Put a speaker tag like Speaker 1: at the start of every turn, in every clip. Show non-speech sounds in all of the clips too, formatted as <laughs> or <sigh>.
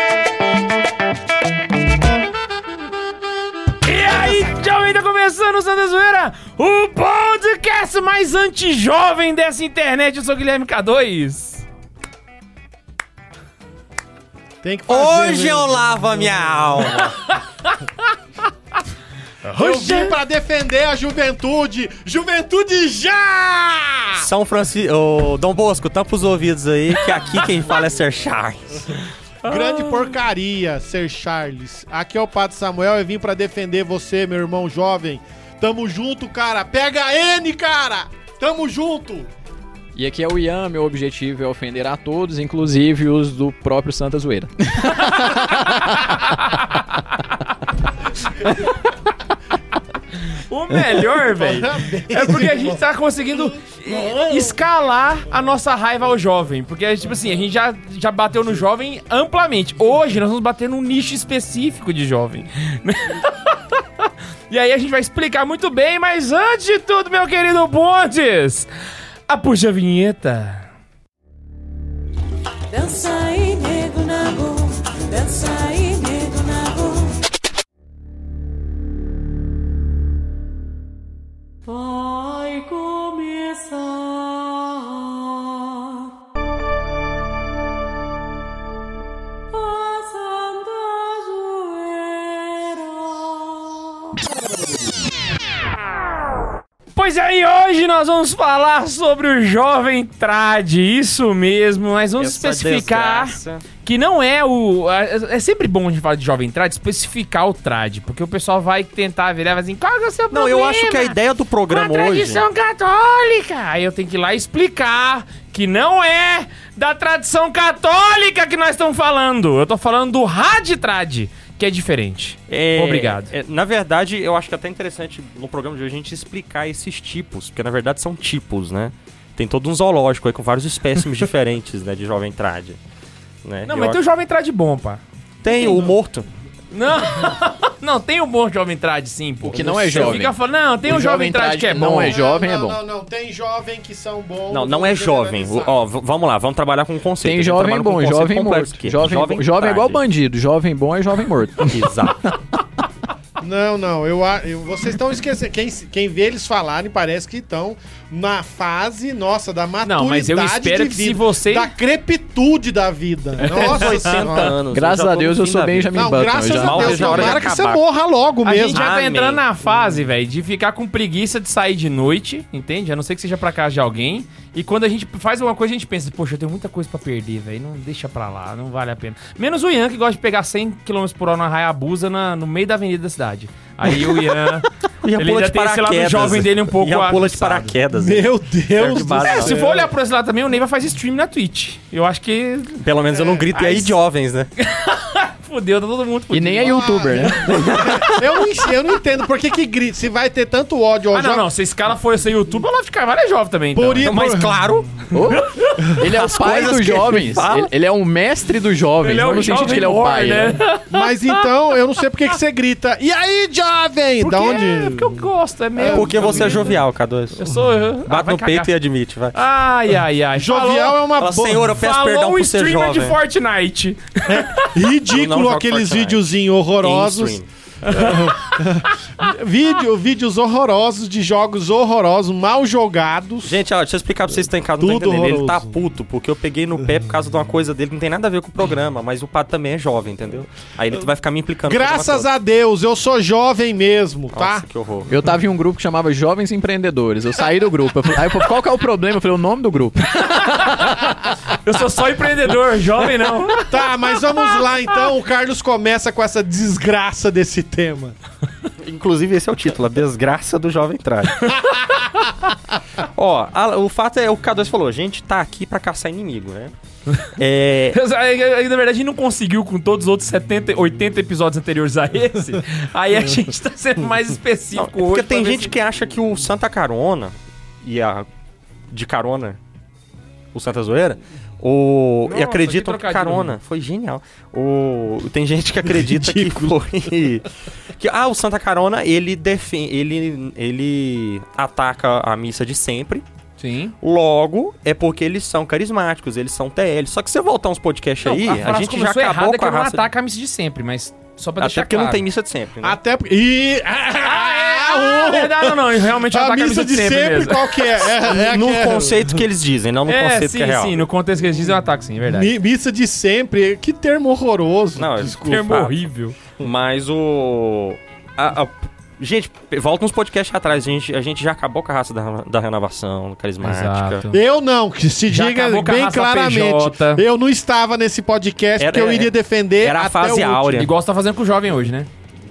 Speaker 1: tá mais anti-jovem dessa internet. Eu sou o Guilherme K2.
Speaker 2: Tem que fazer. né,
Speaker 3: Hoje eu lavo a minha alma.
Speaker 2: Eu vim pra defender a juventude. Juventude já!
Speaker 3: São Francisco. Ô, Dom Bosco, tampa os ouvidos aí, que aqui quem fala é Sir Charles.
Speaker 2: Grande porcaria, Ser Charles. Aqui é o Pato Samuel e vim pra defender você, meu irmão jovem. Tamo junto, cara. Pega N, cara. Tamo junto.
Speaker 4: E aqui é o Ian, meu objetivo é ofender a todos, inclusive os do próprio Santa Zoeira.
Speaker 1: O melhor, velho,
Speaker 2: <laughs>
Speaker 1: é porque a gente tá conseguindo eh, escalar a nossa raiva ao jovem. Porque, tipo assim, a gente já, já bateu no jovem amplamente. Hoje nós vamos bater num nicho específico de jovem. <laughs> e aí a gente vai explicar muito bem, mas antes de tudo, meu querido Bondes, a puxa vinheta.
Speaker 5: Dança aí, nego na boom. Dança aí, nego na boom. Vai começar. a Santa Zoeira.
Speaker 1: Pois é, e hoje nós vamos falar sobre o jovem trad, isso mesmo, mas vamos
Speaker 3: Essa
Speaker 1: especificar
Speaker 3: desgraça.
Speaker 1: que não é o. É é sempre bom a gente falar de jovem trad, especificar o trad, porque o pessoal vai tentar virar e vai assim, qual que é o seu
Speaker 3: Não,
Speaker 1: problema?
Speaker 3: eu acho que a ideia do
Speaker 1: uma
Speaker 3: programa hoje.
Speaker 1: tradição católica. Aí eu tenho que ir lá explicar que não é da tradição católica que nós estamos falando. Eu tô falando do raditrad, que é diferente.
Speaker 3: É,
Speaker 1: Obrigado.
Speaker 3: é, na verdade, eu acho que é até interessante no programa de hoje a gente explicar esses tipos, porque na verdade são tipos, né? Tem todo um zoológico aí com vários
Speaker 4: <laughs>
Speaker 3: espécimes diferentes, né, de jovem trad. Né?
Speaker 1: Não,
Speaker 3: Eu
Speaker 1: mas tem o
Speaker 3: acho-
Speaker 1: jovem trad bom, pá.
Speaker 4: um
Speaker 3: tem o morto.
Speaker 1: Não, não, tem um bom jovem trad sim, pô.
Speaker 4: O que não é
Speaker 1: Você
Speaker 4: jovem.
Speaker 1: fica falando, não, tem
Speaker 4: O
Speaker 1: um jovem
Speaker 4: jovem
Speaker 1: trad
Speaker 4: trad
Speaker 1: que é
Speaker 4: não
Speaker 1: bom.
Speaker 4: é jovem,
Speaker 2: não,
Speaker 4: é bom.
Speaker 2: Não, não, tem jovem que são bons.
Speaker 3: Não, não é
Speaker 2: vamos
Speaker 3: jovem. O-
Speaker 2: generalizar.
Speaker 3: Ó, v- vamos lá, vamos trabalhar com um conceito. A
Speaker 4: Tem
Speaker 3: gente
Speaker 4: jovem
Speaker 3: trabalha com um
Speaker 4: bom,
Speaker 3: conceito
Speaker 4: jovem
Speaker 3: complexo
Speaker 4: morto.
Speaker 3: aqui.
Speaker 4: Jovem, bom- jovem
Speaker 3: trad.
Speaker 4: é igual bandido, jovem bom é jovem morto.
Speaker 3: <laughs> Exato.
Speaker 2: Não, não, eu, a- eu- vocês estão esquecendo. Quem, quem vê eles falarem parece que estão na fase, nossa, da maturidade.
Speaker 1: Não, mas eu espero
Speaker 2: de
Speaker 1: que
Speaker 2: vida,
Speaker 1: se você-
Speaker 2: Da crepitude da
Speaker 3: <laughs>
Speaker 2: vida. Nossa,
Speaker 3: 80
Speaker 2: senhora.
Speaker 3: anos.
Speaker 4: Graças
Speaker 3: já
Speaker 4: a
Speaker 3: tô
Speaker 4: Deus
Speaker 3: no
Speaker 4: eu
Speaker 3: fim
Speaker 4: sou
Speaker 3: da vida.
Speaker 4: Benjamin
Speaker 2: Não,
Speaker 4: Button.
Speaker 2: graças
Speaker 4: já.
Speaker 2: a
Speaker 3: Mal
Speaker 2: Deus,
Speaker 3: seja a é hora de
Speaker 2: tomara que você
Speaker 3: acabar.
Speaker 2: morra logo
Speaker 1: A
Speaker 2: mesmo.
Speaker 1: gente já tá
Speaker 3: Amém.
Speaker 1: entrando na fase, velho, de ficar com preguiça de sair de noite, entende? A não ser que seja pra casa de alguém. E quando a gente faz alguma coisa, a gente pensa, poxa, eu tenho muita coisa pra perder, velho. Não deixa pra lá, não vale a pena. Menos o Ian, que gosta de pegar 100 km por hora na Hayabusa na, no meio da avenida da cidade. Aí o
Speaker 4: <laughs>
Speaker 1: Ian...
Speaker 3: Ian
Speaker 1: ele
Speaker 3: pula
Speaker 1: já
Speaker 3: de
Speaker 1: tem esse lado
Speaker 3: paraquedas.
Speaker 1: jovem dele um pouco
Speaker 3: Ian pula de
Speaker 1: atiçado.
Speaker 3: paraquedas.
Speaker 2: Meu Deus do
Speaker 3: É,
Speaker 1: É,
Speaker 2: céu.
Speaker 1: se for olhar por esse lado também, o Ney vai fazer stream na Twitch. Eu acho que
Speaker 3: Pelo menos eu não grito. E aí, jovens, né?
Speaker 1: fudeu, tá todo mundo fudido.
Speaker 4: E nem é youtuber, né?
Speaker 3: <laughs>
Speaker 2: Eu não, enche- eu não entendo por que que grita. Se vai ter tanto ódio ao
Speaker 1: Ah, não,
Speaker 2: jovem.
Speaker 1: não. Se esse cara for ser youtuber, o Olavo de Carvalho é jovem também.
Speaker 2: Por
Speaker 1: então.
Speaker 2: isso-
Speaker 3: Mas claro,
Speaker 4: Ô, ele é o pai
Speaker 3: coisas
Speaker 4: dos
Speaker 3: que ele
Speaker 4: jovens.
Speaker 3: fala. um
Speaker 4: Ele, ele é o mestre dos jovens.
Speaker 1: Ele é
Speaker 4: não
Speaker 1: o
Speaker 4: no sentido
Speaker 1: jovem
Speaker 4: que ele é o
Speaker 1: War,
Speaker 4: pai.
Speaker 1: né?
Speaker 4: né?
Speaker 2: Mas então, eu não sei por que que você grita. E aí, jovem?
Speaker 1: <laughs> Porque,
Speaker 2: da
Speaker 1: É
Speaker 2: onde?
Speaker 1: porque eu gosto, é meu.
Speaker 3: porque você é
Speaker 1: Eu
Speaker 3: jovial, K2.
Speaker 1: sou eu. Ah,
Speaker 3: Bate
Speaker 1: vai
Speaker 3: no
Speaker 1: cagar.
Speaker 3: peito e é- admite, vai.
Speaker 1: Ai, ai,
Speaker 3: <laughs>
Speaker 1: ai.
Speaker 2: Jovial é uma
Speaker 3: Fala,
Speaker 2: bo-
Speaker 3: senhor, eu peço
Speaker 1: Falou
Speaker 3: perdão
Speaker 1: um
Speaker 3: por ser
Speaker 1: streamer
Speaker 3: jovem.
Speaker 1: de Fortnite.
Speaker 3: Eu não
Speaker 2: Ridículo
Speaker 3: jogo
Speaker 2: aqueles
Speaker 3: Fortnite.
Speaker 2: videozinhos
Speaker 3: In
Speaker 2: horrorosos.
Speaker 3: stream.
Speaker 2: Vídeo, vídeos horrorosos de jogos horrorosos, mal jogados.
Speaker 3: Gente, ó, deixa eu explicar pra vocês que estão em casa,
Speaker 2: Tudo
Speaker 3: não tá entendendo. Ele tá
Speaker 2: horroroso.
Speaker 3: puto, porque eu peguei no pé por causa de uma coisa dele, não tem nada a ver com o programa, mas o Pato também é jovem, entendeu? Aí ele vai ficar me implicando.
Speaker 2: Graças a Deus, eu sou jovem mesmo,
Speaker 3: Nossa,
Speaker 2: tá?
Speaker 3: que horror.
Speaker 4: Eu tava em um grupo que chamava Jovens Empreendedores. Eu saí do grupo. Eu falei, aí eu falei, qual que é o problema? Eu falei, o nome do grupo.
Speaker 1: Eu sou só empreendedor, <laughs> jovem não.
Speaker 2: Tá, mas vamos lá então. O Carlos começa com essa desgraça desse tema.
Speaker 3: Inclusive, esse é o título, a desgraça do
Speaker 1: <laughs>
Speaker 3: jovem traje. Ó, a- o fato é, o K2 falou, a gente tá aqui pra caçar
Speaker 1: <laughs>
Speaker 3: inimigo, né? É,
Speaker 1: Aí, aí, Na verdade, a gente não conseguiu com todos os outros 70, 80 episódios anteriores a esse. Aí a gente tá sendo mais
Speaker 3: Hum. não, é
Speaker 1: específico hoje.
Speaker 3: porque tem
Speaker 1: pra ver
Speaker 3: gente
Speaker 1: se-
Speaker 3: que acha que o Santa Carona e a de carona, o Santa Zoeira, o, e
Speaker 1: Nossa,
Speaker 3: acreditam
Speaker 1: que
Speaker 3: que,
Speaker 1: trocadilho. né?
Speaker 3: carona foi genial. O, tem gente que acredita que foi <laughs> que ah, o Santa Carona, ele defende, ele ele ataca a missa de sempre.
Speaker 1: Sim.
Speaker 3: Logo, é porque eles são carismáticos, eles são TL. Só que se você voltar uns podcasts aí, a,
Speaker 1: frase
Speaker 3: gente já
Speaker 1: começou
Speaker 3: acabou
Speaker 1: errada, é
Speaker 3: com
Speaker 1: que
Speaker 3: a
Speaker 1: eu não
Speaker 3: raça.
Speaker 1: ataca a missa de sempre, mas só pra
Speaker 3: Até
Speaker 1: deixar
Speaker 3: porque
Speaker 1: claro.
Speaker 3: não tem missa de sempre, né?
Speaker 2: Até porque. Ih! Ah,
Speaker 1: Ah, é, Na
Speaker 2: Yahoo!
Speaker 1: verdade, não, não. Realmente eu
Speaker 2: a
Speaker 1: ataco tá a
Speaker 2: missa de sempre,
Speaker 1: mesmo.
Speaker 2: qual que é? É, é a
Speaker 3: num
Speaker 2: que é-
Speaker 3: conceito que eles dizem, não no
Speaker 1: <laughs> É,
Speaker 3: conceito que é
Speaker 1: sim,
Speaker 3: real.
Speaker 1: sim. No contexto que eles dizem, eu ataco sim, é verdade.
Speaker 2: Mi- missa de sempre, que termo horroroso.
Speaker 3: Não,
Speaker 2: desculpa.
Speaker 1: Termo
Speaker 3: fato.
Speaker 1: horrível.
Speaker 3: Mas o. a- a- gente, volta uns podcasts atrás. A gente, a gente já acabou com a raça da, da renovação, carismática.
Speaker 1: Exato.
Speaker 2: Eu não, que se
Speaker 1: Já
Speaker 2: diga
Speaker 1: acabou com a
Speaker 2: bem
Speaker 1: raça
Speaker 2: claramente.
Speaker 1: PJ.
Speaker 2: Eu não estava nesse podcast
Speaker 3: Era-
Speaker 2: porque eu iria defender.
Speaker 3: era a
Speaker 2: até
Speaker 3: fase
Speaker 2: o último.
Speaker 3: áurea.
Speaker 1: Igual você tá fazendo com o jovem hoje, né?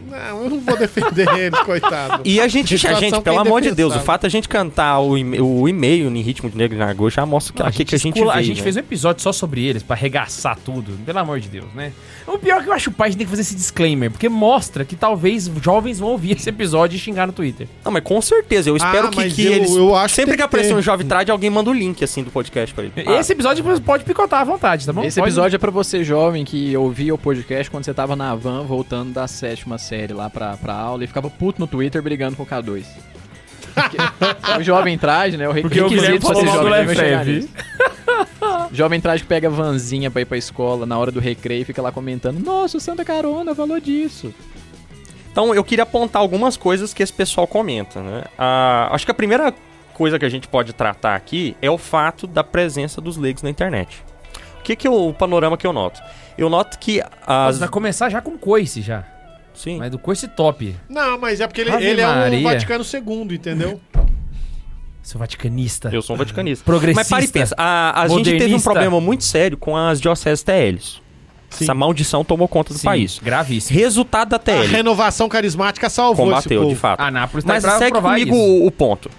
Speaker 2: Não, eu não vou defender ele, <laughs> coitado.
Speaker 3: E a gente, já,
Speaker 2: Situação
Speaker 3: gente,
Speaker 2: que
Speaker 3: pelo
Speaker 2: é
Speaker 3: amor de
Speaker 2: indefensável.
Speaker 3: Deus, o fato é a gente cantar o e- o e-mail em ritmo de negro e nagô já mostra que,
Speaker 1: Não,
Speaker 3: a que, que a gente
Speaker 1: escula-
Speaker 3: veio, né?
Speaker 1: fez um episódio só sobre eles, pra arregaçar tudo. Pelo amor de Deus, né? O pior é que eu acho o pai, a gente tem que fazer esse disclaimer, porque mostra que talvez jovens vão ouvir esse episódio e xingar no Twitter.
Speaker 3: Não, mas com certeza, eu espero que,
Speaker 2: Ah, mas
Speaker 3: que
Speaker 2: eu-
Speaker 3: eles.
Speaker 2: eu acho que
Speaker 3: sempre
Speaker 2: tem
Speaker 3: que
Speaker 2: que
Speaker 3: aparecer
Speaker 2: ter.
Speaker 3: um Jovem Trad, alguém manda o link assim do podcast pra ele. Ah,
Speaker 1: Esse episódio pode picotar à vontade, tá bom?
Speaker 4: Esse
Speaker 1: Pode-
Speaker 4: episódio é pra você, jovem, que ouvia o podcast quando você tava na van voltando da sétima série lá pra, pra aula e ficava puto no Twitter brigando com o K2. Porque <laughs> o jovem traje, né? O re-
Speaker 1: Porque o Guilherme
Speaker 4: requisito pra
Speaker 1: falou
Speaker 4: ser
Speaker 1: mal do
Speaker 4: jovem traje é
Speaker 1: Lefebvre.
Speaker 4: Jovem traje que pega a vanzinha pra ir pra escola na hora do recreio e fica lá comentando: Nossa, o Santa Carona falou disso.
Speaker 3: Então eu queria apontar algumas coisas que esse pessoal comenta, né? Ah, acho que a primeira coisa que a gente pode tratar aqui é o fato da presença dos leigos na internet. O que, que eu- o panorama que eu noto? Eu noto que as.
Speaker 1: Nossa, Vai começar já com coice, já.
Speaker 3: Sim.
Speaker 1: Mas do coice top.
Speaker 2: Não, mas é porque ele,
Speaker 1: Ave
Speaker 2: ele é um
Speaker 1: Maria.
Speaker 2: Vaticano II, entendeu?
Speaker 1: Seu vaticanista.
Speaker 3: Eu sou
Speaker 2: <laughs>
Speaker 3: um vaticanista.
Speaker 1: Progressista.
Speaker 3: Mas para e pensa, a, a gente teve um
Speaker 1: Modernista.
Speaker 3: problema muito sério com as dioceses TLs. Essa maldição tomou conta do
Speaker 1: Sim,
Speaker 3: país.
Speaker 1: Gravíssimo.
Speaker 3: Resultado da
Speaker 2: A
Speaker 3: TL.
Speaker 2: renovação carismática salvou Ah, esse
Speaker 3: Combateu,
Speaker 2: povo.
Speaker 3: de fato.
Speaker 1: Anápolis tá
Speaker 3: Ah, Mas
Speaker 1: aí pra
Speaker 3: segue
Speaker 1: provar
Speaker 3: comigo
Speaker 1: isso.
Speaker 3: o- o ponto.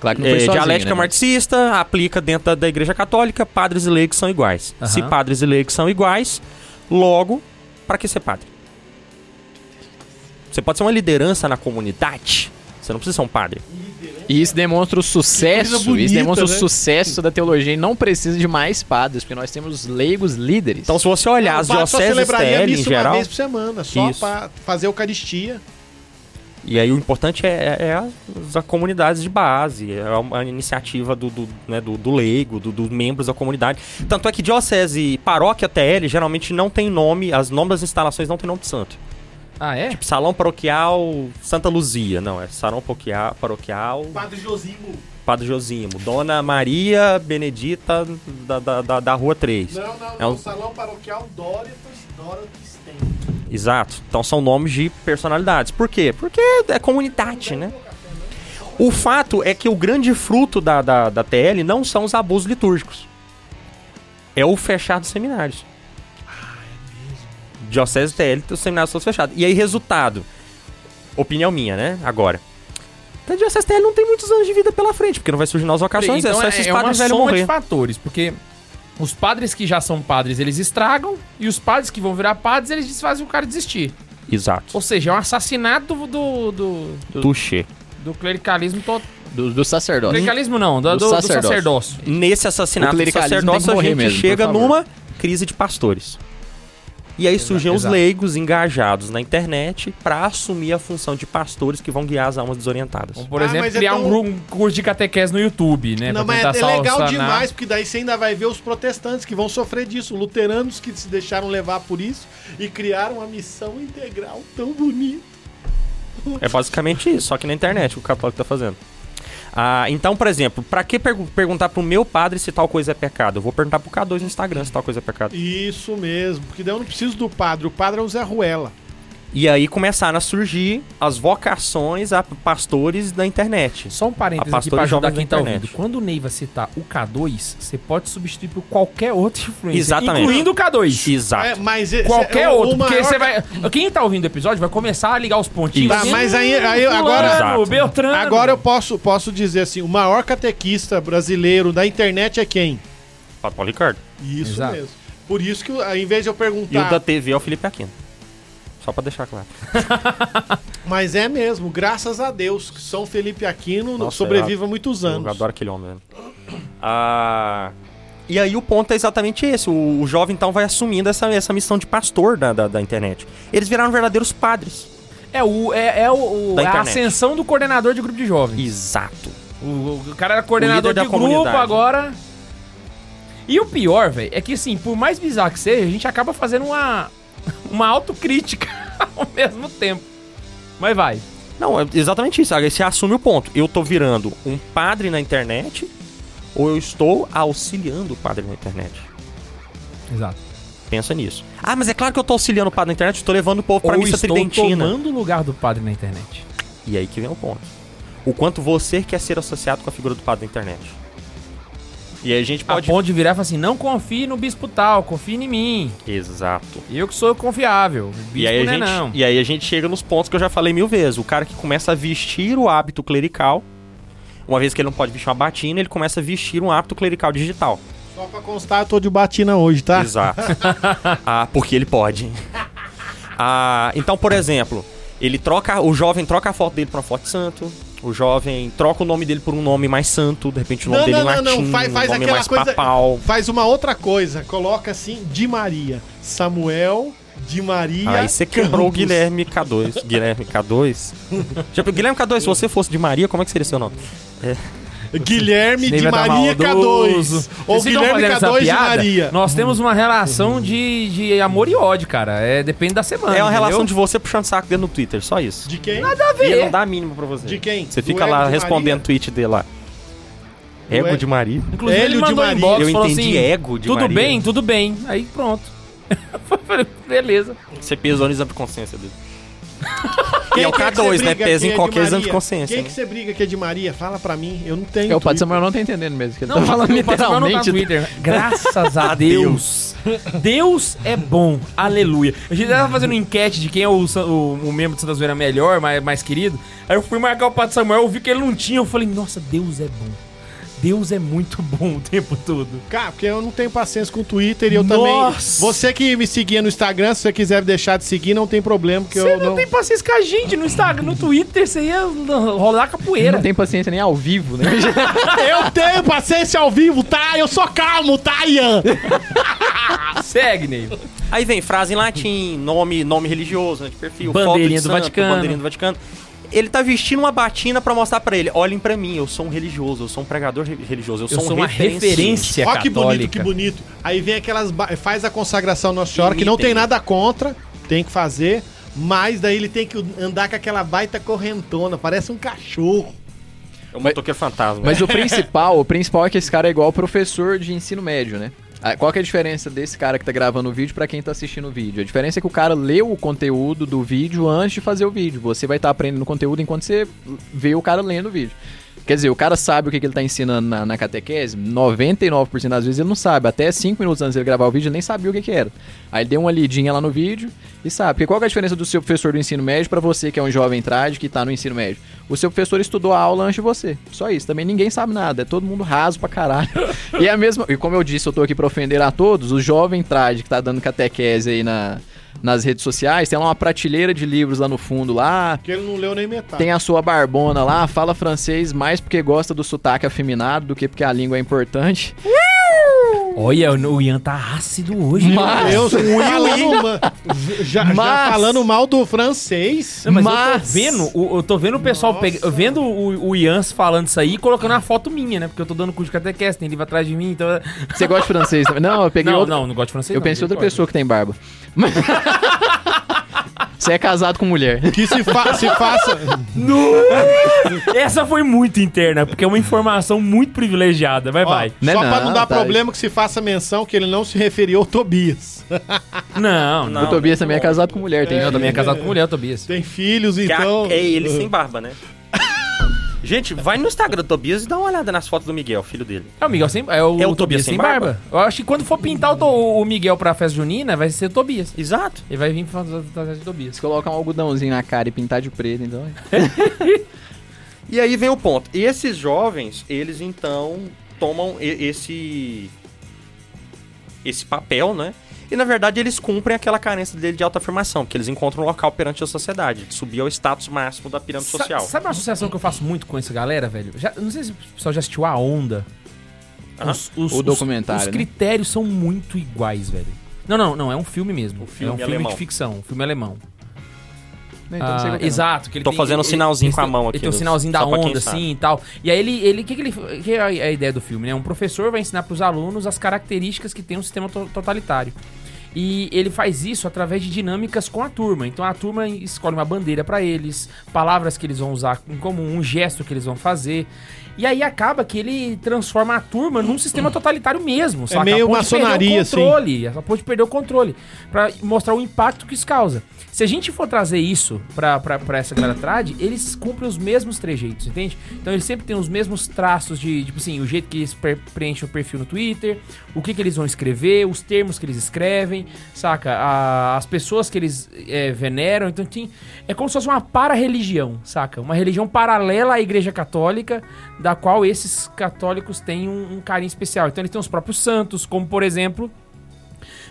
Speaker 4: Claro que não
Speaker 3: É,
Speaker 4: foi sozinho,
Speaker 3: dialética
Speaker 4: né, mas-
Speaker 3: marxista aplica dentro da, da Igreja Católica, padres e leigos são iguais.
Speaker 1: Aham.
Speaker 3: Se padres e leigos são iguais, logo, pra que ser padre? Você pode ser uma liderança na comunidade. Você não precisa ser um padre.
Speaker 4: E isso demonstra o sucesso,
Speaker 2: Que coisa
Speaker 4: isso
Speaker 2: bonita,
Speaker 4: demonstra
Speaker 2: né?
Speaker 4: o sucesso da teologia e não precisa de mais padres, porque nós temos leigos líderes.
Speaker 3: Então, se você olhar
Speaker 2: O
Speaker 3: as
Speaker 2: Papa só
Speaker 3: dioceses
Speaker 2: celebraria
Speaker 3: TL em
Speaker 2: missa uma
Speaker 3: geral,
Speaker 2: vez por semana, só
Speaker 3: Isso.
Speaker 2: pra fazer Eucaristia.
Speaker 3: e aí o importante é, é- é as, as comunidades de base, é a, a iniciativa do, do, né, do- do leigo, dos membros da comunidade. Tanto é que diocese e paróquia TL geralmente não tem nome, as nomes das instalações não tem nome de santo.
Speaker 1: Ah, é?
Speaker 3: Salão Paroquial Santa Luzia. Não, é Salão Paroquia- Paroquial
Speaker 2: Padre Josimo.
Speaker 3: Padre Josimo. Dona Maria Benedita da, da, da, da Rua 3.
Speaker 2: não,
Speaker 3: É um-
Speaker 2: Salão Paroquial Dóritos, Dóritos tem.
Speaker 3: Exato. Então são nomes de personalidades. Por quê? Porque é comunidade, né? O fato é que o grande fruto da, da, da TL não são os abusos litúrgicos. É o fechar dos seminários. Diocese TL, os seminários todos fechados. E aí, resultado. Opinião minha, né? Agora. Então, a Diocese TL não tem muitos anos de vida pela frente, porque não vai surgir novas vocações. é só esses padres velhos
Speaker 1: soma de
Speaker 3: morrer.
Speaker 1: fatores, porque os padres que já são padres, eles estragam, e os padres que vão virar padres, eles desfazem o cara desistir.
Speaker 3: Exato.
Speaker 1: Ou seja, é um assassinato do, do, do, do,
Speaker 3: Tuxê.
Speaker 1: do clericalismo todo.
Speaker 4: do, do sacerdote.
Speaker 1: Clericalismo não, do,
Speaker 4: Do
Speaker 1: do- do sacerdócio.
Speaker 4: sacerdócio.
Speaker 3: nesse assassinato
Speaker 4: O
Speaker 3: do
Speaker 4: clericalismo
Speaker 3: sacerdócio, a
Speaker 4: tem que morrer
Speaker 3: gente
Speaker 4: mesmo,
Speaker 3: chega
Speaker 4: por favor.
Speaker 3: numa crise de pastores. E aí surgem os
Speaker 1: exato.
Speaker 3: leigos engajados na internet pra assumir a função de pastores que vão guiar as almas desorientadas.
Speaker 1: Como, por
Speaker 2: Ah,
Speaker 1: exemplo,
Speaker 2: mas é
Speaker 1: criar
Speaker 2: tão-
Speaker 1: um, gru- um curso de catequese no YouTube, né?
Speaker 2: Não,
Speaker 1: pra
Speaker 2: mas
Speaker 1: tentar
Speaker 2: é
Speaker 1: sal-
Speaker 2: legal
Speaker 1: sanar.
Speaker 2: demais, porque daí você ainda vai ver os protestantes que vão sofrer disso, luteranos que se deixaram levar por isso e criaram uma missão integral tão bonita.
Speaker 3: É basicamente isso, só que na internet o católico tá fazendo. Ah, então, por exemplo, pra que pergu- perguntar pro meu padre se tal coisa é pecado? Eu vou perguntar pro K2 no Instagram se tal coisa é pecado.
Speaker 2: Isso mesmo, porque daí eu não preciso do padre, o padre é o Zé Ruela.
Speaker 3: E aí começaram a surgir as vocações a pastores da internet.
Speaker 1: Só um parênteses
Speaker 3: A
Speaker 1: aqui pra
Speaker 3: pastora
Speaker 1: ajudar quem
Speaker 3: jovem da
Speaker 1: tá
Speaker 3: internet.
Speaker 1: ouvindo. Quando o Neiva citar o K2, você pode substituir por qualquer outro influencer,
Speaker 3: Exatamente.
Speaker 1: incluindo o K2.
Speaker 2: É,
Speaker 3: Exato.
Speaker 2: mas esse-
Speaker 1: Qualquer
Speaker 2: o- o
Speaker 1: outro, porque
Speaker 2: maior
Speaker 1: você vai... Quem tá ouvindo o episódio vai começar a ligar os pontinhos.
Speaker 3: Tá,
Speaker 1: Sim,
Speaker 2: mas aí- aí eu-
Speaker 1: fulano,
Speaker 3: agora-
Speaker 1: Beltrano.
Speaker 2: Agora eu posso, posso dizer assim, o maior catequista brasileiro da internet é quem?
Speaker 3: Fala, Paulo Ricardo.
Speaker 2: Isso
Speaker 1: Exato.
Speaker 2: mesmo. Por isso que, ao invés de eu
Speaker 3: E o da
Speaker 2: perguntar,
Speaker 3: TV é o Felipe Aquino. Só pra deixar claro.
Speaker 2: mas é mesmo, graças a Deus, que São Felipe Aquino
Speaker 1: é
Speaker 3: Nossa,
Speaker 2: sobrevive há muitos
Speaker 1: um
Speaker 2: anos.
Speaker 3: Eu adoro aquele homem. velho. Ah, e aí o ponto é exatamente esse. O, o jovem, então, vai assumindo essa, essa missão de pastor da, da, da internet. Eles viraram verdadeiros padres.
Speaker 1: É, o, é, é o, o-
Speaker 3: Da
Speaker 1: a
Speaker 3: internet.
Speaker 1: ascensão do coordenador de grupo de jovens.
Speaker 3: Exato.
Speaker 1: O, o cara era coordenador
Speaker 3: O líder
Speaker 1: de
Speaker 3: da
Speaker 1: grupo
Speaker 3: comunidade.
Speaker 1: agora. E o pior, velho, é que assim, por mais bizarro que seja, a gente acaba <laughs> fazendo uma, uma autocrítica ao mesmo tempo. Mas vai.
Speaker 3: Não, é exatamente isso. Aí você assume o ponto. Eu tô virando um padre na internet ou eu estou auxiliando o padre na internet?
Speaker 1: Exato.
Speaker 3: Pensa nisso. Ah, mas é claro que eu tô auxiliando o padre na internet, estou levando o povo pra
Speaker 1: Ou
Speaker 3: missa
Speaker 1: estou
Speaker 3: tridentina.
Speaker 1: tomando o lugar do padre na internet.
Speaker 3: E aí que vem o ponto. O quanto você quer ser associado com a figura do padre na internet. E aí a gente
Speaker 1: Pode...
Speaker 3: pode.
Speaker 1: A ponto de virar e falar assim, não confie no bispo tal, confie em mim.
Speaker 3: Exato.
Speaker 1: Eu que sou confiável. O bispo
Speaker 3: E aí, a
Speaker 1: não é
Speaker 3: gente,
Speaker 1: não.
Speaker 3: e aí a gente chega nos pontos que eu já falei mil vezes. O cara que começa a vestir o hábito clerical, uma vez que ele não pode vestir uma batina, ele começa a vestir um hábito
Speaker 2: <laughs>
Speaker 3: clerical digital.
Speaker 2: Só pra constar, eu tô de batina hoje, tá?
Speaker 3: Exato. ah, porque ele pode. Ah, então, por exemplo, ele troca. O jovem troca a foto dele pra uma foto de santo. O jovem troca o nome dele por um nome mais santo, de repente o nome
Speaker 2: Não,
Speaker 3: dele
Speaker 2: não,
Speaker 3: em
Speaker 2: não,
Speaker 3: latim,
Speaker 2: não, faz- faz
Speaker 3: um nome
Speaker 2: aquela
Speaker 3: mais
Speaker 2: coisa-
Speaker 3: papal.
Speaker 2: Faz uma outra coisa, coloca assim, de Maria. Samuel, de Maria.
Speaker 3: Aí você quebrou o
Speaker 2: Campos.
Speaker 3: Guilherme K2. Guilherme
Speaker 1: <laughs>
Speaker 3: K2? Já, Guilherme K2, se você fosse de Maria, como é que seria seu nome?
Speaker 2: Guilherme
Speaker 1: Esse
Speaker 2: de
Speaker 1: daí vai tá
Speaker 2: Maria
Speaker 1: maldoso.
Speaker 2: K2. Ou
Speaker 1: Vocês estão fazendo
Speaker 2: Guilherme
Speaker 1: essa
Speaker 2: K2 de
Speaker 1: piada?
Speaker 2: Maria.
Speaker 1: Nós temos uma relação de, de amor e ódio, cara. É, depende da semana.
Speaker 3: é uma relação
Speaker 1: entendeu?
Speaker 3: de você puxando saco dentro no Twitter, só isso.
Speaker 2: De quem?
Speaker 1: Nada a
Speaker 3: E ele não
Speaker 1: ver.
Speaker 3: dá a mínima pra você.
Speaker 2: De quem?
Speaker 3: Você
Speaker 2: Do
Speaker 3: fica
Speaker 2: Hélio
Speaker 3: lá
Speaker 2: de
Speaker 3: respondendo o tweet dele lá.
Speaker 2: Do
Speaker 3: Ego
Speaker 2: Hélio-
Speaker 3: de Maria.
Speaker 1: Inclusive,
Speaker 2: Hélio
Speaker 1: ele
Speaker 2: de
Speaker 1: mandou um
Speaker 2: Maria.
Speaker 1: inbox
Speaker 3: Eu
Speaker 1: e falou
Speaker 3: entendi
Speaker 1: assim,
Speaker 3: ego de
Speaker 1: tudo
Speaker 3: Maria.
Speaker 1: bem, tudo bem. Aí pronto. <laughs> Eu falei, Beleza.
Speaker 3: Você pesou no exame de consciência dele.
Speaker 2: Quem
Speaker 3: E é o
Speaker 2: que
Speaker 3: K2,
Speaker 2: você
Speaker 3: né?
Speaker 2: briga
Speaker 3: Pesa
Speaker 2: que
Speaker 3: em
Speaker 2: é de
Speaker 3: qualquer exame
Speaker 2: Maria?
Speaker 3: de consciência,
Speaker 2: Quem
Speaker 3: né?
Speaker 2: que você briga que é de Maria? Fala pra mim, eu não tenho.
Speaker 4: É, o
Speaker 2: Twitter.
Speaker 4: Padre Samuel não tá entendendo mesmo. Que ele
Speaker 1: Não,
Speaker 4: tá falando
Speaker 1: o Padre Samuel não tá no
Speaker 4: literalmente.
Speaker 1: Twitter. <laughs> Graças a Deus. Deus é bom. Aleluia. A gente tava fazendo uma enquete de quem é o, sa- o- o membro de Santa Zoeira melhor, mais, mais querido. Aí eu fui marcar o Padre Samuel, eu vi que ele não tinha. Eu falei, nossa, Deus é bom. Deus é muito bom o tempo todo.
Speaker 2: Cara, porque eu não tenho paciência com o Twitter e eu
Speaker 1: Nossa!
Speaker 2: também. Você que me seguia no Instagram, se você quiser deixar de seguir, não tem problema, que
Speaker 1: Você
Speaker 2: eu
Speaker 1: não,
Speaker 2: não.
Speaker 1: tem paciência com a gente no Instagram, no Twitter, você ia rolar
Speaker 4: Ele
Speaker 1: capoeira.
Speaker 4: não tem paciência nem ao
Speaker 1: <laughs>
Speaker 4: vivo, né?
Speaker 2: Eu tenho paciência ao vivo, tá? Eu sou calmo, tá, Ian?
Speaker 1: Segue, Ney.
Speaker 3: Aí vem frase em latim, nome, nome religioso, né, de perfil, foto
Speaker 1: Bandeirinha do
Speaker 3: de santo,
Speaker 1: Vaticano.
Speaker 3: bandeirinha do Vaticano. Ele tá vestindo uma batina pra mostrar pra ele, olhem pra mim, eu sou um religioso, eu sou um pregador re- religioso,
Speaker 1: Eu
Speaker 3: eu, sou,
Speaker 1: sou
Speaker 3: um
Speaker 1: uma
Speaker 3: referência.
Speaker 1: referência
Speaker 2: Ó, que bonito,
Speaker 1: católica.
Speaker 2: que bonito. Aí vem aquelas. ba- Faz a consagração Nossa Senhora, que não
Speaker 3: Imitem.
Speaker 2: tem nada contra, tem que fazer, mas daí ele tem que andar com aquela baita correntona, parece um cachorro.
Speaker 3: É um motoqueiro fantasma.
Speaker 4: Mas o principal, o principal é que esse cara é igual professor de ensino médio, né? Ah, Qual que é a diferença desse cara que tá gravando o vídeo pra quem tá assistindo o vídeo? A diferença é que o cara leu o conteúdo do vídeo antes de fazer o vídeo. Você vai estar aprendendo o conteúdo enquanto você vê o cara lendo o vídeo. Quer dizer, o cara sabe o que, que ele tá ensinando na, na catequese? 99% das vezes ele não sabe. Até 5 minutos antes dele gravar o vídeo, ele nem sabia o que, que era. Aí ele deu uma lidinha lá no vídeo e sabe. Porque qual que é a diferença do seu professor do ensino médio pra você que é um jovem trad que tá no ensino médio? O seu professor estudou a aula antes de você. Só isso. Também ninguém sabe nada. É todo mundo raso pra caralho. e é a mesma. E como eu disse, eu tô aqui pra ofender a todos. O jovem trad que tá dando catequese aí na- nas redes sociais, tem lá uma prateleira de livros lá no fundo lá.
Speaker 2: Porque ele não leu nem metade.
Speaker 4: Tem a sua barbona lá, fala francês mais porque gosta do sotaque afeminado do que porque a língua é importante.
Speaker 1: Olha, o Ian tá ácido hoje.
Speaker 2: Meu
Speaker 4: Mas-
Speaker 2: Deus, falando ma- já, já
Speaker 4: é Mas-
Speaker 2: falando mal do francês.
Speaker 1: Não, mas, eu tô
Speaker 4: Mas-
Speaker 1: vendo, o- eu tô vendo o pessoal
Speaker 2: Nossa.
Speaker 1: pega, eu vendo o, o Ian falando isso aí e colocando a foto minha, né? Porque eu tô dando curso de catequese, tem livro atrás de mim, então.
Speaker 4: Você gosta de francês também? Não, eu peguei
Speaker 1: não,
Speaker 4: outra.
Speaker 1: não, não gosto de francês.
Speaker 4: eu
Speaker 1: não,
Speaker 4: pensei em outra
Speaker 1: misericórdia.
Speaker 4: pessoa que tem barba. Mas- Você é casado com mulher.
Speaker 2: Que se, fa-
Speaker 4: <laughs>
Speaker 2: se faça.
Speaker 1: <laughs> Essa foi muito interna, porque é uma informação muito privilegiada. Vai,
Speaker 2: Ó,
Speaker 1: vai.
Speaker 4: Né,
Speaker 2: só
Speaker 4: não,
Speaker 2: pra não dar
Speaker 4: tá.
Speaker 2: problema que se faça menção que ele não se referiu ao Tobias.
Speaker 1: Não, não.
Speaker 3: Não,
Speaker 4: o Tobias também é casado com mulher, tem
Speaker 1: Eu
Speaker 4: filho.
Speaker 1: também é casado com mulher, Tobias.
Speaker 2: Tem filhos,
Speaker 3: Que é a-
Speaker 2: então.
Speaker 3: é, ele sem barba, né? Gente, vai no Instagram do Tobias e dá uma olhada nas fotos do Miguel, filho dele.
Speaker 1: É o Miguel sem É o,
Speaker 3: É o
Speaker 1: Tobias, sem barba. Eu acho que quando for pintar o, To- o Miguel pra festa junina, vai ser o Tobias.
Speaker 3: Exato.
Speaker 1: Ele vai vir fazer atrás de Tobias.
Speaker 4: Se colocar um algodãozinho na cara e pintar de preto, então.
Speaker 3: E aí vem o ponto. E esses jovens, eles então tomam e- esse esse papel, né? E na verdade eles cumprem aquela carência dele de autoafirmação, que eles encontram um local perante a sociedade, de subir ao status máximo da pirâmide
Speaker 1: Sa-
Speaker 3: social.
Speaker 1: Sabe uma associação que eu faço muito com essa galera, velho? Já, não sei se o pessoal já assistiu A Onda.
Speaker 3: Aham.
Speaker 1: os-
Speaker 4: O documentário,
Speaker 1: Os,
Speaker 4: né?
Speaker 1: critérios são muito iguais, velho. Não, não, não. É um filme mesmo.
Speaker 3: O filme
Speaker 1: é um filme
Speaker 3: alemão.
Speaker 1: de ficção. Um filme alemão.
Speaker 4: Né, então não sei
Speaker 1: Ah,
Speaker 4: qual que é, não.
Speaker 1: exato. Que ele
Speaker 3: Tô fazendo um sinalzinho
Speaker 1: ele-
Speaker 3: com a mão aqui
Speaker 1: Ele tem um
Speaker 3: nos-
Speaker 1: sinalzinho da
Speaker 3: só pra quem
Speaker 1: onda,
Speaker 3: sabe.
Speaker 1: assim, e tal. E aí ele... ele que que ele que é a- a ideia do filme, né? Um professor vai ensinar pros alunos as características que tem um sistema to- totalitário. E ele faz isso através de dinâmicas com a turma. Então a turma escolhe uma bandeira pra eles, palavras que eles vão usar em comum, um gesto que eles vão fazer. E aí acaba que ele transforma a turma num sistema totalitário mesmo, saca?
Speaker 2: É meio
Speaker 1: A ponto de perder o
Speaker 2: maçonaria, assim.
Speaker 1: controle controle, ela pode perder o controle, Pra mostrar o impacto que isso causa. Se a gente for trazer isso pra pra- pra essa galera trad, eles cumprem os mesmos trejeitos, entende? Então eles sempre têm os mesmos traços de, tipo assim, o jeito que eles pre- preenchem o perfil no Twitter, o que, que eles vão escrever, os termos que eles escrevem, saca? A- as pessoas que eles é, veneram. Então tem, é como se fosse uma para-religião, saca? Uma religião paralela à Igreja Católica, da qual esses católicos têm um, um carinho especial. Então eles têm os próprios santos, como por exemplo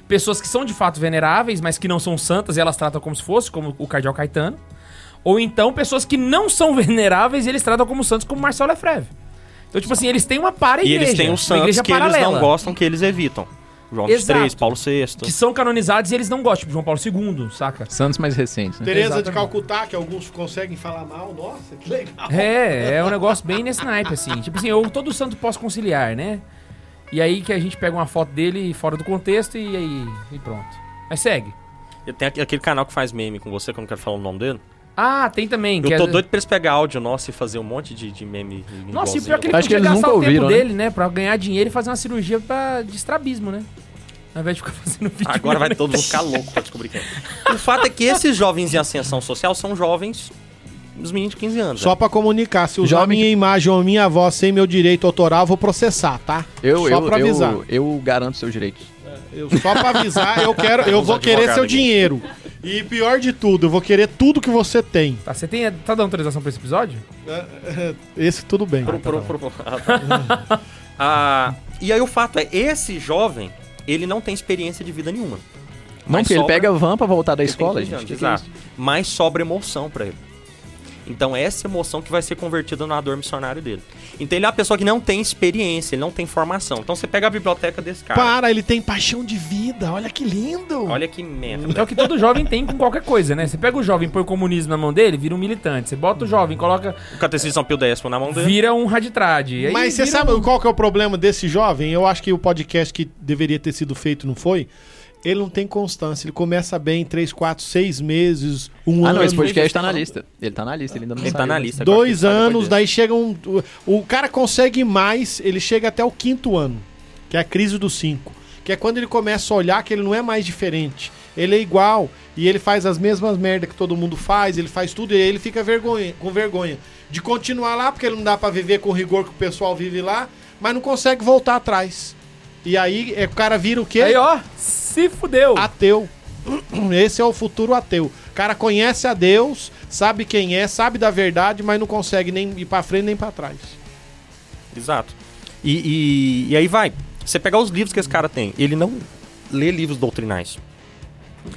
Speaker 1: pessoas que são de fato veneráveis, mas que não são santas e elas tratam como se fosse, como o Cardeal Caetano. Ou então pessoas que não são <laughs> veneráveis e eles tratam como santos, como Marcelo Lefreve. Então, tipo assim, eles têm uma para
Speaker 3: E eles têm
Speaker 1: um
Speaker 3: os santos que eles não gostam, que eles evitam. João
Speaker 1: Exato.
Speaker 3: XXIII, Paulo VI.
Speaker 1: Que são canonizados e eles não gostam, tipo João Paulo II, saca?
Speaker 4: Santos mais recentes, né?
Speaker 2: Tereza de
Speaker 1: Exatamente.
Speaker 2: Calcutá, que alguns conseguem falar mal. Nossa, que legal.
Speaker 1: É, é um negócio bem nesse naipe, assim. Tipo assim, eu todo santo posso conciliar, né? E aí que a gente pega uma foto dele fora do contexto e aí e pronto. Mas segue.
Speaker 3: E Tem aqu- aquele canal que faz meme com você, que eu não quero falar o nome dele.
Speaker 1: Ah, tem também. que
Speaker 3: Eu
Speaker 1: é-
Speaker 3: tô doido pra eles pegar áudio nosso e fazer um monte de, de meme.
Speaker 1: Nossa, e
Speaker 3: igualzinho.
Speaker 1: pior é que ele
Speaker 4: Acho que
Speaker 1: podia
Speaker 4: eles
Speaker 1: gastar
Speaker 4: nunca
Speaker 1: o tempo
Speaker 4: ouviram, né?
Speaker 1: dele, né? Pra ganhar dinheiro e fazer uma cirurgia pra... de estrabismo, né? Ao invés de ficar <laughs> fazendo vídeo.
Speaker 3: <laughs> Agora vai
Speaker 1: né?
Speaker 3: todo mundo ficar louco pra descobrir quem é. O fato é que esses jovens em ascensão social são jovens, os meninos de 15 anos. né?
Speaker 2: Só pra comunicar, se usar
Speaker 4: Jovem
Speaker 2: minha imagem ou minha voz sem meu direito autoral, vou processar, tá?
Speaker 4: Eu,
Speaker 2: só
Speaker 4: eu,
Speaker 2: pra avisar.
Speaker 4: eu, eu garanto seus direitos.
Speaker 2: Eu- só pra avisar, eu quero, eu
Speaker 3: Os
Speaker 2: vou querer
Speaker 3: advogados
Speaker 2: seu
Speaker 3: aqui.
Speaker 2: dinheiro. E pior de tudo, eu vou querer tudo que você tem.
Speaker 1: Tá, você tem... tá dando autorização pra esse episódio?
Speaker 2: Esse tudo bem.
Speaker 3: Pro- pro- pro- Ah, tá. Ah, e aí o fato é, esse jovem, ele não tem experiência de vida nenhuma.
Speaker 4: Não, porque ele
Speaker 3: sobra-
Speaker 4: pega van pra voltar da
Speaker 3: Ele tem
Speaker 4: escola,
Speaker 3: 15
Speaker 4: gente.
Speaker 3: anos,
Speaker 4: Que que é
Speaker 3: exato.
Speaker 4: isso?
Speaker 3: Mas sobra emoção pra ele. Então é essa emoção que vai ser convertida no dor missionário dele. Então ele é uma pessoa que não tem experiência, ele não tem formação. Então você pega a biblioteca desse cara.
Speaker 2: Para, ele tem paixão de vida. Olha que lindo.
Speaker 3: Olha que merda.
Speaker 1: É o que todo jovem tem com qualquer coisa, né? Você pega o jovem, põe o comunismo na mão dele, vira um militante. Você bota o jovem, coloca...
Speaker 3: O catecismo de São Pio X na mão dele.
Speaker 1: Vira um raditrad. E aí
Speaker 2: Mas você
Speaker 1: vira
Speaker 2: sabe
Speaker 1: um-
Speaker 2: qual que é o problema desse jovem? Eu acho que o podcast que deveria ter sido feito não foi. Ele não tem constância. Ele começa bem 3, 4, 6 meses, um
Speaker 4: Ah,
Speaker 2: ano.
Speaker 4: não, esse
Speaker 3: vejo
Speaker 4: podcast
Speaker 3: isso
Speaker 4: tá na
Speaker 3: falando.
Speaker 4: lista. Ele tá na lista, ele ainda não
Speaker 3: Ele tá
Speaker 4: saiu.
Speaker 3: na lista. agora,
Speaker 2: Dois
Speaker 3: ele sai depois
Speaker 2: anos,
Speaker 3: desse.
Speaker 2: daí chega um. O, o cara consegue mais, ele chega até o quinto ano, que é a crise dos cinco. Que é quando ele começa a olhar que ele não é mais diferente. Ele é igual. E ele faz as mesmas merdas que todo mundo faz, ele faz tudo, e aí ele fica vergonha, com vergonha. De continuar lá, porque ele não dá pra viver com o rigor que o pessoal vive lá, mas não consegue voltar atrás. E aí é, o cara vira o quê?
Speaker 1: Aí, ó, se fudeu.
Speaker 2: Tipo, ateu. <clears throat> Esse é o futuro ateu. O cara conhece a Deus, sabe quem é, sabe da verdade, mas não consegue nem ir pra frente nem pra trás.
Speaker 3: Exato. E, e, e aí vai. Você pegar os livros que esse cara tem, ele não lê livros doutrinais.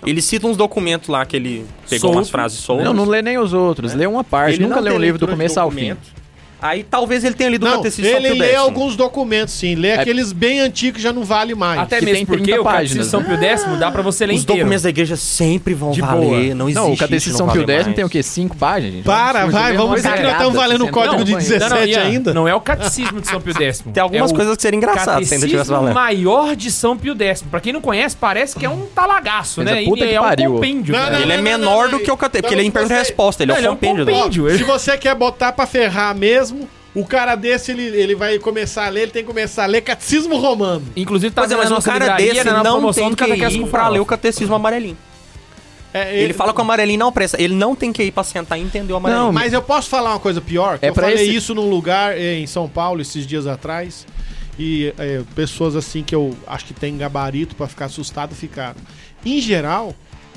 Speaker 3: Ele cita uns documentos lá que ele pegou
Speaker 1: Solto.
Speaker 3: umas frases soltas.
Speaker 4: Não, não lê nem os outros. Lê uma parte.
Speaker 3: Ele
Speaker 4: Nunca
Speaker 3: não
Speaker 4: lê um
Speaker 3: tem
Speaker 4: livro do
Speaker 3: leitura de
Speaker 4: começo ao fim.
Speaker 3: documento. Aí talvez ele tenha lido o
Speaker 2: não,
Speaker 3: Catecismo de São
Speaker 2: ele
Speaker 3: Pio
Speaker 2: lê
Speaker 3: X.
Speaker 2: alguns documentos, sim. Lê
Speaker 3: É.
Speaker 2: aqueles bem antigos que já não vale mais.
Speaker 1: Até
Speaker 4: que
Speaker 1: mesmo
Speaker 4: tem
Speaker 1: porque
Speaker 4: 30
Speaker 1: o Catecismo
Speaker 4: páginas,
Speaker 1: São Pio X dá pra você ler
Speaker 3: Os
Speaker 1: inteiro.
Speaker 3: documentos da igreja sempre vão
Speaker 1: De
Speaker 3: valer,
Speaker 1: boa.
Speaker 3: não existe
Speaker 4: Não, o Catecismo
Speaker 3: isso,
Speaker 4: São
Speaker 3: não
Speaker 4: Pio
Speaker 3: vale
Speaker 4: X não
Speaker 3: mais.
Speaker 4: tem o quê? Cinco páginas, gente?
Speaker 2: Para,
Speaker 4: Absurdo,
Speaker 2: vai,
Speaker 4: é
Speaker 2: vamos
Speaker 4: uma
Speaker 2: dizer que nós
Speaker 4: cagada,
Speaker 2: estamos valendo o
Speaker 4: você
Speaker 2: código
Speaker 4: não
Speaker 2: de
Speaker 4: apanha.
Speaker 2: 16.
Speaker 1: Não, não, e
Speaker 2: 17
Speaker 1: é-
Speaker 2: ainda?
Speaker 1: Não é o catecismo de São Pio X.
Speaker 3: Tem algumas
Speaker 1: é o
Speaker 3: coisas que seriam engraçadas se ainda tivesse
Speaker 1: Catecismo
Speaker 3: valendo.
Speaker 1: maior de São Pio X. Pra quem não conhece, parece que é um talagaço,
Speaker 4: Mas
Speaker 1: né?
Speaker 4: é puta
Speaker 1: E
Speaker 4: que
Speaker 1: é
Speaker 4: pariu.
Speaker 1: um compêndio.
Speaker 2: Não,
Speaker 1: né?
Speaker 2: não,
Speaker 3: Ele é menor do que o Catecismo, porque ele é em pergunta e
Speaker 2: Não,
Speaker 3: resposta, ele é
Speaker 1: Não, ele
Speaker 3: o
Speaker 1: é um
Speaker 3: compêndio. do-
Speaker 1: compêndio.
Speaker 2: Se você quer botar pra ferrar mesmo, o cara desse, ele, ele vai começar a ler, ele tem que começar a ler Catecismo Romano.
Speaker 1: Inclusive, tá
Speaker 3: Pois é,
Speaker 1: vendo a
Speaker 3: mas um
Speaker 1: nossa
Speaker 3: cara
Speaker 1: livraria,
Speaker 3: desse
Speaker 1: né, na
Speaker 3: não
Speaker 1: promoção
Speaker 3: tem
Speaker 1: do
Speaker 3: que
Speaker 1: Catequese
Speaker 3: ir
Speaker 1: com
Speaker 3: pra ler o
Speaker 1: Fraleu.
Speaker 3: catecismo amarelinho.
Speaker 2: É,
Speaker 3: Ele fala que o amarelinho não presta. Ele não tem que ir pra sentar e entender o amarelinho.
Speaker 4: Não,
Speaker 2: Mas eu posso falar uma coisa pior? Que
Speaker 4: É
Speaker 2: eu
Speaker 4: pra
Speaker 2: falei
Speaker 4: esse-
Speaker 2: isso num lugar eh, em São Paulo esses dias atrás. E eh, pessoas assim que eu acho que tem gabarito pra ficar assustado ficaram. Em geral,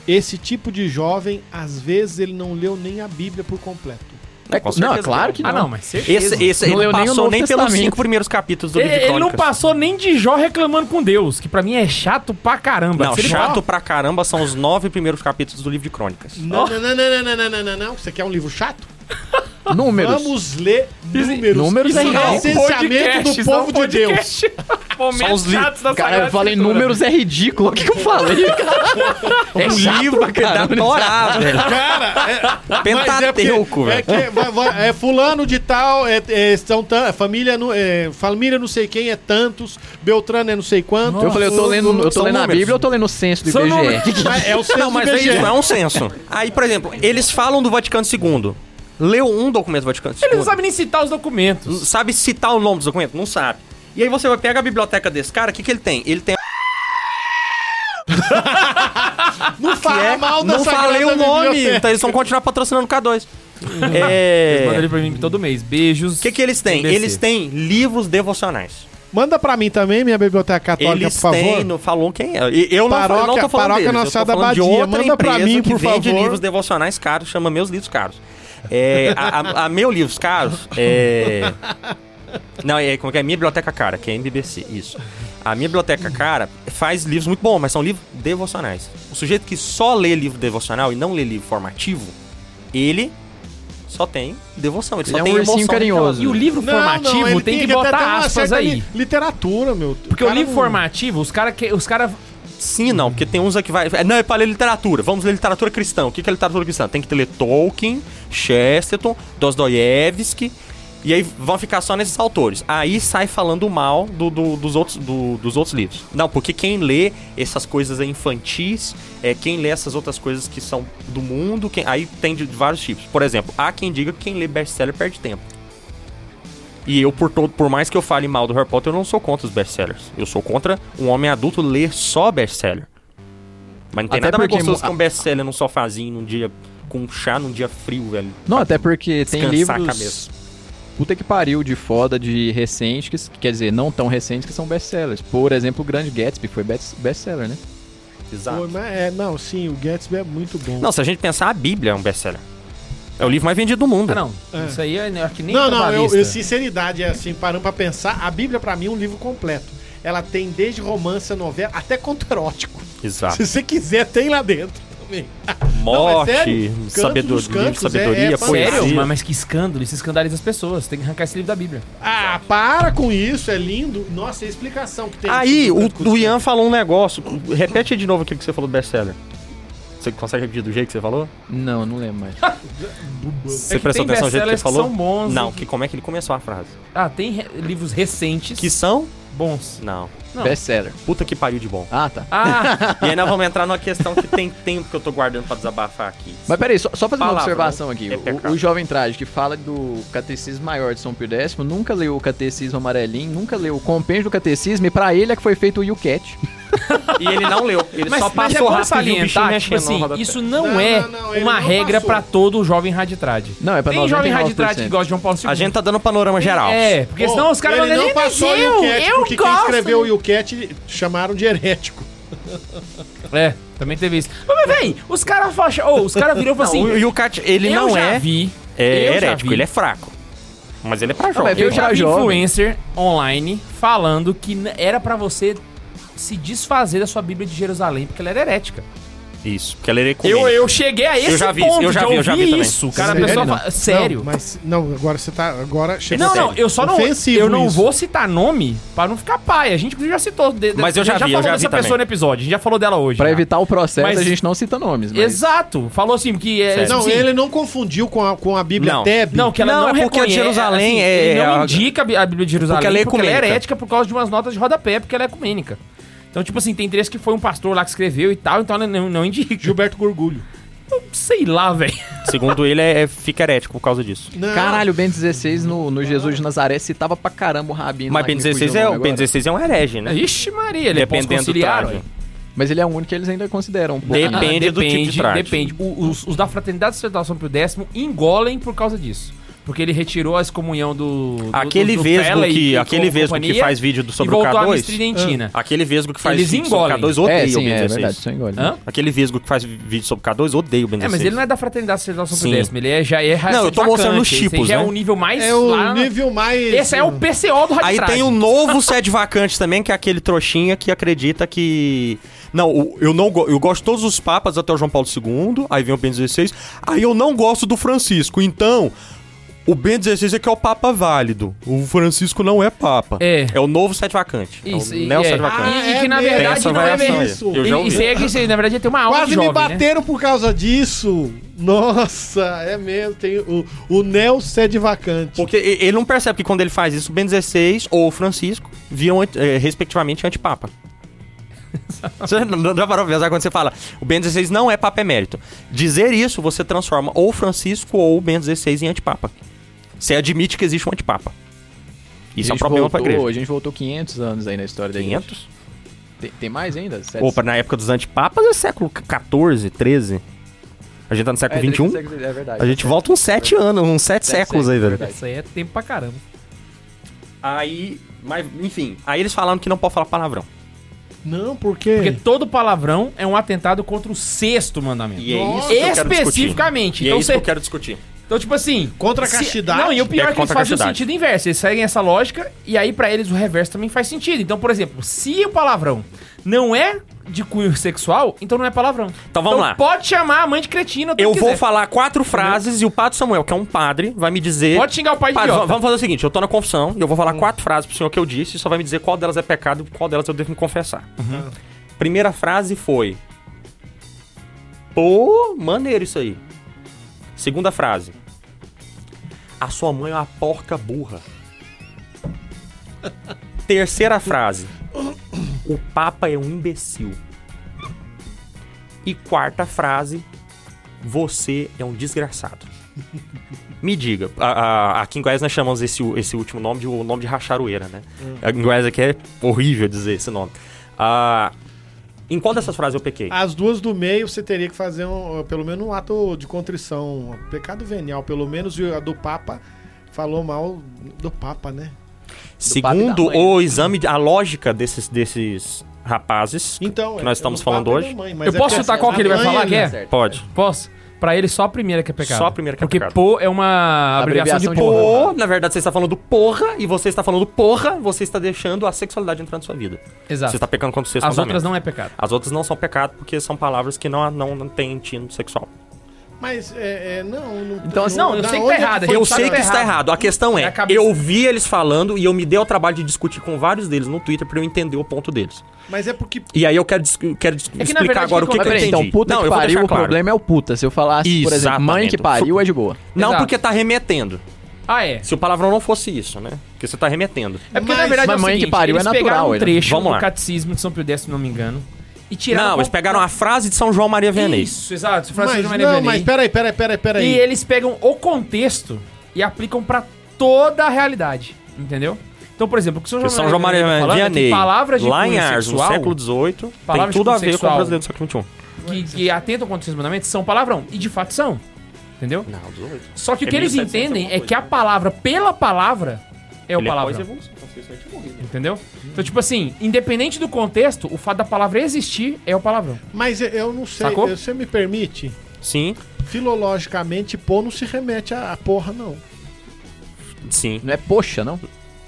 Speaker 2: esse tipo de jovem, às vezes, ele não leu nem a Bíblia por completo.
Speaker 4: É-
Speaker 3: Com
Speaker 4: não, é
Speaker 3: certeza
Speaker 4: claro que não.
Speaker 1: Ah, não, mas certeza.
Speaker 3: Esse, esse,
Speaker 4: Não
Speaker 3: ele
Speaker 4: leu
Speaker 3: não
Speaker 4: nem o
Speaker 3: passou
Speaker 4: Novo
Speaker 3: nem pelos
Speaker 4: Testamento.
Speaker 3: cinco primeiros capítulos do
Speaker 1: Ele,
Speaker 3: livro de
Speaker 1: ele não
Speaker 3: Crônicas.
Speaker 1: passou nem de Jó reclamando com Deus, que pra mim é chato pra caramba.
Speaker 3: Não,
Speaker 1: Se ele-
Speaker 3: chato pra caramba são os nove primeiros capítulos do livro de Crônicas.
Speaker 2: Não, não, não, não, não, não, não, não, não, não. Você quer um livro chato?
Speaker 4: <laughs> Números.
Speaker 2: Vamos ler números.
Speaker 4: números
Speaker 2: Isso
Speaker 4: é
Speaker 2: é
Speaker 1: um
Speaker 4: real.
Speaker 2: licenciamento do povo de Deus.
Speaker 1: <laughs> Momentos
Speaker 3: os li-
Speaker 1: chatos da
Speaker 4: Cara,
Speaker 1: Sagrada
Speaker 4: eu falei
Speaker 1: Escritura.
Speaker 4: números é ridículo. O que, que eu falei? <laughs> é chato,
Speaker 3: da
Speaker 4: cara.
Speaker 3: Torá, velho.
Speaker 2: <laughs> Mas é porque-
Speaker 3: Pentateuco,
Speaker 2: é
Speaker 3: tá velho.
Speaker 2: que vai- vai- é fulano de tal, é, é, são tan- é família, no- é, família não sei quem é tantos, Beltrano é não sei quanto.
Speaker 4: Eu falei, eu tô lendo, eu tô
Speaker 3: São
Speaker 4: lendo a
Speaker 3: números.
Speaker 4: Bíblia ou eu tô lendo o censo do
Speaker 1: São
Speaker 4: IBGE?
Speaker 1: números.
Speaker 4: <laughs> Que que-
Speaker 2: Mas é o
Speaker 3: Não,
Speaker 2: censo
Speaker 3: mas é
Speaker 2: IBGE.
Speaker 3: isso, não é um censo. Aí, por exemplo, eles falam do Vaticano II. Leu um documento do Vaticano II.
Speaker 1: Eles não sabem nem citar os documentos.
Speaker 3: sabe citar o nome dos documentos? Não sabe. E aí você vai pegar a biblioteca desse cara, o que, que ele tem? Ele tem
Speaker 2: Não fala
Speaker 3: é,
Speaker 2: mal da
Speaker 3: não falei o
Speaker 2: Sagrada
Speaker 3: nome,
Speaker 2: Biblioteca.
Speaker 3: então eles vão continuar patrocinando o K2. é...
Speaker 1: Manda ele pra mim todo mês. Beijos.
Speaker 3: O que, é? que eles têm?
Speaker 1: NBC.
Speaker 3: Eles têm livros devocionais.
Speaker 2: Manda pra mim também, minha biblioteca católica,
Speaker 3: eles
Speaker 2: por favor.
Speaker 3: têm, não falou quem é. E Eu não,
Speaker 2: Paróquia-
Speaker 3: eu não tô falando
Speaker 2: Paróquia
Speaker 3: deles,
Speaker 2: Nossa
Speaker 3: eu tô
Speaker 2: Senhora da
Speaker 3: falando de
Speaker 2: Abadia,
Speaker 3: outra
Speaker 2: manda pra
Speaker 3: empresa
Speaker 2: mim,
Speaker 3: que
Speaker 2: por
Speaker 3: vende
Speaker 2: favor.
Speaker 3: livros devocionais caros, chama Meus Livros Caros. É, a, a- <laughs> a Meu Livros Caros é... Não, é como que é? Minha Biblioteca Cara, que é MBBC, isso. A Minha Biblioteca Cara faz livros muito bons, mas são livros devocionais. O sujeito que só lê livro devocional e não lê livro formativo, ele só tem devoção, ele,
Speaker 4: Ele
Speaker 3: só
Speaker 4: é um
Speaker 3: tem
Speaker 4: ursinho
Speaker 3: emoção.
Speaker 4: carinhoso. né?
Speaker 1: E o livro
Speaker 2: Não,
Speaker 1: formativo
Speaker 2: não, ele
Speaker 1: tem, que
Speaker 2: até ter
Speaker 1: botar
Speaker 2: uma
Speaker 1: aspas
Speaker 2: certa
Speaker 1: aí.
Speaker 2: li- Literatura, meu.
Speaker 1: Porque o
Speaker 2: cara
Speaker 1: livro
Speaker 2: não-
Speaker 1: formativo, os caras que. Os cara...
Speaker 3: Sim, não, porque tem uns aqui que vai. Não, é pra ler literatura. Vamos ler literatura cristã. O que que é literatura cristã? Tem que ler Tolkien, Chesterton, Dostoiévski. E aí vão ficar só nesses autores. Aí sai falando mal do- do- dos, outros, do- dos outros livros. Não, porque quem lê essas coisas infantis, é quem lê essas outras coisas que são do mundo, quem- aí tem de, de vários tipos. Por exemplo, há quem diga que quem lê best-seller perde tempo. E eu, por, todo, por mais que eu fale mal do Harry Potter, eu não sou contra os best-sellers. Eu sou contra um homem adulto ler só best-seller. Mas não tem
Speaker 4: Até
Speaker 3: nada mais
Speaker 4: porque
Speaker 3: gostoso
Speaker 4: mu-
Speaker 3: que um best-seller num sofazinho, num dia com um chá, num dia frio, velho.
Speaker 4: Não, até porque tem
Speaker 3: Descansar a
Speaker 4: livros.
Speaker 3: cabeça.
Speaker 4: Puta que pariu de foda de recentes, que, s- quer dizer, não tão recentes que são best-sellers. Por exemplo, o Grande Gatsby foi best- best-seller, né?
Speaker 2: Pô,
Speaker 3: Exato.
Speaker 2: mas é, não, sim, o Gatsby é muito bom.
Speaker 3: Não, se a gente pensar, a Bíblia é um best-seller. É o livro mais vendido do mundo.
Speaker 1: Ah, não.
Speaker 2: É.
Speaker 1: Isso aí eu acho que nem
Speaker 2: Não, não, eu,
Speaker 1: trabalhista.
Speaker 2: eu- sinceridade, é assim, parando pra pensar, a Bíblia pra mim é um livro completo. Ela tem desde romance, novela, até conto erótico.
Speaker 1: Tá.
Speaker 3: Exato.
Speaker 2: <laughs> Se você quiser, tem lá dentro também.
Speaker 3: Morte,
Speaker 2: sério. Canto dos
Speaker 3: sabedoria,
Speaker 2: Cantos,
Speaker 3: sabedoria,
Speaker 2: é- é
Speaker 3: poesia.
Speaker 1: Sério? Mas, mas que escândalo, isso escandaliza as pessoas. Tem que arrancar esse livro da Bíblia.
Speaker 2: Ah, para com isso, é lindo. Nossa, é a explicação que tem.
Speaker 3: Aí,
Speaker 2: no
Speaker 3: o,
Speaker 2: Canto dos
Speaker 3: o Ian falou um negócio. Repete aí de novo aquilo que você falou do best-seller. Você consegue repetir do jeito que você falou?
Speaker 4: Não, não lembro mais.
Speaker 3: Você
Speaker 1: É que
Speaker 3: prestou
Speaker 1: tem
Speaker 3: atenção no jeito que ele
Speaker 1: best-sellers que
Speaker 3: falou?
Speaker 1: são bons
Speaker 3: Não,
Speaker 1: e-
Speaker 3: que como é que ele começou a frase?
Speaker 1: Ah, tem re- livros recentes
Speaker 3: Que são? <laughs>
Speaker 1: bons.
Speaker 3: Não.
Speaker 1: Não.
Speaker 4: Best-seller.
Speaker 3: Puta que pariu de bom.
Speaker 4: Ah, tá.
Speaker 1: Ah,
Speaker 3: E aí nós vamos entrar numa questão que tem tempo que eu tô guardando pra desabafar aqui.
Speaker 4: Mas peraí, só, só fazer uma
Speaker 3: Palavra,
Speaker 4: observação
Speaker 3: né?
Speaker 4: aqui.
Speaker 3: É
Speaker 4: O- O,
Speaker 3: pecado.
Speaker 4: jovem traje que fala do catecismo maior de São Pio X, nunca leu o catecismo amarelinho, nunca leu o compêndio do catecismo, e pra ele é que foi feito o
Speaker 3: <laughs>
Speaker 4: UCAT.
Speaker 3: E ele não leu. Ele
Speaker 1: mas,
Speaker 3: só
Speaker 1: mas é
Speaker 3: passou
Speaker 1: bom
Speaker 3: rápido e viu o
Speaker 1: salientar,
Speaker 3: bichinho
Speaker 1: tipo
Speaker 3: mexendo no
Speaker 1: assim,
Speaker 3: rodapé.
Speaker 1: isso não,
Speaker 2: Não,
Speaker 1: é
Speaker 2: não, não, ele
Speaker 1: uma
Speaker 2: não
Speaker 1: regra
Speaker 2: passou.
Speaker 1: pra todo jovem raditrade.
Speaker 4: Não, é pra
Speaker 1: Tem jovem
Speaker 4: 99%.
Speaker 1: raditrade que gosta de João Paulo II.
Speaker 3: A gente tá dando um panorama geral.
Speaker 1: É, porque senão os caras
Speaker 2: ele
Speaker 1: falam,
Speaker 2: não
Speaker 1: "Ele
Speaker 2: passou
Speaker 1: nasceu,
Speaker 2: o Yucat,
Speaker 1: eu
Speaker 2: porque quem
Speaker 1: gosto."
Speaker 2: escreveu o Yucat chamaram de herético.
Speaker 1: É, também teve isso. Mas, véi, os caras faixa. Ô, os caras viram e
Speaker 3: Não,
Speaker 1: falaram
Speaker 3: o
Speaker 1: assim.
Speaker 3: Yucat, ele
Speaker 1: eu
Speaker 3: não
Speaker 1: já
Speaker 3: é,
Speaker 1: Vi,
Speaker 3: é
Speaker 1: eu já
Speaker 3: herético,
Speaker 1: vi.
Speaker 3: ele é fraco. Mas ele é pra
Speaker 4: mas
Speaker 3: jovem.
Speaker 1: Eu já
Speaker 4: pra
Speaker 1: vi
Speaker 4: jovem.
Speaker 1: influencer online falando que n- era pra você se desfazer da sua Bíblia de Jerusalém, porque ela era herética.
Speaker 3: Isso, porque ela é
Speaker 1: Eu,
Speaker 3: eu,
Speaker 1: eu cheguei a esse
Speaker 3: já vi isso,
Speaker 1: ponto
Speaker 3: eu já
Speaker 1: de
Speaker 3: vi, eu já
Speaker 1: ouvir
Speaker 3: vi também.
Speaker 1: isso. Cara, a
Speaker 2: Sério,
Speaker 1: pessoa
Speaker 4: não.
Speaker 1: fala, sério.
Speaker 2: Não, mas não, agora você tá agora chegou
Speaker 1: Não,
Speaker 2: sério.
Speaker 1: não, eu só não.
Speaker 2: Ofensivo
Speaker 1: eu não
Speaker 2: isso.
Speaker 1: vou citar nome pra não ficar pai. A gente inclusive já citou. de- de-
Speaker 3: Mas eu
Speaker 1: a
Speaker 3: já
Speaker 1: gente
Speaker 3: vi, eu
Speaker 1: falou
Speaker 3: já vi
Speaker 1: dessa pessoa
Speaker 3: também.
Speaker 1: no episódio, a gente já falou dela hoje.
Speaker 4: Pra
Speaker 1: já.
Speaker 4: evitar o processo,
Speaker 1: Mas-
Speaker 4: a gente não cita nomes, mas...
Speaker 1: Exato. Falou assim, que é.
Speaker 3: Sério.
Speaker 2: Não,
Speaker 1: assim,
Speaker 2: ele não confundiu com a, com a Bíblia
Speaker 3: Não.
Speaker 2: Teb.
Speaker 1: Não, que ela não,
Speaker 3: Não, é porque
Speaker 1: reconhece, assim,
Speaker 3: Jerusalém é-
Speaker 1: ele não
Speaker 3: é-
Speaker 1: indica a Bí- a Bíblia de Jerusalém
Speaker 3: Porque ela é
Speaker 1: ela é
Speaker 3: ecumênica.
Speaker 1: herética por causa de umas notas de rodapé, porque ela é ecumênica. Então, tipo assim, tem três que foi um pastor lá que escreveu e tal, então ela não, não indica. Então,
Speaker 2: Gilberto Gorgulho.
Speaker 1: Sei lá, velho. <laughs>
Speaker 3: Segundo ele, é, é- fica herético por causa disso.
Speaker 2: Não.
Speaker 4: Caralho, o Ben 16 no, no Jesus de Nazaré citava pra caramba o Rabino.
Speaker 3: Mas
Speaker 4: lá, que
Speaker 3: Ben
Speaker 4: me fugiu
Speaker 3: 16 é,
Speaker 4: nome
Speaker 3: o
Speaker 4: agora.
Speaker 3: Ben 16 é um herege, né?
Speaker 1: Ixi, Maria, ele é
Speaker 3: Dependendo do
Speaker 1: conciliar.
Speaker 3: traje.
Speaker 4: Mas ele é o único que eles ainda consideram um pouco.
Speaker 3: Depende
Speaker 4: né?
Speaker 3: do tipo de traje.
Speaker 1: Ah, Depende. O- os, os da Fraternidade Sacerdotal São Pio X engolem por causa disso. Porque ele retirou a excomunhão do. do-
Speaker 3: Aquele
Speaker 1: do- do
Speaker 3: vesgo
Speaker 1: Fela e-
Speaker 3: que,
Speaker 1: e
Speaker 3: aquele
Speaker 1: co-
Speaker 3: vesgo que
Speaker 1: companhia
Speaker 3: faz vídeo do
Speaker 1: e
Speaker 3: sobre o Ah.
Speaker 1: voltou a mistura
Speaker 3: K2.
Speaker 1: identina.
Speaker 3: Aquele vesgo que faz
Speaker 1: Eles
Speaker 3: vídeo sobre o
Speaker 1: engolem.
Speaker 3: K2 odeia
Speaker 4: É,
Speaker 3: o
Speaker 4: sim,
Speaker 3: Ben
Speaker 4: é
Speaker 3: 16.
Speaker 4: verdade, só engole.
Speaker 1: Hã?
Speaker 3: Aquele vesgo que faz vídeo sobre o K2 odeia o Ben 16.
Speaker 1: É, mas ele não é da Fraternidade Sacerdotal São
Speaker 3: Sim.
Speaker 1: Pio X, ele é, já é
Speaker 3: Não, eu tô mostrando os
Speaker 1: vacante, esse aí
Speaker 3: tipos,
Speaker 1: já
Speaker 3: né?
Speaker 1: é um nível mais
Speaker 2: É o
Speaker 1: lá na-
Speaker 2: nível mais. Ah,
Speaker 1: Esse aí é o PCO do
Speaker 3: Aí
Speaker 1: Raditrade.
Speaker 3: tem um o novo sede vacante também, que é aquele trouxinha que acredita que. Não, o- eu não go- eu gosto de todos os papas até o João Paulo II, aí vem o Ben XVI, aí eu não gosto do Francisco. Então, O Bento XVI é que é o Papa válido. O Francisco não é Papa.
Speaker 1: É.
Speaker 3: o novo sete vacante.
Speaker 1: Isso,
Speaker 3: é o
Speaker 1: e-
Speaker 3: Neo
Speaker 1: é.
Speaker 3: sete vacante.
Speaker 1: E- e que, na
Speaker 2: mesmo.
Speaker 1: verdade,
Speaker 3: Tem essa
Speaker 1: não é
Speaker 3: variação aí.
Speaker 2: isso.
Speaker 3: Eu já
Speaker 1: E-
Speaker 3: ouvi.
Speaker 1: Isso aí é que, isso aí, na verdade, tem uma alma
Speaker 2: Quase
Speaker 1: de jovem,
Speaker 2: me
Speaker 3: né?
Speaker 2: bateram por causa disso. Nossa, é mesmo. Tem o, o Neo sede vacante.
Speaker 3: Porque e- ele não percebe que quando ele faz isso, o Bento XVI ou o Francisco viam, eh, respectivamente, antipapa. Você não já parou pra pensar quando você fala o Bento XVI não é Papa emérito. Dizer isso, você transforma ou o Francisco ou o Bento XVI em antipapa. Você admite que existe um antipapa. Isso é um
Speaker 4: gente
Speaker 3: problema pra
Speaker 4: voltou-
Speaker 3: igreja.
Speaker 4: A gente voltou 500 anos aí na história da igreja.
Speaker 3: 500?
Speaker 4: Tem, tem mais ainda? Sete-
Speaker 3: Opa, na época dos antipapas é século 14, 13. A gente tá no
Speaker 4: É,
Speaker 3: século
Speaker 4: três
Speaker 3: 21.
Speaker 4: séculos- É verdade.
Speaker 3: A gente volta uns 7 anos, uns 7
Speaker 4: Sete
Speaker 3: séculos aí,
Speaker 4: séculos,
Speaker 3: velho.
Speaker 4: verdade.
Speaker 1: Isso aí é tempo pra caramba.
Speaker 3: Aí, mas enfim, aí eles falaram que não pode falar palavrão.
Speaker 2: Não, porque.
Speaker 1: Porque todo palavrão é um atentado contra o sexto mandamento.
Speaker 3: E é isso que eu quero
Speaker 1: Especificamente.
Speaker 3: discutir. E é
Speaker 1: Então,
Speaker 3: isso
Speaker 1: cê-
Speaker 3: que eu quero discutir.
Speaker 1: então, tipo assim.
Speaker 2: Contra a
Speaker 1: se-
Speaker 2: castidade.
Speaker 1: Não, e o pior
Speaker 3: É
Speaker 1: é que eles
Speaker 3: contra a
Speaker 1: fazem o
Speaker 3: castidade.
Speaker 1: sentido inverso. Eles seguem essa lógica e aí pra eles o reverso também faz sentido. Então, por exemplo, se o palavrão não é de cunho sexual, então não é palavrão.
Speaker 3: Então vamos lá.
Speaker 1: Pode chamar a mãe de cretina.
Speaker 3: Eu vou falar quatro frases e o Pato Samuel, que é um padre, vai me dizer.
Speaker 1: Pode xingar o pai de
Speaker 3: Padre,
Speaker 1: idiota.
Speaker 3: vamos fazer o seguinte, eu tô na confissão e eu vou falar quatro frases pro senhor que eu disse e só vai me dizer qual delas é pecado e qual delas eu devo me confessar. Primeira frase foi... Pô, maneiro isso aí. Segunda frase. A sua mãe é uma porca <laughs> burra. Terceira frase. O Papa é um imbecil. E quarta frase. Você é um desgraçado. <laughs> Me diga, a, a- aqui em Goiás nós chamamos esse, u- esse último nome de o nome de racharoeira, né? Em Goiás aqui é horrível dizer esse nome. Ah, em qual dessas frases eu pequei?
Speaker 2: As duas do meio você teria que fazer um, pelo menos um ato de contrição, um pecado venial, pelo menos e a do Papa falou mal do Papa, né?
Speaker 4: padre e da
Speaker 3: Segundo
Speaker 4: mãe,
Speaker 3: o exame, de- a lógica desses, desses rapazes
Speaker 2: Então,
Speaker 3: que nós
Speaker 2: é
Speaker 3: estamos
Speaker 2: do
Speaker 3: falando
Speaker 2: Papa e da
Speaker 3: hoje,
Speaker 2: mãe, mas
Speaker 1: Eu
Speaker 2: é
Speaker 1: posso
Speaker 2: porque
Speaker 1: chutar qual que ele vai
Speaker 2: amanhã
Speaker 1: falar que é?
Speaker 4: Tá certo.
Speaker 3: pode.
Speaker 1: Posso? Pra ele, só a primeira que é pecado.
Speaker 3: Só a primeira que é
Speaker 1: Porque
Speaker 3: pecado.
Speaker 1: pô é uma abreviação,
Speaker 4: Abreviação
Speaker 1: de
Speaker 2: É
Speaker 4: de
Speaker 1: porra.
Speaker 4: porra.
Speaker 3: Ou, na verdade, você está falando porra e você está falando porra, você está deixando a sexualidade entrar na sua vida. Você tá
Speaker 1: Exato.
Speaker 3: está pecando contra o sexto
Speaker 1: Tá. As
Speaker 3: mandamento.
Speaker 1: outras não é pecado.
Speaker 3: As outras não são pecado porque são palavras que não, não, não têm tino sexual.
Speaker 2: Mas é, é, não, não.
Speaker 4: Então, assim,
Speaker 1: não, eu
Speaker 2: da
Speaker 1: sei que
Speaker 2: onde é
Speaker 1: tá errado,
Speaker 2: foi
Speaker 1: a
Speaker 3: Eu
Speaker 1: gente sabe
Speaker 3: sei que
Speaker 1: tá
Speaker 3: está
Speaker 1: errado.
Speaker 3: errado. A questão
Speaker 1: É a
Speaker 3: é,
Speaker 1: cabeça.
Speaker 3: eu vi eles falando e eu me dei o trabalho de discutir com vários deles no Twitter para eu entender o ponto deles.
Speaker 2: Mas é porque
Speaker 3: E aí eu quero, dis- quero dis-
Speaker 1: na
Speaker 3: explicar
Speaker 1: verdade,
Speaker 3: agora o que,
Speaker 1: É que
Speaker 3: que eu
Speaker 4: Mas peraí,
Speaker 3: entendi.
Speaker 4: então, puta que
Speaker 3: eu vou
Speaker 4: pariu,
Speaker 3: deixar
Speaker 4: o
Speaker 3: claro.
Speaker 4: problema é o puta. Se eu falasse, por exemplo, mãe que
Speaker 3: Exatamente.
Speaker 4: pariu, é de boa.
Speaker 3: Não,
Speaker 1: Exato.
Speaker 3: porque tá remetendo.
Speaker 1: Ah, é.
Speaker 3: Se o palavrão não fosse isso, né? Porque você tá remetendo.
Speaker 1: É porque, na
Speaker 2: Mas-
Speaker 1: verdade,
Speaker 4: mas
Speaker 1: é o
Speaker 4: mãe que
Speaker 1: seguinte,
Speaker 4: pariu é
Speaker 1: eles
Speaker 4: natural,
Speaker 1: pegaram um
Speaker 4: ele.
Speaker 1: trecho
Speaker 3: Vamos
Speaker 1: do
Speaker 3: lá.
Speaker 1: catecismo de São Pio X, se não me engano, e tiraram... um
Speaker 3: Não, eles pegaram a frase de São João Maria Vianney.
Speaker 1: Isso, exato. assim, Francisco de
Speaker 2: Mas,
Speaker 3: é
Speaker 1: Maria
Speaker 2: não,
Speaker 1: Vianney.
Speaker 2: mas peraí, peraí, peraí, peraí.
Speaker 1: E eles pegam o contexto e aplicam pra toda a realidade, entendeu? Então, por exemplo, o que São João,
Speaker 3: São João Maria
Speaker 1: tá falando é que
Speaker 3: Vianney,
Speaker 1: palavras de
Speaker 3: lá em
Speaker 1: cunho
Speaker 3: Ars, no
Speaker 1: sexual,
Speaker 3: século XVIII, tem
Speaker 1: palavras de
Speaker 3: tudo a
Speaker 1: cunho
Speaker 3: ver com
Speaker 1: sexual.
Speaker 3: o brasileiro do século um. XXI.
Speaker 1: que, que atentam contra os mandamentos, são palavrão. E de fato são, entendeu?
Speaker 3: Não, 18.
Speaker 1: Só que o
Speaker 3: É
Speaker 1: que eles
Speaker 3: 1700
Speaker 1: entendem
Speaker 3: alguma
Speaker 1: é
Speaker 3: coisa,
Speaker 1: que a
Speaker 3: né?
Speaker 1: palavra pela palavra é o
Speaker 3: Ele é
Speaker 1: palavrão.
Speaker 3: pós-evolução, Francisco, ele tinha morrido.
Speaker 1: Entendeu? Então, tipo assim, independente do contexto, o fato da palavra existir é o palavrão.
Speaker 2: Mas eu- eu não sei,
Speaker 1: Sacou?
Speaker 2: eu- você me permite?
Speaker 3: Sim,
Speaker 2: Filologicamente, pô não se remete a, a porra, não.
Speaker 3: sim.
Speaker 4: Não é poxa, não?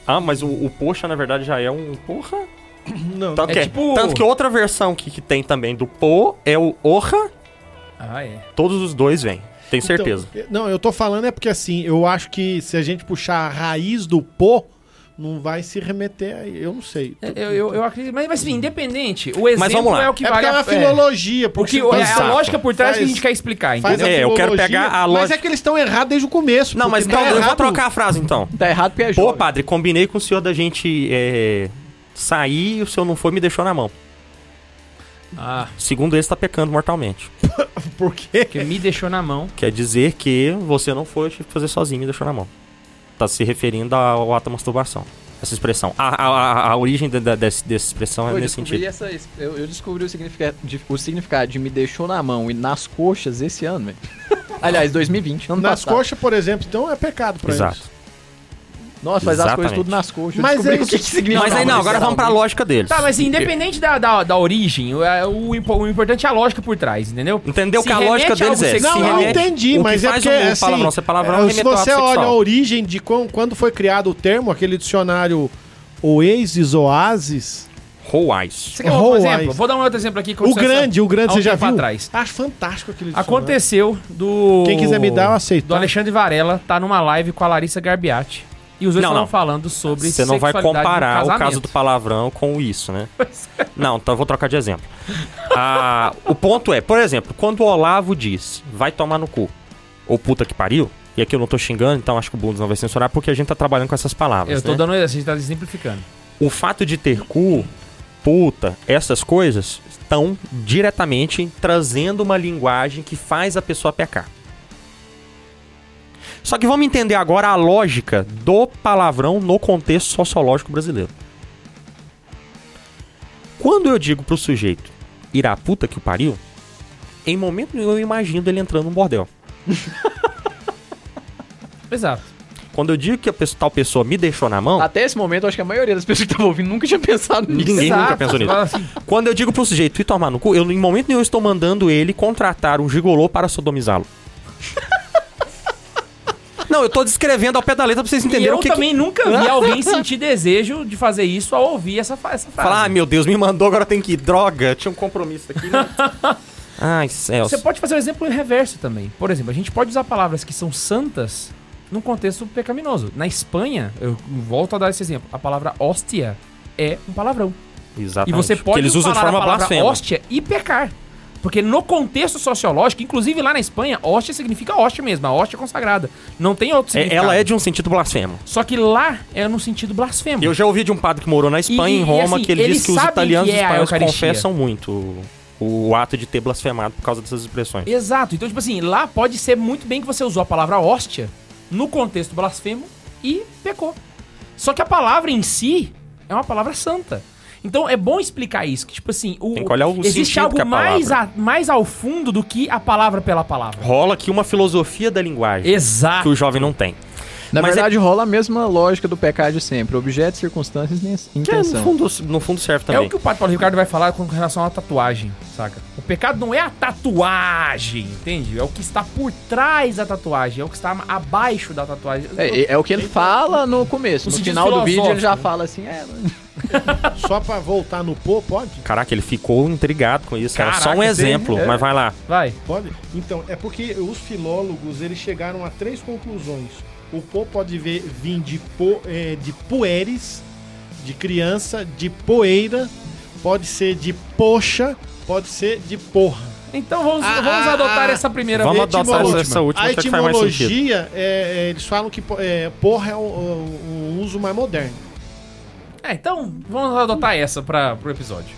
Speaker 3: Ah, mas o, o poxa, na verdade, já é um porra.
Speaker 2: <clears throat> Não.
Speaker 3: Tanto,
Speaker 1: É
Speaker 3: que,
Speaker 1: tipo-
Speaker 3: tanto que outra versão que, que tem também do pô é o orra,
Speaker 1: Ah, é.
Speaker 3: todos os dois vêm. Tenho
Speaker 2: Então,
Speaker 3: certeza.
Speaker 2: eu- não, eu tô falando é porque assim, eu acho que se a gente puxar a raiz do pô, não vai se remeter a. Eu não sei.
Speaker 1: Eu, eu, eu acredito. Mas, mas assim, independente, o exemplo
Speaker 3: vamos lá.
Speaker 1: é o É que
Speaker 2: é
Speaker 1: vale
Speaker 2: porque é uma
Speaker 1: a
Speaker 2: filologia,
Speaker 1: Porque
Speaker 2: porque.
Speaker 1: é
Speaker 2: Exato.
Speaker 1: a lógica por trás que a gente
Speaker 2: Faz-
Speaker 1: quer explicar,
Speaker 2: faz
Speaker 1: entendeu?
Speaker 2: a
Speaker 3: É, eu quero
Speaker 2: filologia,
Speaker 3: pegar a
Speaker 2: Mas
Speaker 3: lógica-
Speaker 2: é que eles estão errados desde o começo.
Speaker 3: Não, mas
Speaker 2: porque tá
Speaker 3: calma, eu vou
Speaker 2: errado. <laughs>
Speaker 3: trocar a frase então.
Speaker 4: Tá errado porque é
Speaker 3: Pô,
Speaker 4: jovem.
Speaker 3: padre, combinei com o senhor da gente é, sair e o senhor não foi e me deixou na mão.
Speaker 1: Ah,
Speaker 3: Segundo esse, tá pecando mortalmente.
Speaker 2: Por quê?
Speaker 1: que me deixou na mão.
Speaker 3: Quer dizer que você não foi, eu tive que fazer sozinho e me deixou na mão. Tá se referindo ao ato da masturbação. Essa expressão. A, a, a, a origem da- da- dessa, dessa expressão é
Speaker 4: eu
Speaker 3: nesse
Speaker 4: descobri,
Speaker 3: sentido.
Speaker 4: essa, esse- eu, eu descobri o significado, de, o significado de me deixou na mão e nas coxas esse ano, <laughs> velho. Aliás, 2020, ano
Speaker 1: tá.
Speaker 2: Nas
Speaker 4: passado.
Speaker 2: coxas, por exemplo, então é pecado pra
Speaker 3: Exato.
Speaker 2: eles.
Speaker 4: Nossa, faz as coisas
Speaker 3: Exatamente.
Speaker 4: tudo nas coxas. Eu
Speaker 2: Mas
Speaker 4: descobri
Speaker 2: é
Speaker 4: o que, que
Speaker 2: isso.
Speaker 4: significa.
Speaker 3: Mas aí não, agora vamos pra lógica deles.
Speaker 1: Tá, mas independente da, da, da origem, o, é, o, impo- o importante é a lógica por trás, entendeu?
Speaker 3: Entendeu
Speaker 1: Se
Speaker 3: que a
Speaker 1: remete
Speaker 3: lógica
Speaker 1: a
Speaker 3: deles
Speaker 1: algo
Speaker 3: é?
Speaker 1: sexual.
Speaker 3: se
Speaker 2: Não, eu
Speaker 3: remete-
Speaker 2: entendi,
Speaker 3: o que
Speaker 2: mas é
Speaker 3: faz
Speaker 2: porque.
Speaker 3: um
Speaker 2: assim,
Speaker 3: palavrão ser palavrão
Speaker 2: é, se
Speaker 3: remete ao ato
Speaker 2: você olha a
Speaker 3: sexual.
Speaker 2: origem de com- quando foi criado o termo, aquele dicionário Oasis Oasis,
Speaker 3: Ruais.
Speaker 1: Você quer um outro
Speaker 2: Roais.
Speaker 1: exemplo? Vou dar um outro exemplo aqui. que
Speaker 2: O
Speaker 1: aconteceu
Speaker 2: grande, o grande,
Speaker 1: há um
Speaker 2: você já
Speaker 1: tempo
Speaker 2: viu?
Speaker 1: atrás.
Speaker 2: Acho fantástico aquele dicionário.
Speaker 1: Aconteceu do.
Speaker 2: Quem quiser me dar, eu aceito.
Speaker 1: Do Alexandre Varela tá numa live com a Larissa Garbiati. E os dois
Speaker 3: Não,
Speaker 1: estavam
Speaker 3: não.
Speaker 1: falando sobre
Speaker 3: Você não vai
Speaker 1: sexualidade no
Speaker 3: comparar o caso
Speaker 1: casamento.
Speaker 3: do palavrão com isso, né? Não, então eu vou trocar de exemplo. Ah, o ponto é, por exemplo, quando o Olavo diz vai tomar no cu, ou puta que pariu, e aqui eu não tô xingando, então acho que o Bundes não vai censurar porque a gente tá trabalhando com essas palavras.
Speaker 1: Eu tô
Speaker 3: né?
Speaker 1: dando. A gente tá simplificando.
Speaker 3: O fato de ter cu, puta, essas coisas estão diretamente trazendo uma linguagem que faz a pessoa pecar. Só que vamos entender agora a lógica do palavrão no contexto sociológico brasileiro. Quando eu digo pro sujeito ir à puta que o pariu, em momento nenhum eu imagino ele entrando num bordel.
Speaker 1: Exato.
Speaker 3: Quando eu digo que a pessoa- tal pessoa me deixou na mão,
Speaker 4: Até esse momento, eu acho que a maioria das pessoas que estavam ouvindo nunca tinha pensado nisso.
Speaker 3: Ninguém
Speaker 1: Exato.
Speaker 3: nunca pensou
Speaker 1: Você
Speaker 3: nisso.
Speaker 1: fala assim,
Speaker 3: Quando eu digo pro sujeito ir tomar no cu, eu em momento nenhum estou mandando ele contratar um gigolô para sodomizá-lo. <laughs> Não, eu tô descrevendo ao pé da letra pra vocês
Speaker 1: e
Speaker 3: entenderem
Speaker 1: eu
Speaker 3: o que, que...
Speaker 1: também nunca
Speaker 2: <laughs>
Speaker 1: vi alguém sentir desejo de fazer isso ao ouvir essa, fa- essa frase.
Speaker 3: Falar, ah, meu Deus, me mandou, agora tem que ir. Droga, tinha um compromisso
Speaker 1: <laughs>
Speaker 3: aqui. Né? Ai, céus.
Speaker 1: Você pode fazer o exemplo reverso também. Por exemplo, a gente pode usar palavras que são santas num contexto pecaminoso. Na Espanha, eu volto a dar esse exemplo, a palavra hóstia é um palavrão. E
Speaker 3: Exatamente.
Speaker 1: você
Speaker 3: Porque
Speaker 1: pode
Speaker 3: eles usam de
Speaker 1: falar
Speaker 3: forma
Speaker 1: a palavra
Speaker 3: blasfema.
Speaker 1: hóstia e pecar. Porque no contexto sociológico, inclusive lá na Espanha, hóstia significa hóstia mesmo, a hóstia consagrada. Não tem outro
Speaker 3: É,
Speaker 1: significado.
Speaker 3: ela é de um sentido blasfemo.
Speaker 1: Só que lá é no sentido blasfemo.
Speaker 3: Eu já ouvi de um padre que morou na Espanha,
Speaker 1: E-
Speaker 3: em
Speaker 1: e,
Speaker 3: Roma,
Speaker 1: assim,
Speaker 3: que ele
Speaker 1: eles
Speaker 3: diz que os
Speaker 1: sabem
Speaker 3: italianos e
Speaker 1: que é
Speaker 3: os
Speaker 1: a
Speaker 3: espanhóis
Speaker 1: Eucaristia.
Speaker 3: confessam muito o, o ato de ter blasfemado por causa dessas expressões.
Speaker 1: Exato. Então, tipo assim, lá pode ser muito bem que você usou a palavra hóstia no contexto blasfemo e pecou. Só que a palavra em si é uma palavra santa. Então é bom explicar isso, que tipo assim, o,
Speaker 3: Tem que olhar o
Speaker 1: existe
Speaker 3: sentido
Speaker 1: algo
Speaker 3: que é a palavra.
Speaker 1: mais, a- mais ao fundo do que a palavra pela palavra.
Speaker 3: Rola aqui uma filosofia da linguagem que
Speaker 1: Exato.
Speaker 3: o jovem não tem.
Speaker 4: Na
Speaker 3: Mas é-
Speaker 4: verdade, rola a mesma lógica do pecado de sempre. Objeto, circunstâncias e
Speaker 3: Que é, no,
Speaker 4: intenção.
Speaker 3: fundo, no fundo serve
Speaker 1: É
Speaker 3: também.
Speaker 1: o que o Padre Paulo Ricardo vai falar com relação à tatuagem, saca? O pecado não é a tatuagem, entende? É o que está por trás da tatuagem, é o que está abaixo da tatuagem.
Speaker 4: É, é- é o que ele fala no começo.
Speaker 1: No
Speaker 4: No
Speaker 1: sentido
Speaker 4: final do vídeo, ele
Speaker 1: filosófico,
Speaker 4: já
Speaker 1: né?
Speaker 4: fala assim, é...
Speaker 2: Só pra voltar no pô, pode?
Speaker 3: Caraca, ele ficou intrigado com isso. Era
Speaker 1: Caraca,
Speaker 3: só um
Speaker 1: tem-
Speaker 3: exemplo,
Speaker 2: é.
Speaker 3: mas vai lá.
Speaker 1: Vai.
Speaker 2: Pode? Então, é porque os filólogos, eles chegaram a três conclusões. O pô pode ver, vir de, po, é, de pueres, de criança, de poeira, pode ser de poxa, pode ser de porra.
Speaker 1: Então vamos,
Speaker 2: Ah,
Speaker 1: vamos
Speaker 2: ah,
Speaker 1: adotar
Speaker 2: ah.
Speaker 1: essa primeira
Speaker 3: Vamos
Speaker 1: vez.
Speaker 3: adotar
Speaker 2: etimologia.
Speaker 3: essa última,
Speaker 2: a
Speaker 3: que acho que faz mais sentido.
Speaker 2: etimologia, é, é, eles falam que po- é, porra é o, o- o uso mais moderno.
Speaker 1: É, então vamos adotar essa pra, pro episódio.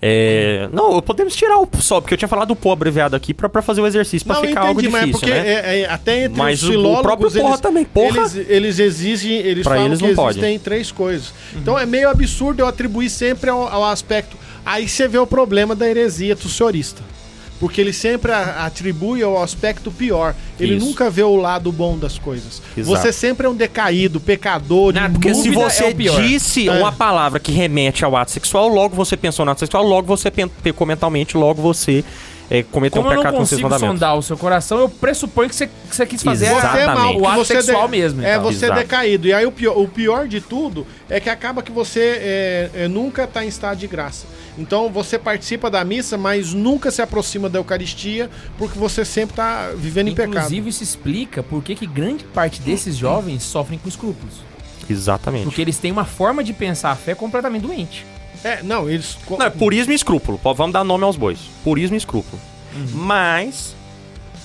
Speaker 3: É, Não, podemos tirar o só, porque eu tinha falado do pô abreviado aqui pra, pra fazer o exercício, pra ficar algo
Speaker 2: mas
Speaker 3: difícil,
Speaker 2: porque
Speaker 3: né?
Speaker 2: é- é, até entre
Speaker 3: Mas
Speaker 2: os
Speaker 3: o- o
Speaker 2: filólogos,
Speaker 3: próprio porra
Speaker 2: eles,
Speaker 3: também, porra.
Speaker 2: Eles, eles exigem, eles
Speaker 3: Pra
Speaker 2: falam
Speaker 3: eles
Speaker 2: que
Speaker 3: não pode.
Speaker 2: existem três coisas. Então é meio absurdo eu atribuir sempre ao, ao aspecto... Aí você vê o problema da heresia tussiorista. Porque ele sempre a- atribui ao aspecto pior. Ele
Speaker 3: Isso.
Speaker 2: nunca vê o lado bom das coisas.
Speaker 3: Exato.
Speaker 2: Você sempre é um decaído, pecador,
Speaker 1: Nada,
Speaker 3: Porque se
Speaker 1: Dúvida
Speaker 3: você
Speaker 1: é o pior.
Speaker 3: disse
Speaker 2: É.
Speaker 3: uma palavra que remete ao ato sexual, logo você pensou no ato sexual, logo você pen- pecou mentalmente, logo você é, cometeu
Speaker 1: Como
Speaker 3: um
Speaker 1: eu não
Speaker 3: pecado com seus
Speaker 1: consigo
Speaker 3: mandamentos.
Speaker 1: sondar o seu coração, eu pressuponho que você, que você quis fazer
Speaker 3: Exato.
Speaker 2: Você é mal,
Speaker 3: Exatamente.
Speaker 2: que
Speaker 1: O ato
Speaker 2: você é
Speaker 1: sexual mesmo,
Speaker 2: É,
Speaker 1: então.
Speaker 2: você é
Speaker 3: Exato.
Speaker 2: decaído. E aí o pior, o pior de tudo é que acaba que você é, é, nunca está em estado de graça. Então você participa da missa, mas nunca se aproxima da Eucaristia, porque você sempre está vivendo em pecado.
Speaker 1: Inclusive, isso explica por que que grande parte desses jovens sofrem com escrúpulos.
Speaker 3: Exatamente.
Speaker 1: Porque eles têm uma forma de pensar a fé completamente doente.
Speaker 2: É, não, eles.
Speaker 3: Não, é purismo e escrúpulo. Pô, Vamos dar nome aos bois. Purismo e escrúpulo. Mas,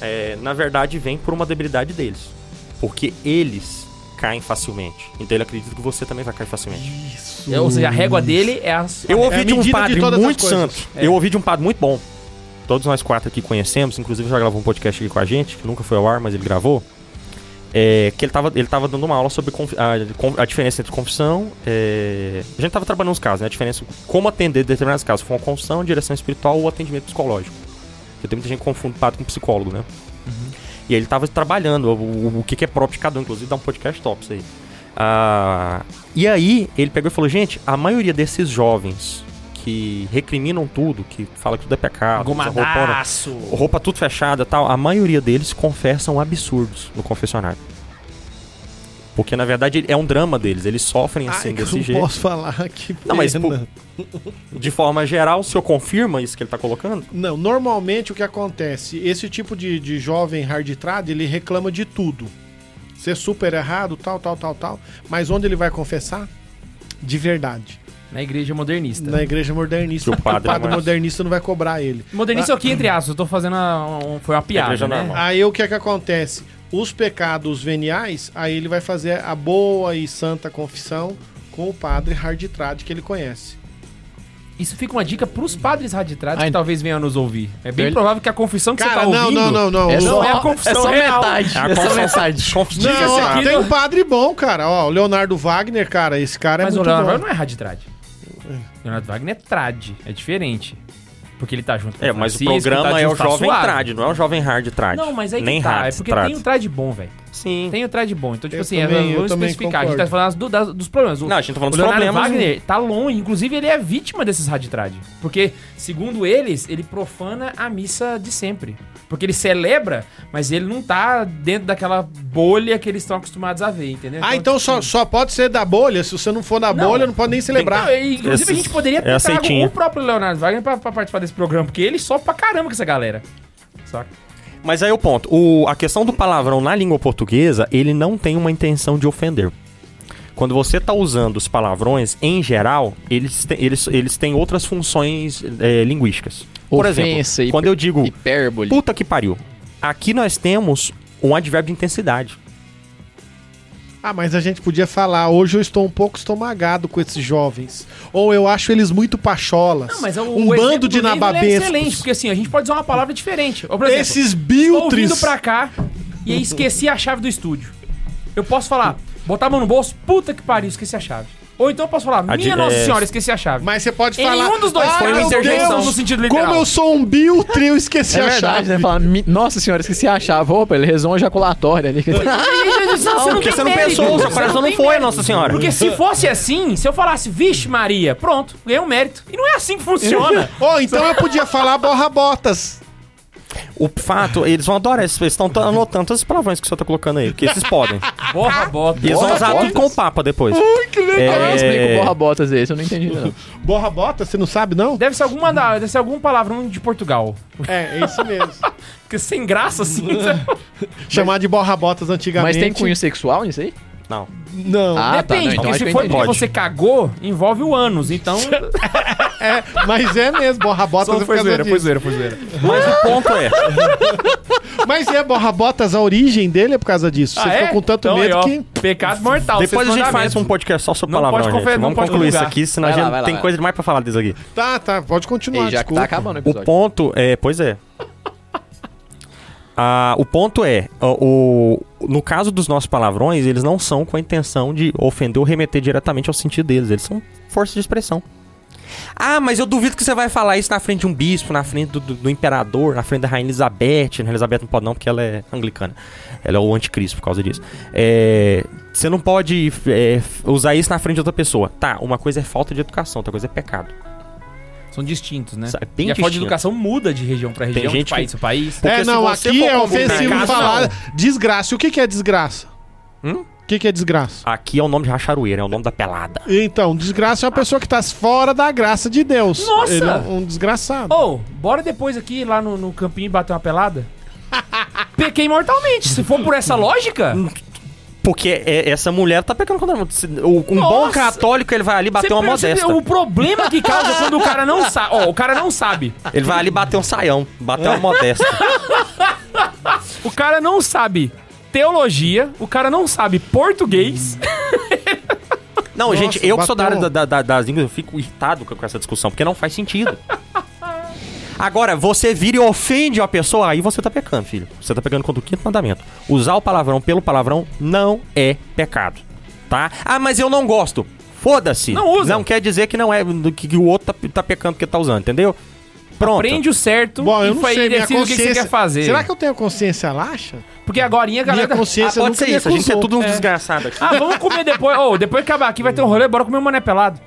Speaker 3: é, na verdade, vem por uma debilidade deles. Porque eles caem facilmente. Então ele acredita que você também vai cair facilmente.
Speaker 1: É, ou seja, a régua dele é a.
Speaker 3: Eu ouvi
Speaker 2: é a
Speaker 3: de um
Speaker 2: medida de
Speaker 3: padre
Speaker 2: todas as
Speaker 3: muito
Speaker 2: coisas. É.
Speaker 3: santo. Eu ouvi de um padre muito bom. Todos nós quatro aqui conhecemos, inclusive já gravou um podcast aqui com a gente, que nunca foi ao ar, mas ele gravou. É, que ele tava, ele tava dando uma aula sobre conf- a, con- a diferença entre confissão. é, a gente tava trabalhando uns casos, né? A diferença como atender determinados casos. Foi uma confissão, direção espiritual ou atendimento psicológico. Porque tem muita gente que confunde padre com psicólogo, né? E aí ele tava trabalhando o, o- o que, que é próprio de cada um, inclusive dá um podcast top isso aí. Ah, e aí ele pegou e falou: gente, a maioria desses jovens que recriminam tudo, que fala que tudo é pecado, usa roupa, né,
Speaker 1: Gomadaço.
Speaker 3: roupa tudo fechada e tal, a maioria deles confessam absurdos no confessionário. Porque, na verdade, ele- é um drama deles. Eles sofrem assim
Speaker 2: Ai, que eu
Speaker 3: desse
Speaker 2: não
Speaker 3: jeito.
Speaker 2: posso falar <laughs> que
Speaker 3: Não, mas,
Speaker 2: pena.
Speaker 3: pô, De forma geral, o senhor confirma isso que ele tá colocando?
Speaker 2: Não, normalmente o que acontece, esse tipo de, de jovem hardtrad, ele reclama de tudo. Ser super errado, tal, tal, tal, tal. Mas onde ele vai confessar? De verdade.
Speaker 1: Na igreja modernista.
Speaker 2: Na igreja modernista.
Speaker 3: Né? Que o padre é mais-
Speaker 2: modernista não vai cobrar ele.
Speaker 1: Modernista aqui, entre aspas, eu tô fazendo a- um- foi uma piada,
Speaker 3: igreja
Speaker 1: né?
Speaker 3: normal.
Speaker 2: Aí o que é que acontece? Os pecados veniais, aí ele vai fazer a boa e santa confissão com o padre hardtrad que ele conhece.
Speaker 1: Isso fica uma dica pros padres raditrados
Speaker 4: Ai,
Speaker 1: que talvez venham a nos ouvir. É bem
Speaker 4: ele-
Speaker 1: provável que a confissão que você tá
Speaker 2: Cara, não,
Speaker 1: ouvindo...
Speaker 2: não, não, não.
Speaker 4: É
Speaker 2: Os-
Speaker 1: Não
Speaker 4: só,
Speaker 1: é a
Speaker 4: é
Speaker 1: confissão
Speaker 4: só
Speaker 1: real.
Speaker 4: metade.
Speaker 3: É a
Speaker 4: é só
Speaker 3: confissão-
Speaker 4: metade.
Speaker 1: Diga-se
Speaker 3: é
Speaker 2: Não, ó,
Speaker 1: aqui,
Speaker 2: tem
Speaker 1: não-
Speaker 2: um padre bom, cara. Ó, o Leonardo Wagner, cara, esse cara é
Speaker 1: Mas o
Speaker 2: muito
Speaker 1: Leonardo
Speaker 2: bom.
Speaker 1: Wagner não é raditrade. Leonardo Wagner é trad, é diferente. Porque ele tá junto com
Speaker 3: É, mas o
Speaker 1: Francisco,
Speaker 3: programa
Speaker 1: tá
Speaker 3: é o
Speaker 1: junto, tá
Speaker 3: jovem
Speaker 1: suave.
Speaker 3: trad, não é o jovem hard trad.
Speaker 1: Não, mas aí
Speaker 3: Nem
Speaker 1: que tá, é
Speaker 3: hard
Speaker 1: porque
Speaker 3: trad.
Speaker 1: tem o trad bom, velho.
Speaker 3: Sim.
Speaker 1: Tem o trad bom. Então, tipo
Speaker 2: Eu
Speaker 1: assim,
Speaker 2: também-
Speaker 1: é,
Speaker 2: eu
Speaker 1: vamos
Speaker 2: também
Speaker 1: especificar. A gente tá
Speaker 2: concordo.
Speaker 1: falando do- das- dos problemas. O,
Speaker 3: Não, a gente tá
Speaker 1: um- o
Speaker 3: falando dos
Speaker 1: Leonardo
Speaker 3: problemas.
Speaker 1: Wagner tá longe. Inclusive, ele é vítima desses raditrad. Porque, segundo eles, ele profana a missa de sempre. Porque ele celebra, mas ele não tá dentro daquela bolha que eles estão acostumados a ver, entendeu? assim,
Speaker 2: Ah, então só, só pode ser da bolha? Se você não for da
Speaker 1: é Não.
Speaker 2: bolha, não pode nem celebrar.
Speaker 1: Não, então, e, inclusive, a
Speaker 3: Esses-
Speaker 1: gente poderia ter
Speaker 3: é a
Speaker 1: trago
Speaker 3: seitinha.
Speaker 1: o próprio Leonardo Wagner pra, pra participar desse programa, porque ele sofre pra caramba com essa galera. Saca?
Speaker 3: Mas aí é o ponto. O- a questão do palavrão na língua portuguesa, ele não tem uma intenção de ofender. Quando você tá usando os palavrões, em geral, eles, te- eles, eles têm outras funções é, linguísticas. Por
Speaker 4: Ofensa,
Speaker 3: exemplo,
Speaker 4: hiper-
Speaker 3: quando eu digo
Speaker 4: Hipérbole.
Speaker 3: puta que pariu, aqui nós temos um advérbio de intensidade.
Speaker 2: Ah, mas a gente podia falar, hoje eu estou um pouco estomagado com esses jovens. Ou eu acho eles muito pacholas.
Speaker 1: Não, mas é o,
Speaker 2: um
Speaker 1: o exemplo
Speaker 2: bando de
Speaker 1: do Neiva, ele É
Speaker 2: nababescos.
Speaker 1: excelente, porque assim, a gente pode usar uma palavra diferente. Ou, por exemplo,
Speaker 2: esses
Speaker 1: tô vindo
Speaker 2: biltres.
Speaker 1: pra cá e esqueci a chave do estúdio. Eu posso falar, botar a mão no bolso, puta que pariu, esqueci a chave. Ou então eu posso falar, minha
Speaker 3: di-
Speaker 1: Nossa
Speaker 3: é-
Speaker 1: Senhora, esqueci a chave.
Speaker 2: Mas você pode
Speaker 1: Em
Speaker 2: falar.
Speaker 1: nenhum dos dois foi uma
Speaker 2: meu
Speaker 1: interjeição
Speaker 2: Deus,
Speaker 1: no sentido
Speaker 2: Como
Speaker 1: literal."
Speaker 2: eu sou um biltre, eu esqueci
Speaker 4: É
Speaker 2: a
Speaker 4: verdade, né?
Speaker 2: chave.
Speaker 4: Falar, "Mi- Nossa senhora, esqueci a chave. Opa, ele rezou uma ejaculatória <laughs>
Speaker 1: não
Speaker 4: ali.
Speaker 3: porque
Speaker 1: tem
Speaker 3: você não
Speaker 1: mérito,
Speaker 3: pensou, sua
Speaker 1: você
Speaker 3: coração não
Speaker 1: É tem
Speaker 3: foi,
Speaker 1: mérito.
Speaker 3: Nossa Senhora.
Speaker 1: Porque se fosse assim, se eu falasse, vixe Maria, pronto, ganhei um mérito. E não é assim que funciona.
Speaker 2: Ou então eu podia falar borra botas.
Speaker 3: O fato, eles vão adorar esses, eles estão t- anotando todos os palavrões que o senhor tá colocando aí, porque esses podem.
Speaker 1: Borra, bota.
Speaker 3: E eles vão usar tudo com o papa depois. É, Ui, que legal.
Speaker 4: Alguém explica o borra botas esse, eu não entendi ainda, não.
Speaker 2: <laughs> Borra botas? Você não sabe, não?
Speaker 1: Deve ser alguma, da- deve ser algum palavrão de Portugal.
Speaker 2: É, é isso mesmo.
Speaker 1: Porque sem graça, assim.
Speaker 2: <laughs> Chamar de borra botas antigamente.
Speaker 4: Mas tem cunho sexual nisso aí?
Speaker 3: Não.
Speaker 2: Não.
Speaker 4: Ah, tá, não,
Speaker 1: Depende,
Speaker 4: então
Speaker 1: porque
Speaker 4: acho que
Speaker 1: se
Speaker 4: eu
Speaker 1: for
Speaker 4: entendi.
Speaker 1: porque
Speaker 3: Pode.
Speaker 1: você cagou, envolve o ânus. Então.
Speaker 2: É, mas é mesmo, borra botas é por causa disso.
Speaker 1: zoeira, foi zoeira.
Speaker 3: Mas o ponto é,
Speaker 2: Mas é, Borra Botas, a origem dele é por causa disso. Você
Speaker 1: Ah, é?
Speaker 2: ficou com tanto
Speaker 1: Então,
Speaker 2: medo
Speaker 1: aí, ó,
Speaker 2: que.
Speaker 1: Pecado mortal.
Speaker 3: depois
Speaker 1: vocês
Speaker 3: a gente faz
Speaker 1: mandamentos.
Speaker 3: um podcast só sobre
Speaker 1: Não
Speaker 3: palavrão,
Speaker 1: pode
Speaker 3: gente.
Speaker 1: confer- não
Speaker 3: Vamos
Speaker 1: pode
Speaker 3: concluir isso
Speaker 1: divulgar.
Speaker 3: aqui, senão
Speaker 4: Vai
Speaker 3: a
Speaker 4: lá,
Speaker 3: gente
Speaker 4: vai lá,
Speaker 3: tem
Speaker 4: vai.
Speaker 3: coisa demais pra falar disso aqui.
Speaker 2: Tá, tá, pode continuar.
Speaker 4: Ei, já que
Speaker 2: desculpa.
Speaker 4: tá acabando o
Speaker 3: O
Speaker 4: episódio.
Speaker 3: ponto é, pois é. Ah, o ponto é, ó, o, no caso dos nossos palavrões, eles não são com a intenção de ofender ou remeter diretamente ao sentido deles, eles são força de expressão. Ah, mas eu duvido que você vai falar isso na frente de um bispo, na frente do, do- do imperador, na frente da rainha Elizabeth. A rainha Elizabeth não pode não, porque ela é anglicana. Ela é o anticristo por causa disso. É, você não pode é, usar isso na frente de outra pessoa. Tá, uma coisa é falta de educação, outra coisa é pecado.
Speaker 1: São distintos, né?
Speaker 3: Isso é bem
Speaker 1: e a falta de
Speaker 3: distinto.
Speaker 1: educação muda de região pra região,
Speaker 3: gente
Speaker 1: de país
Speaker 3: que-
Speaker 1: pra país.
Speaker 3: Porque
Speaker 2: é,
Speaker 3: se
Speaker 2: não,
Speaker 3: você
Speaker 2: aqui
Speaker 3: for
Speaker 2: é
Speaker 3: comparar-
Speaker 2: ofensivo
Speaker 1: Pecado,
Speaker 2: falar. Desgraça. E o que, que é desgraça?
Speaker 3: Hum?
Speaker 2: O que, que é desgraça?
Speaker 3: Aqui é o nome de racharoeira, é o nome da pelada.
Speaker 2: Então, desgraça é uma pessoa que tá fora da graça de Deus.
Speaker 1: Nossa! Oh,
Speaker 2: Ele é um um desgraçado.
Speaker 1: Ô, bora depois aqui lá no, no campinho bater uma
Speaker 2: <laughs>
Speaker 1: pelada? Pequei mortalmente. Se for por essa lógica,
Speaker 3: Porque é- essa mulher tá pecando contra a mulher. Se- o- Um bom
Speaker 1: Nossa!
Speaker 3: católico, ele vai ali bater
Speaker 1: você
Speaker 3: uma
Speaker 1: percebe
Speaker 3: modesta.
Speaker 1: o problema que causa quando o cara não sabe. Ó, o cara não sabe.
Speaker 3: Ele vai ali bater um saião, bater
Speaker 2: É.
Speaker 3: uma modesta.
Speaker 1: O cara não sabe teologia, o cara não sabe português.
Speaker 3: Não,
Speaker 2: Nossa,
Speaker 3: gente, eu que sou da área
Speaker 2: bateu.
Speaker 3: da- da- das línguas, eu fico irritado com com essa discussão, porque não faz sentido. Agora, você vira e ofende uma pessoa, aí você tá pecando, filho. Você tá pecando contra o quinto mandamento. Usar o palavrão pelo palavrão não é pecado, tá? Ah, mas eu não gosto. Foda-se.
Speaker 1: Não usa.
Speaker 3: Não quer dizer que não é, que, que o outro tá, tá pecando porque tá usando, entendeu? Pronto.
Speaker 1: Prende o certo
Speaker 2: Bom, eu
Speaker 1: e
Speaker 2: não
Speaker 1: fa-
Speaker 2: sei,
Speaker 1: e
Speaker 2: minha
Speaker 1: decide o que
Speaker 2: consciência...
Speaker 1: você quer fazer.
Speaker 2: Será que eu tenho consciência laxa?
Speaker 1: Porque agora a
Speaker 2: Minha
Speaker 1: galera...
Speaker 2: consciência
Speaker 3: Pode
Speaker 2: nunca
Speaker 3: ser
Speaker 2: me
Speaker 3: isso, a gente é
Speaker 2: acusou.
Speaker 3: tudo um desgraçado aqui.
Speaker 1: Ah, vamos comer depois. Ô, depois que acabar aqui vai ter um rolê, bora comer um mané pelado.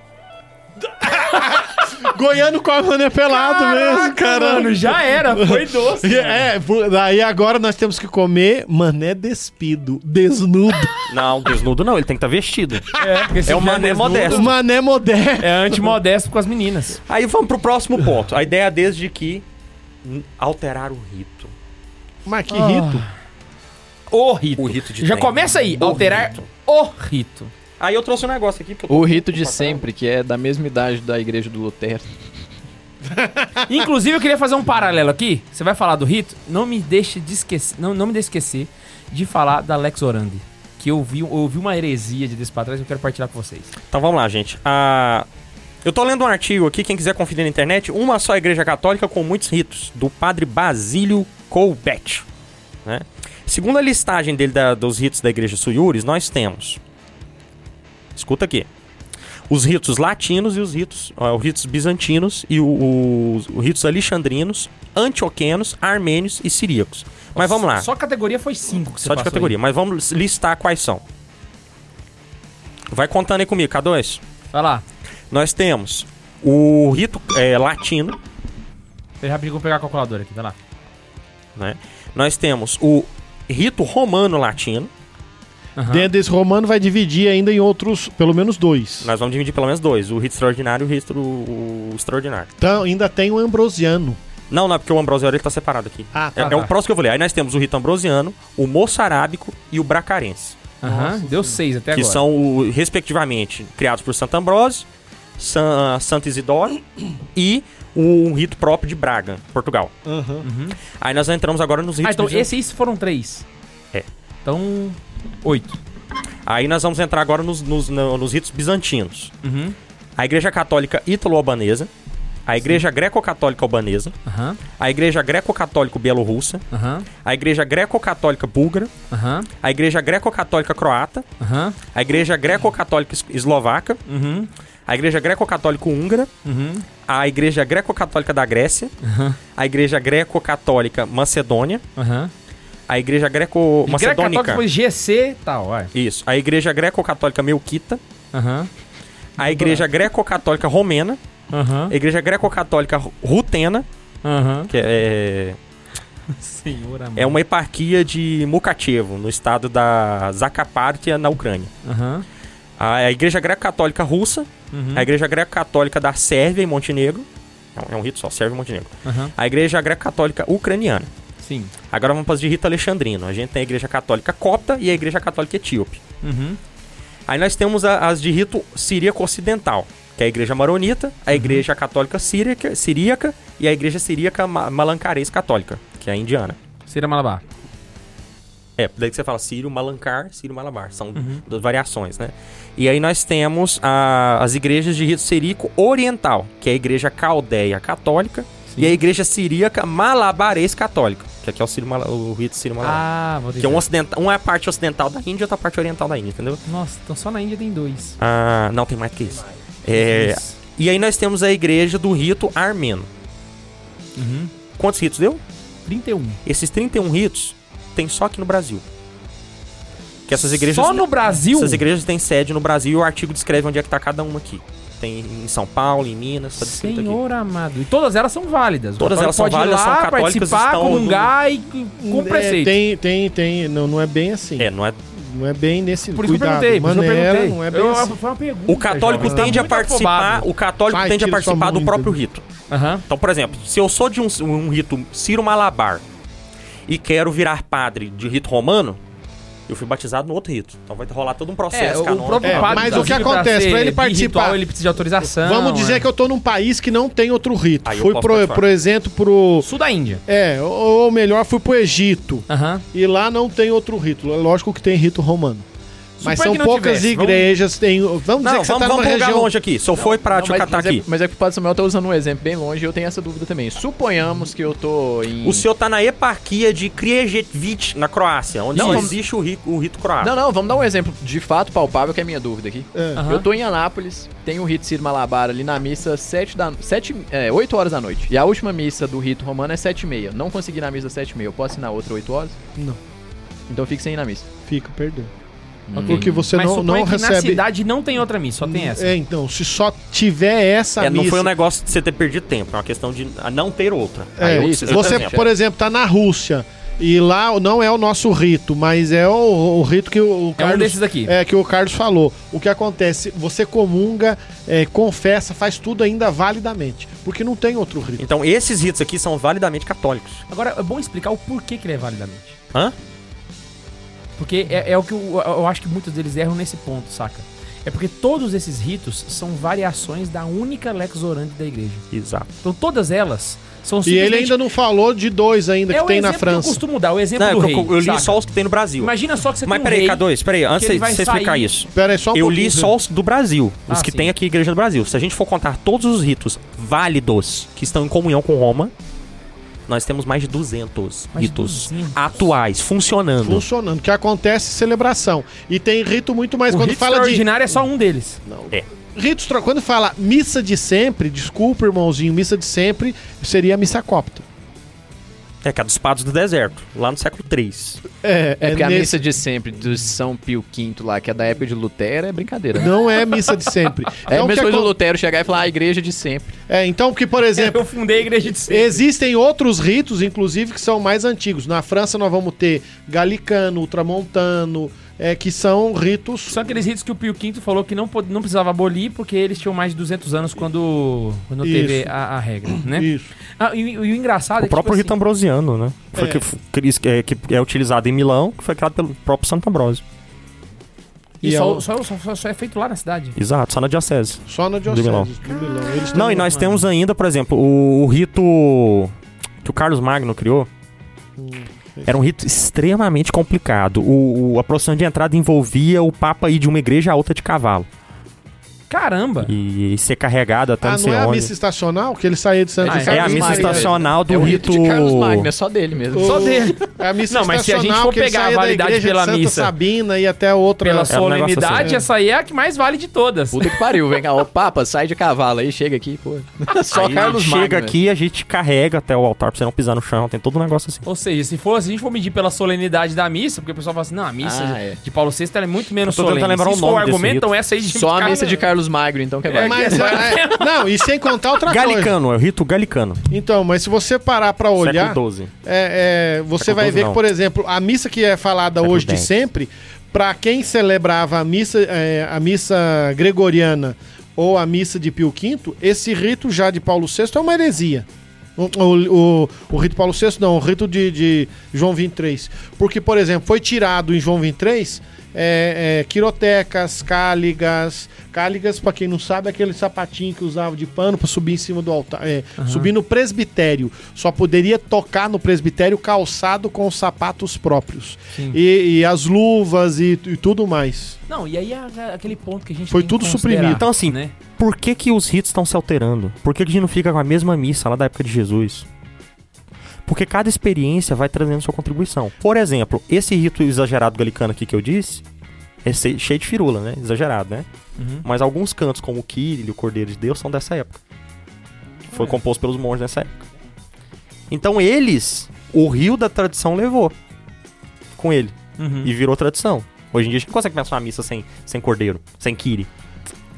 Speaker 2: Goiano com a mano é pelado mesmo, caramba.
Speaker 1: Mano, já era, foi
Speaker 3: <laughs>
Speaker 1: doce. mano.
Speaker 2: É, vo- daí agora nós temos que comer mané despido, desnudo,
Speaker 3: Não, desnudo não, ele tem que estar vestido.
Speaker 1: É, porque se
Speaker 3: É o
Speaker 1: fizer
Speaker 3: Mané
Speaker 1: desnudo,
Speaker 3: Modesto.
Speaker 2: mané moderno.
Speaker 1: É antimodesto com as meninas.
Speaker 3: Aí vamos pro próximo ponto. A ideia desde que hum, alterar o rito.
Speaker 2: Mas que
Speaker 1: Ah.
Speaker 2: rito.
Speaker 1: O rito.
Speaker 3: O rito de
Speaker 1: Já
Speaker 3: tempo.
Speaker 1: começa aí,
Speaker 3: O
Speaker 1: alterar
Speaker 3: rito.
Speaker 1: o rito.
Speaker 3: Aí eu trouxe um negócio aqui. porque eu tô
Speaker 4: O
Speaker 3: com
Speaker 4: rito de
Speaker 3: pra caralho.
Speaker 4: sempre, que é da mesma idade da igreja do Lutero.
Speaker 1: Inclusive, eu queria fazer um paralelo aqui. Você vai falar do rito? Não me deixe de esquecer, não, não me deixe esquecer de falar da Lex Orandi. Que eu vi, eu ouvi uma heresia de desse pra trás que eu quero partilhar com vocês.
Speaker 3: Então vamos lá, gente. Ah, eu tô lendo um artigo aqui, quem quiser conferir na internet, uma só igreja católica com muitos ritos, do padre Basílio Colbert. né? Segundo a listagem dele da- dos ritos da igreja Suyuris, nós temos. Escuta aqui. Os ritos latinos e os ritos, ó, os ritos bizantinos e o- o- os ritos alexandrinos, antioquenos, armênios e siríacos. Mas vamos lá.
Speaker 1: Só a categoria foi 5 que você
Speaker 3: Só de
Speaker 1: passou
Speaker 3: categoria, mas vamos listar quais são. Vai contando aí comigo, K2.
Speaker 1: aí. Vai lá.
Speaker 3: Nós temos o rito é, latino,
Speaker 1: Eu rapidinho vou pegar a calculadora aqui, vai lá.
Speaker 3: né? Nós temos o rito romano latino. Ah.
Speaker 1: Aham.
Speaker 2: Dentro desse romano vai dividir ainda em outros, pelo menos dois.
Speaker 3: Nós vamos dividir pelo menos dois, o rito extraordinário e o rito o- o extraordinário.
Speaker 2: Então ainda tem o ambrosiano.
Speaker 3: Não, não, porque o ambrosiano ele tá separado aqui.
Speaker 2: Ah,
Speaker 3: É,
Speaker 1: tá.
Speaker 3: é o próximo que eu vou ler. Aí nós temos o rito ambrosiano, o moçarábico e o bracarense.
Speaker 1: Aham, deu 6 até
Speaker 3: que
Speaker 1: É agora.
Speaker 3: são, o- respectivamente, criados por Santo Ambrósio, San, Santo Isidoro e um rito próprio de Braga, Portugal.
Speaker 2: Aham.
Speaker 3: Aí nós entramos agora nos ritos.
Speaker 1: Ah, então
Speaker 3: bizan-
Speaker 1: esses foram 3.
Speaker 3: né? É.
Speaker 1: Então, 8.
Speaker 3: Aí nós vamos entrar agora nos, nos- no- nos ritos bizantinos.
Speaker 1: Uhum.
Speaker 3: A Igreja Católica Ítalo-Albanesa, a Igreja Greco-Católica Albanesa,
Speaker 1: Aham,
Speaker 3: a Igreja Greco-Católica Bielorrussa,
Speaker 1: aham,
Speaker 3: a Igreja Greco-Católica Búlgara,
Speaker 1: aham,
Speaker 3: a Igreja Greco-Católica Croata,
Speaker 1: aham,
Speaker 3: a Igreja Greco-Católica Es- Eslovaca,
Speaker 1: uhum,
Speaker 3: a Igreja Greco-Católica Húngara,
Speaker 1: uhum,
Speaker 3: a Igreja Greco-Católica da Grécia,
Speaker 1: Aham.
Speaker 3: a Igreja Greco-Católica Macedônia,
Speaker 1: aham.
Speaker 3: a Igreja
Speaker 1: Greco-católico
Speaker 3: Greco-Macedônica.
Speaker 1: foi GC tal, ué.
Speaker 3: Isso, a Igreja Greco-Católica Melquita,
Speaker 1: Aham,
Speaker 3: a Igreja Greco-Católica Romena,
Speaker 1: aham,
Speaker 3: a Igreja Greco-Católica Rutena,
Speaker 1: aham.
Speaker 3: que é,
Speaker 1: Senhor amado.
Speaker 3: é uma eparquia de Mukachevo, no estado da Zakarpattia, na Ucrânia.
Speaker 1: Aham,
Speaker 3: A Igreja Greco-Católica Russa,
Speaker 1: uhum,
Speaker 3: a Igreja Greco-Católica da Sérvia e Montenegro, é um- é um rito só, Sérvia e Montenegro,
Speaker 1: aham,
Speaker 3: a Igreja Greco-Católica Ucraniana.
Speaker 1: sim.
Speaker 3: Agora vamos para as de rito alexandrino. A gente tem a Igreja Católica Copta e a Igreja Católica Etíope.
Speaker 1: Uhum,
Speaker 3: Aí nós temos a- as de rito siríaco ocidental, que é a Igreja Maronita, a
Speaker 1: Uhum.
Speaker 3: Igreja Católica Síriaca, Siríaca e a Igreja Siríaca ma Malancarês Católica, que é a indiana.
Speaker 1: Cira Malabar.
Speaker 3: É, daí que você fala Sírio Malancar, Sírio Malabar. São
Speaker 1: Uhum.
Speaker 3: duas variações, né? E aí nós temos a- as igrejas de rito siríaco oriental, que é a Igreja Caldeia Católica e a Igreja Siríaca Malabarês Católica, que aqui é o, sírio mala- o rito Sírio Malabar.
Speaker 1: Ah, vou
Speaker 3: Que é
Speaker 1: deixar.
Speaker 3: um ocidenta- uma é a parte ocidental da Índia e outra é a parte oriental da Índia, entendeu?
Speaker 1: Nossa, então só na Índia tem dois.
Speaker 3: Ah, não, tem mais que isso. É,
Speaker 1: Isso.
Speaker 3: e aí nós temos a igreja do rito armeno.
Speaker 1: Uhum.
Speaker 3: Quantos ritos deu?
Speaker 1: 31.
Speaker 3: Esses 31 ritos tem só aqui no Brasil. Que essas igrejas.
Speaker 1: Só no Brasil?
Speaker 3: Essas igrejas têm sede no Brasil e o artigo descreve onde é que tá cada uma aqui. Tem em São Paulo, em Minas, tá descrito aqui.
Speaker 1: Senhor amado. E todas elas são válidas. O
Speaker 3: Todas
Speaker 1: católico
Speaker 3: elas são
Speaker 1: pode ir
Speaker 3: válidas,
Speaker 1: lá,
Speaker 3: são católicas,
Speaker 1: participar,
Speaker 3: estão
Speaker 1: comungar e e- com
Speaker 2: É,
Speaker 1: preceito.
Speaker 2: tem, tem, tem. Não, não é bem assim.
Speaker 3: É, não é.
Speaker 2: Não é bem nesse
Speaker 1: Por isso
Speaker 2: cuidado.
Speaker 1: que eu perguntei. por isso que eu
Speaker 2: Maneira,
Speaker 1: perguntei.
Speaker 2: não é bem
Speaker 1: Eu-
Speaker 2: assim.
Speaker 1: foi uma pergunta,
Speaker 3: O católico
Speaker 1: jovem.
Speaker 3: tende a
Speaker 1: Muito
Speaker 3: participar.
Speaker 1: afobado.
Speaker 3: O católico
Speaker 2: Ai,
Speaker 3: tende
Speaker 2: tira
Speaker 3: a
Speaker 2: sua
Speaker 3: participar do
Speaker 2: mão,
Speaker 3: próprio
Speaker 2: entendeu?
Speaker 3: rito.
Speaker 1: Aham.
Speaker 3: Então, por exemplo, se eu sou de um, um rito Ciro-Malabar e quero virar padre de rito romano, eu fui batizado no outro rito. Então vai rolar todo um processo canônico.
Speaker 2: É, mas o que
Speaker 1: inclusive, pra
Speaker 2: acontece,
Speaker 1: ser
Speaker 2: pra ele
Speaker 1: birritual,
Speaker 2: participar-
Speaker 1: ele precisa de autorização.
Speaker 2: Vamos dizer
Speaker 1: é.
Speaker 2: que eu tô num país que não tem outro rito.
Speaker 3: Aí eu
Speaker 2: Fui,
Speaker 3: posso
Speaker 2: pro,
Speaker 3: participar.
Speaker 2: por exemplo, pro.
Speaker 1: Sul da Índia.
Speaker 2: É, ou ou melhor, fui pro Egito.
Speaker 1: Aham.
Speaker 2: E lá não tem outro rito. É Lógico que tem rito romano.
Speaker 1: Suponha
Speaker 2: Mas são
Speaker 1: que não
Speaker 2: poucas
Speaker 1: tivesse, vamos-
Speaker 2: igrejas, tem. Vamos dizer
Speaker 3: Não,
Speaker 2: que você
Speaker 3: vamos,
Speaker 2: tá
Speaker 3: vamos
Speaker 2: numa
Speaker 3: pro lugar
Speaker 2: região.
Speaker 3: longe aqui. Se Ah, eu for pra
Speaker 4: Não, mas,
Speaker 3: Chucatá
Speaker 4: mas,
Speaker 3: aqui,
Speaker 4: É, mas é que o Padre Samuel tá usando um exemplo bem longe e eu tenho essa dúvida também. Suponhamos que eu tô em.
Speaker 3: o senhor tá na eparquia de Krijevic, na Croácia, onde
Speaker 4: Não,
Speaker 3: não,
Speaker 4: vamos-
Speaker 3: existe o, ri- o rito croata.
Speaker 4: Não, não, vamos dar um exemplo de fato palpável, que é a minha dúvida aqui.
Speaker 2: É.
Speaker 1: Aham.
Speaker 4: Eu tô em Anápolis, tem um o rito Ciro Malabar ali na missa 7 da, 7, é, 8 horas da noite. E a última missa do rito romano é 7 e meia. Não consegui ir na missa 7 e meia. Eu posso ir na outra 8 horas?
Speaker 2: Não.
Speaker 4: Então fique sem ir na missa.
Speaker 2: Fica, perdeu.
Speaker 3: Hum.
Speaker 2: Porque você
Speaker 1: Mas
Speaker 2: não,
Speaker 1: suponha
Speaker 2: não
Speaker 1: que na
Speaker 2: recebe.
Speaker 1: cidade não tem outra missa, só tem essa.
Speaker 2: É, então, se só tiver essa
Speaker 3: É, não
Speaker 2: missa-
Speaker 3: foi um negócio de você ter perdido tempo, é uma questão de ah, não ter outra.
Speaker 2: É,
Speaker 3: Aí eu-
Speaker 4: isso,
Speaker 2: você,
Speaker 3: exemplo,
Speaker 2: por exemplo, tá na Rússia e lá não é o nosso rito, mas é o, o rito que o, o
Speaker 1: É
Speaker 2: Carlos
Speaker 1: um desses aqui.
Speaker 2: é, que o Carlos falou. O que acontece? Você comunga, é, confessa, faz tudo ainda validamente, porque não tem outro rito.
Speaker 3: Então, esses ritos aqui são validamente católicos.
Speaker 1: Agora, é bom explicar o porquê que ele é validamente.
Speaker 3: Hã?
Speaker 1: Porque é, é o que eu, eu acho que muitos deles erram nesse ponto, saca? É porque todos esses ritos são variações da única lex orandi da igreja.
Speaker 3: Exato.
Speaker 1: Então todas elas são
Speaker 2: E ele
Speaker 1: Então, simplesmente-
Speaker 2: ainda não falou de dois ainda
Speaker 1: é
Speaker 2: que
Speaker 1: o
Speaker 2: tem na
Speaker 1: exemplo Que eu
Speaker 2: França.
Speaker 1: costumo dar, o exemplo
Speaker 3: Não,
Speaker 1: do
Speaker 3: eu,
Speaker 1: rei.
Speaker 3: eu- eu li
Speaker 1: saca?
Speaker 3: só os que tem no Brasil.
Speaker 1: Imagina só que você
Speaker 3: Mas
Speaker 1: tem um
Speaker 3: peraí,
Speaker 1: rei,
Speaker 3: K2, peraí, antes
Speaker 1: que
Speaker 3: de
Speaker 1: ele vai
Speaker 3: você explicar
Speaker 1: sair-
Speaker 3: isso.
Speaker 2: Pera aí, só um
Speaker 3: eu li
Speaker 2: pouquinho,
Speaker 3: só os do Brasil, os
Speaker 1: Ah,
Speaker 3: que
Speaker 1: sim.
Speaker 3: tem aqui a Igreja do Brasil. Se a gente for contar todos os ritos válidos que estão em comunhão com Roma, nós temos mais de 200
Speaker 1: Mais de
Speaker 3: ritos
Speaker 1: 200.
Speaker 3: atuais, funcionando.
Speaker 2: funcionando, que acontece celebração. E tem rito muito mais
Speaker 1: o
Speaker 2: quando
Speaker 1: rito
Speaker 2: fala de
Speaker 1: extraordinário é só um deles.
Speaker 2: ritos, tro- quando fala missa de sempre, desculpa, irmãozinho, missa de sempre seria a missa copta.
Speaker 3: É que é dos pados do deserto, lá no século III.
Speaker 2: É,
Speaker 4: É porque a
Speaker 2: nesse-
Speaker 4: missa de sempre do São Pio V lá, que é da época de Lutero, é brincadeira. né?
Speaker 2: Não é missa de sempre.
Speaker 4: É a
Speaker 2: Então, o que
Speaker 4: mesma coisa
Speaker 2: acon-
Speaker 4: do Lutero chegar e falar "Ah, a igreja de sempre.
Speaker 2: É, então, porque, por exemplo,
Speaker 1: <laughs> É, Eu fundei a igreja de sempre.
Speaker 2: existem outros ritos, inclusive, que são mais antigos. Na França, nós vamos ter galicano, ultramontano, é, que são ritos.
Speaker 1: São aqueles ritos que o Pio V falou que não, pod- não precisava abolir porque eles tinham mais de 200 anos quando, quando
Speaker 2: Isso.
Speaker 1: teve a, a regra, né?
Speaker 2: Isso.
Speaker 1: Ah, e, e o engraçado
Speaker 3: O
Speaker 1: é que,
Speaker 3: próprio
Speaker 1: tipo
Speaker 3: rito
Speaker 1: assim,
Speaker 3: ambrosiano, né? Foi
Speaker 2: É.
Speaker 3: que, f- que is- é, que é utilizado em Milão, que foi criado pelo próprio Santo Ambrósio.
Speaker 1: assim, e
Speaker 2: E é
Speaker 1: só,
Speaker 2: o-
Speaker 1: só- só- só é feito lá na cidade.
Speaker 3: Exato, só na diocese.
Speaker 2: Só na diocese.
Speaker 3: Milão.
Speaker 2: de Milão. Eles
Speaker 3: Não,
Speaker 2: têm-
Speaker 3: e nós
Speaker 1: mano.
Speaker 3: temos ainda, por exemplo, o, o rito que o Carlos Magno criou.
Speaker 4: Hum,
Speaker 3: Era um rito extremamente complicado. O, o- a procissão de entrada envolvia o Papa ir de uma igreja a outra de cavalo.
Speaker 1: Caramba!
Speaker 3: E, ser carregado até
Speaker 2: Ah,
Speaker 3: não
Speaker 2: não
Speaker 3: sei
Speaker 2: é a
Speaker 3: onde.
Speaker 2: missa estacional? Que ele saía de Santa
Speaker 1: Ah,
Speaker 3: é a
Speaker 1: Carlos
Speaker 3: missa
Speaker 1: Magno.
Speaker 3: estacional do
Speaker 4: é o
Speaker 3: rito.
Speaker 4: rito de Carlos Magno, é só dele mesmo.
Speaker 2: <laughs> Só
Speaker 1: dele.
Speaker 2: É a missa
Speaker 1: Não, mas se a gente
Speaker 2: estacional
Speaker 1: for
Speaker 2: que ele
Speaker 1: pegar a
Speaker 2: saía da
Speaker 1: validade
Speaker 2: igreja de
Speaker 1: pela
Speaker 2: Santa
Speaker 1: missa.
Speaker 2: Sabina e até outra.
Speaker 1: Pela
Speaker 3: um negócio
Speaker 1: solenidade,
Speaker 3: assim.
Speaker 1: essa aí é a que mais vale de todas.
Speaker 4: Puta que pariu, vem cá. Ó, Papa, sai de cavalo aí, chega aqui, pô. Só
Speaker 3: Aí
Speaker 4: Carlos
Speaker 3: chega
Speaker 4: Magno. é. né?
Speaker 3: aqui e a gente carrega até o altar pra você não pisar no chão. Tem todo um negócio assim.
Speaker 1: Ou seja, se, for, se a gente for medir pela solenidade da missa, porque o pessoal fala assim, não, a missa
Speaker 4: Ah,
Speaker 1: de,
Speaker 4: é.
Speaker 1: de Paulo VI ela é muito menos
Speaker 3: Eu tô tentando
Speaker 1: solene.
Speaker 3: lembrar
Speaker 1: se
Speaker 3: o
Speaker 1: isso for
Speaker 3: nome desse
Speaker 1: argumento,
Speaker 3: rito.
Speaker 1: então essa aí
Speaker 4: Só a
Speaker 1: cara-
Speaker 4: missa de Carlos Magno, então que vai.
Speaker 2: Mas, é- não, e sem contar outra coisa.
Speaker 3: Galicano, é o rito galicano.
Speaker 2: Então, mas se você parar pra olhar.
Speaker 3: Século XII.
Speaker 2: É, é, você
Speaker 3: Século
Speaker 2: vai
Speaker 3: XII
Speaker 2: ver
Speaker 3: não.
Speaker 2: que, por exemplo, a missa que é falada
Speaker 3: Século
Speaker 2: hoje de
Speaker 3: X.
Speaker 2: sempre, para quem celebrava a missa, é, a missa gregoriana ou a missa de Pio V, esse rito já de Paulo VI é uma heresia. O, o, o- o rito Paulo VI não, o rito de, de João 23. Porque, por exemplo, foi tirado em João 23 é, é, quirotecas, cáligas. Cáligas, para quem não sabe, é aquele sapatinho que usava de pano para subir em cima do altar. é, Subir no presbitério. Só poderia tocar no presbitério calçado com os sapatos próprios.
Speaker 1: Sim.
Speaker 2: E, e as luvas e, e tudo mais.
Speaker 1: Não, e aí é aquele ponto que a gente
Speaker 2: Foi
Speaker 1: tem
Speaker 2: tudo
Speaker 1: que
Speaker 2: suprimido.
Speaker 1: considerar,
Speaker 3: Então, assim,
Speaker 1: né?
Speaker 3: Por que, que os ritos estão se alterando? Por que, que a gente não fica com a mesma missa lá da época de Jesus? Porque cada experiência vai trazendo sua contribuição. Por exemplo, esse rito exagerado galicano aqui que eu disse é se- cheio de firula, né? Exagerado, né?
Speaker 1: Uhum.
Speaker 3: Mas alguns cantos, como o Kyrie, o Cordeiro de Deus, são dessa época. Foi
Speaker 1: É.
Speaker 3: composto pelos monges nessa época. Então eles, o rio da tradição levou com ele
Speaker 1: Uhum.
Speaker 3: e virou tradição. Hoje em dia a gente não consegue pensar uma missa sem, sem cordeiro, sem kiri,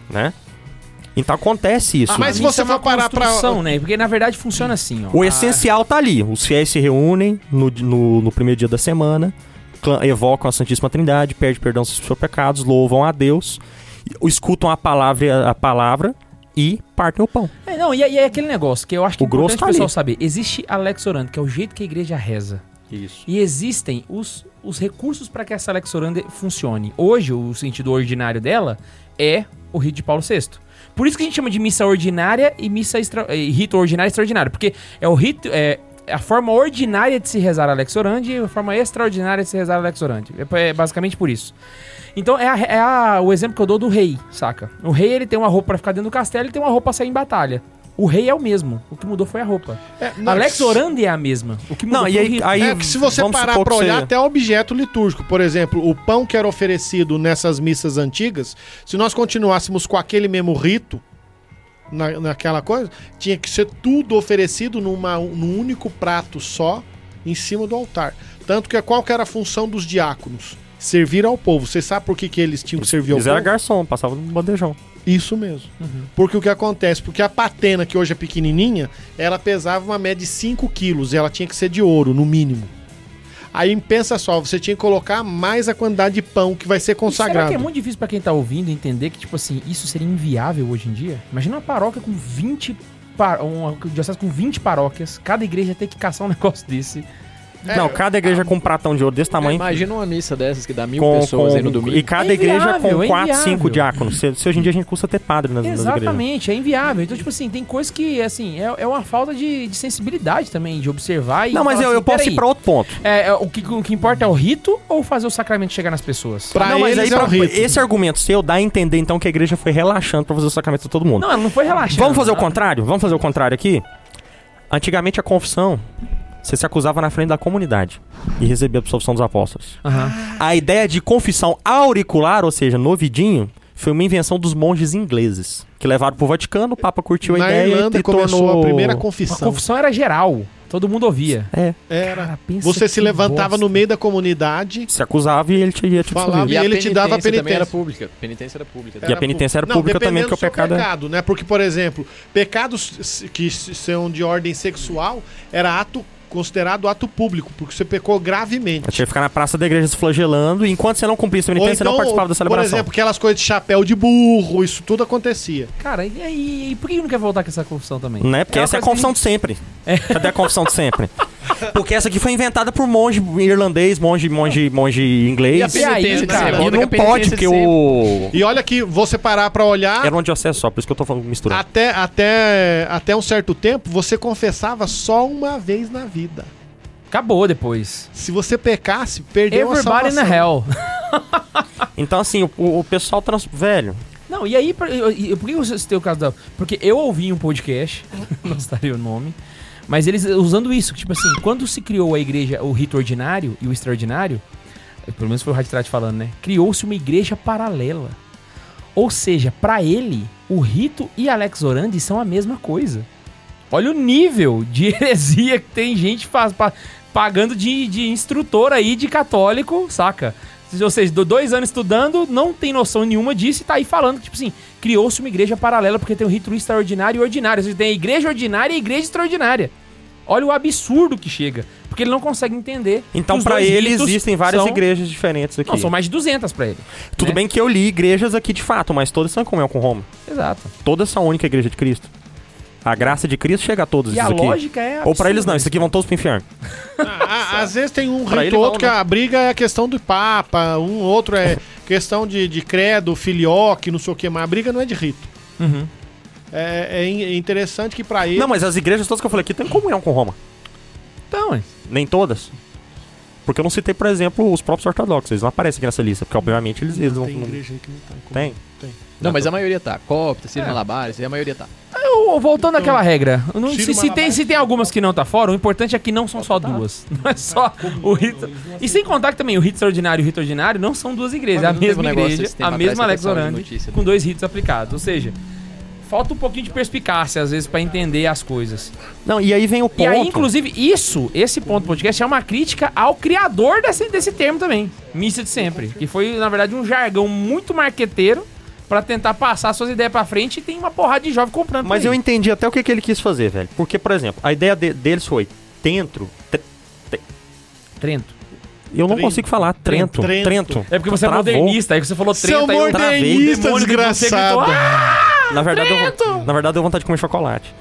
Speaker 3: né? Então acontece isso.
Speaker 2: Ah, mas
Speaker 1: A
Speaker 2: se
Speaker 1: missa
Speaker 2: você
Speaker 1: é uma
Speaker 2: for parar pra-
Speaker 1: construção, né? Porque na verdade funciona assim, ó.
Speaker 3: O
Speaker 2: Ah.
Speaker 1: A-
Speaker 3: essencial tá ali. Os fiéis se reúnem no, no, no primeiro dia da semana, cla- evocam a Santíssima Trindade, pedem perdão dos seus pecados, louvam a Deus, e- escutam a palavra, a palavra e partem o pão.
Speaker 1: É, não, e, e é aquele negócio que eu acho que
Speaker 3: O grosso
Speaker 1: importante
Speaker 3: tá
Speaker 1: o pessoal
Speaker 3: ali.
Speaker 1: saber. Existe a Lex Orandi, que é o jeito que a igreja reza.
Speaker 3: Isso.
Speaker 1: E existem os, os recursos para que essa Lex Orandi funcione. Hoje, o sentido ordinário dela é o rito de Paulo VI. Por isso que a gente chama de missa ordinária e missa extra, e rito ordinário e extraordinário. Porque é o rito. É, a forma ordinária de se rezar a Lex Orandi e a forma extraordinária de se rezar a Lex Orandi. É, é basicamente por isso. Então é, a- é a- o exemplo que eu dou do rei, saca? O rei ele tem uma roupa pra ficar dentro do castelo e tem uma roupa pra sair em batalha. O rei é o mesmo. O que mudou foi a roupa.
Speaker 2: É,
Speaker 1: A Alex Orandi é a mesma. O que mudou
Speaker 3: Não,
Speaker 1: foi
Speaker 3: e
Speaker 1: o
Speaker 3: aí,
Speaker 1: rito.
Speaker 3: aí
Speaker 2: é que se você
Speaker 3: vamos
Speaker 2: parar
Speaker 3: supor
Speaker 2: pra
Speaker 3: que
Speaker 2: olhar
Speaker 3: você-
Speaker 2: até é um objeto litúrgico, por exemplo, o pão que era oferecido nessas missas antigas, se nós continuássemos com aquele mesmo rito, na, naquela coisa, tinha que ser tudo oferecido numa, num único prato só, em cima do altar. Tanto que qual que era a função dos diáconos? servir ao povo. Você sabe por que, que eles tinham que servir ao
Speaker 3: Eles eram
Speaker 2: povo?
Speaker 3: garçom, passavam no bandejão.
Speaker 2: Isso mesmo. Porque o que acontece? Porque a patena, que hoje é pequenininha, ela pesava uma média de 5 quilos e ela tinha que ser de ouro, no mínimo. Aí pensa só, você tinha que colocar mais a quantidade de pão que vai ser
Speaker 1: Será
Speaker 2: consagrado.
Speaker 1: que é muito difícil pra quem tá ouvindo entender que, tipo assim, isso seria inviável hoje em dia? Imagina uma paróquia com 20. Par... Uma diocese com 20 paróquias, cada igreja ter que caçar um <laughs> negócio desse.
Speaker 2: É,
Speaker 3: não, cada igreja com um pratão de ouro desse tamanho.
Speaker 4: Imagina uma missa dessas que dá mil
Speaker 3: com,
Speaker 4: pessoas aí no
Speaker 3: com-
Speaker 4: domingo.
Speaker 3: E cada
Speaker 1: É
Speaker 3: igreja
Speaker 1: inviável,
Speaker 3: com
Speaker 1: é
Speaker 3: 4,
Speaker 1: inviável.
Speaker 3: 5 diáconos. Se, se hoje em dia a gente custa ter padre nas, nas igrejas.
Speaker 1: Exatamente, é inviável. Então, tipo assim, tem coisa que, assim, é, é uma falta de, de sensibilidade também, de observar e.
Speaker 3: Não, mas
Speaker 1: falar
Speaker 3: eu,
Speaker 1: assim,
Speaker 3: eu posso
Speaker 1: "Peraí,
Speaker 3: ir pra outro ponto.
Speaker 1: É, é, o, que, o que importa é o rito ou fazer o sacramento chegar nas pessoas?
Speaker 2: Pra
Speaker 3: não, mas
Speaker 2: eles
Speaker 3: aí
Speaker 2: é o rito.
Speaker 3: esse argumento seu dá a entender então que a igreja foi relaxando pra fazer o sacramento de todo mundo.
Speaker 1: Não, ela não foi relaxada.
Speaker 3: Vamos fazer o contrário? Vamos fazer o contrário aqui? Antigamente a confissão, você se acusava na frente da comunidade e recebia a absolvição dos apóstolos.
Speaker 1: Aham.
Speaker 3: A ideia de confissão auricular, ou seja, no vidinho, foi uma invenção dos monges ingleses, que levaram pro Vaticano, o Papa curtiu a
Speaker 2: Na
Speaker 3: ideia
Speaker 2: Irlanda
Speaker 3: e
Speaker 2: começou
Speaker 3: tornou...
Speaker 2: a primeira
Speaker 1: A
Speaker 2: confissão.
Speaker 1: confissão era geral. Todo mundo ouvia.
Speaker 3: É,
Speaker 2: Era.
Speaker 1: Cara, pensa
Speaker 2: Você
Speaker 1: é que
Speaker 2: se levantava
Speaker 1: bosta.
Speaker 2: no meio da comunidade.
Speaker 3: se acusava e ele te ia te
Speaker 2: Falava
Speaker 3: absolver.
Speaker 2: e ele te dava
Speaker 4: penitência também
Speaker 2: penitência.
Speaker 4: era pública. Penitência era pública.
Speaker 3: E a penitência era pública também,
Speaker 2: dependendo
Speaker 3: porque o
Speaker 2: do seu
Speaker 3: pecado é-
Speaker 2: né? Porque, por exemplo, pecados s- que s- são de ordem sexual era ato considerado ato público, porque você pecou gravemente.
Speaker 3: Eu tinha que ficar na praça da igreja se flagelando, e enquanto você não cumprisse a
Speaker 2: Ou então,
Speaker 3: penitência, Então você não participava da
Speaker 2: por
Speaker 3: celebração.
Speaker 2: exemplo, aquelas coisas de chapéu de burro, isso tudo acontecia.
Speaker 1: Cara, e aí? E por que não quer voltar com essa confissão também?
Speaker 3: Né? Porque
Speaker 1: É uma
Speaker 3: essa é a
Speaker 1: coisa
Speaker 3: confissão de sempre. Cadê a confissão de sempre? É. <laughs> Porque essa aqui foi inventada por monge irlandês, monge, monge, monge inglês.
Speaker 1: E a penitência, cara?
Speaker 3: E
Speaker 4: é
Speaker 1: Volta
Speaker 3: não pode, porque o.
Speaker 2: E olha que você parar pra olhar,
Speaker 3: Era uma diocese só, por isso que eu tô falando misturando.
Speaker 2: até, até, até um certo tempo, você confessava só uma vez na vida.
Speaker 1: que Acabou depois.
Speaker 2: Se você pecasse, perdeu a
Speaker 1: Everybody in
Speaker 2: salvação.
Speaker 1: the hell. <laughs> Ah.
Speaker 3: Então, assim, o- o, o pessoal trans. Velho,
Speaker 1: Não, e aí, pra- eu- eu- por que você tem o caso da. Porque eu ouvi um podcast, <laughs> não estaria o nome, mas eles usando isso, que, tipo assim, quando se criou a igreja, o rito ordinário e o extraordinário, eh, pelo menos foi o Raditrat falando, né? Criou-se uma igreja paralela. Ou seja, pra ele, o rito e Alex Orandi são a mesma coisa. Olha o nível de <laughs> heresia que tem gente faz- pa- pagando de, de instrutor aí de católico, saca? Ou seja, do- dois anos estudando, não tem noção nenhuma disso e tá aí falando que, tipo assim, criou-se uma igreja paralela porque tem o rito extraordinário e ordinário. Ou seja, tem a igreja ordinária e a igreja extraordinária. Olha o absurdo que chega. Porque ele não consegue entender. que
Speaker 3: então
Speaker 1: os
Speaker 3: pra
Speaker 1: dois
Speaker 3: ele
Speaker 1: ritos
Speaker 3: existem várias
Speaker 1: são-
Speaker 3: igrejas diferentes aqui.
Speaker 1: Não, são mais de 200 pra ele.
Speaker 3: Tudo
Speaker 1: né?
Speaker 3: bem que eu li igrejas aqui de fato, mas todas são em comunhão com Roma.
Speaker 1: Exato.
Speaker 3: Todas são a única igreja de Cristo. A graça de Cristo chega a todos
Speaker 1: E a
Speaker 3: esses aqui.
Speaker 1: lógica é.
Speaker 3: Ou pra eles não,
Speaker 1: absurda.
Speaker 3: isso aqui vão todos pro inferno.
Speaker 2: Ah, ah, Às vezes tem um
Speaker 3: Pra
Speaker 2: rito
Speaker 3: ele
Speaker 2: ou
Speaker 3: vão,
Speaker 2: outro que
Speaker 3: né?
Speaker 2: a briga é a questão do Papa, um outro é questão de, de credo, filioque, não sei o que, mas a briga não é de rito.
Speaker 1: Uhum.
Speaker 2: É, é in- é interessante que pra ele.
Speaker 3: Não, mas as igrejas todas que eu falei aqui têm comunhão com Roma.
Speaker 1: Então, é.
Speaker 3: Nem todas. Porque eu não citei, por exemplo, os próprios ortodoxos. Eles não aparecem aqui nessa lista, porque obviamente eles, eles não,
Speaker 2: tem
Speaker 3: não-
Speaker 2: igreja aí que não tá em comum.
Speaker 3: Tem?
Speaker 4: Não, mas a maioria tá. Copta, Ciro
Speaker 3: É.
Speaker 4: Malabares, a maioria tá.
Speaker 1: Eu- voltando àquela regra, eu não-
Speaker 2: Ciro
Speaker 1: se, se tem,
Speaker 2: Malabar.
Speaker 1: se tem algumas que não tá fora, o importante é que não são só duas. <laughs> Não é só o rito. E sem contar que também o rito extraordinário e o rito ordinário não são duas igrejas, é a
Speaker 4: Mas não teve
Speaker 1: mesma
Speaker 4: um negócio
Speaker 1: igreja,
Speaker 4: esse tempo
Speaker 1: a mesma
Speaker 4: atrás
Speaker 1: Alex
Speaker 4: que eu tava de
Speaker 1: Orandi,
Speaker 4: notícia, né?
Speaker 1: com dois ritos aplicados. Ou seja, falta um pouquinho de perspicácia às vezes pra entender as coisas.
Speaker 3: Não, e aí vem o ponto.
Speaker 1: E aí, inclusive, isso, esse ponto do podcast é uma crítica ao criador desse, desse termo também, missa de sempre, que foi, na verdade, um jargão muito marqueteiro pra tentar passar suas ideias pra frente e tem uma porrada de jovem comprando. por
Speaker 3: Mas
Speaker 1: aí.
Speaker 3: eu entendi até o que, que ele quis fazer, velho. Porque, por exemplo, a ideia de- deles foi Tentro. tre-
Speaker 1: Trento.
Speaker 3: Eu não
Speaker 2: Trento.
Speaker 3: consigo falar Trento.
Speaker 2: Trento.
Speaker 3: Trento.
Speaker 1: É porque você
Speaker 3: Travou.
Speaker 1: é modernista, aí você falou
Speaker 2: Seu
Speaker 1: treta, aí eu
Speaker 3: travei,
Speaker 2: modernista
Speaker 1: demônio que você
Speaker 2: desgraçado.
Speaker 1: gritou, "Ah,
Speaker 3: Na verdade, Eu, na verdade, eu vontade de comer chocolate.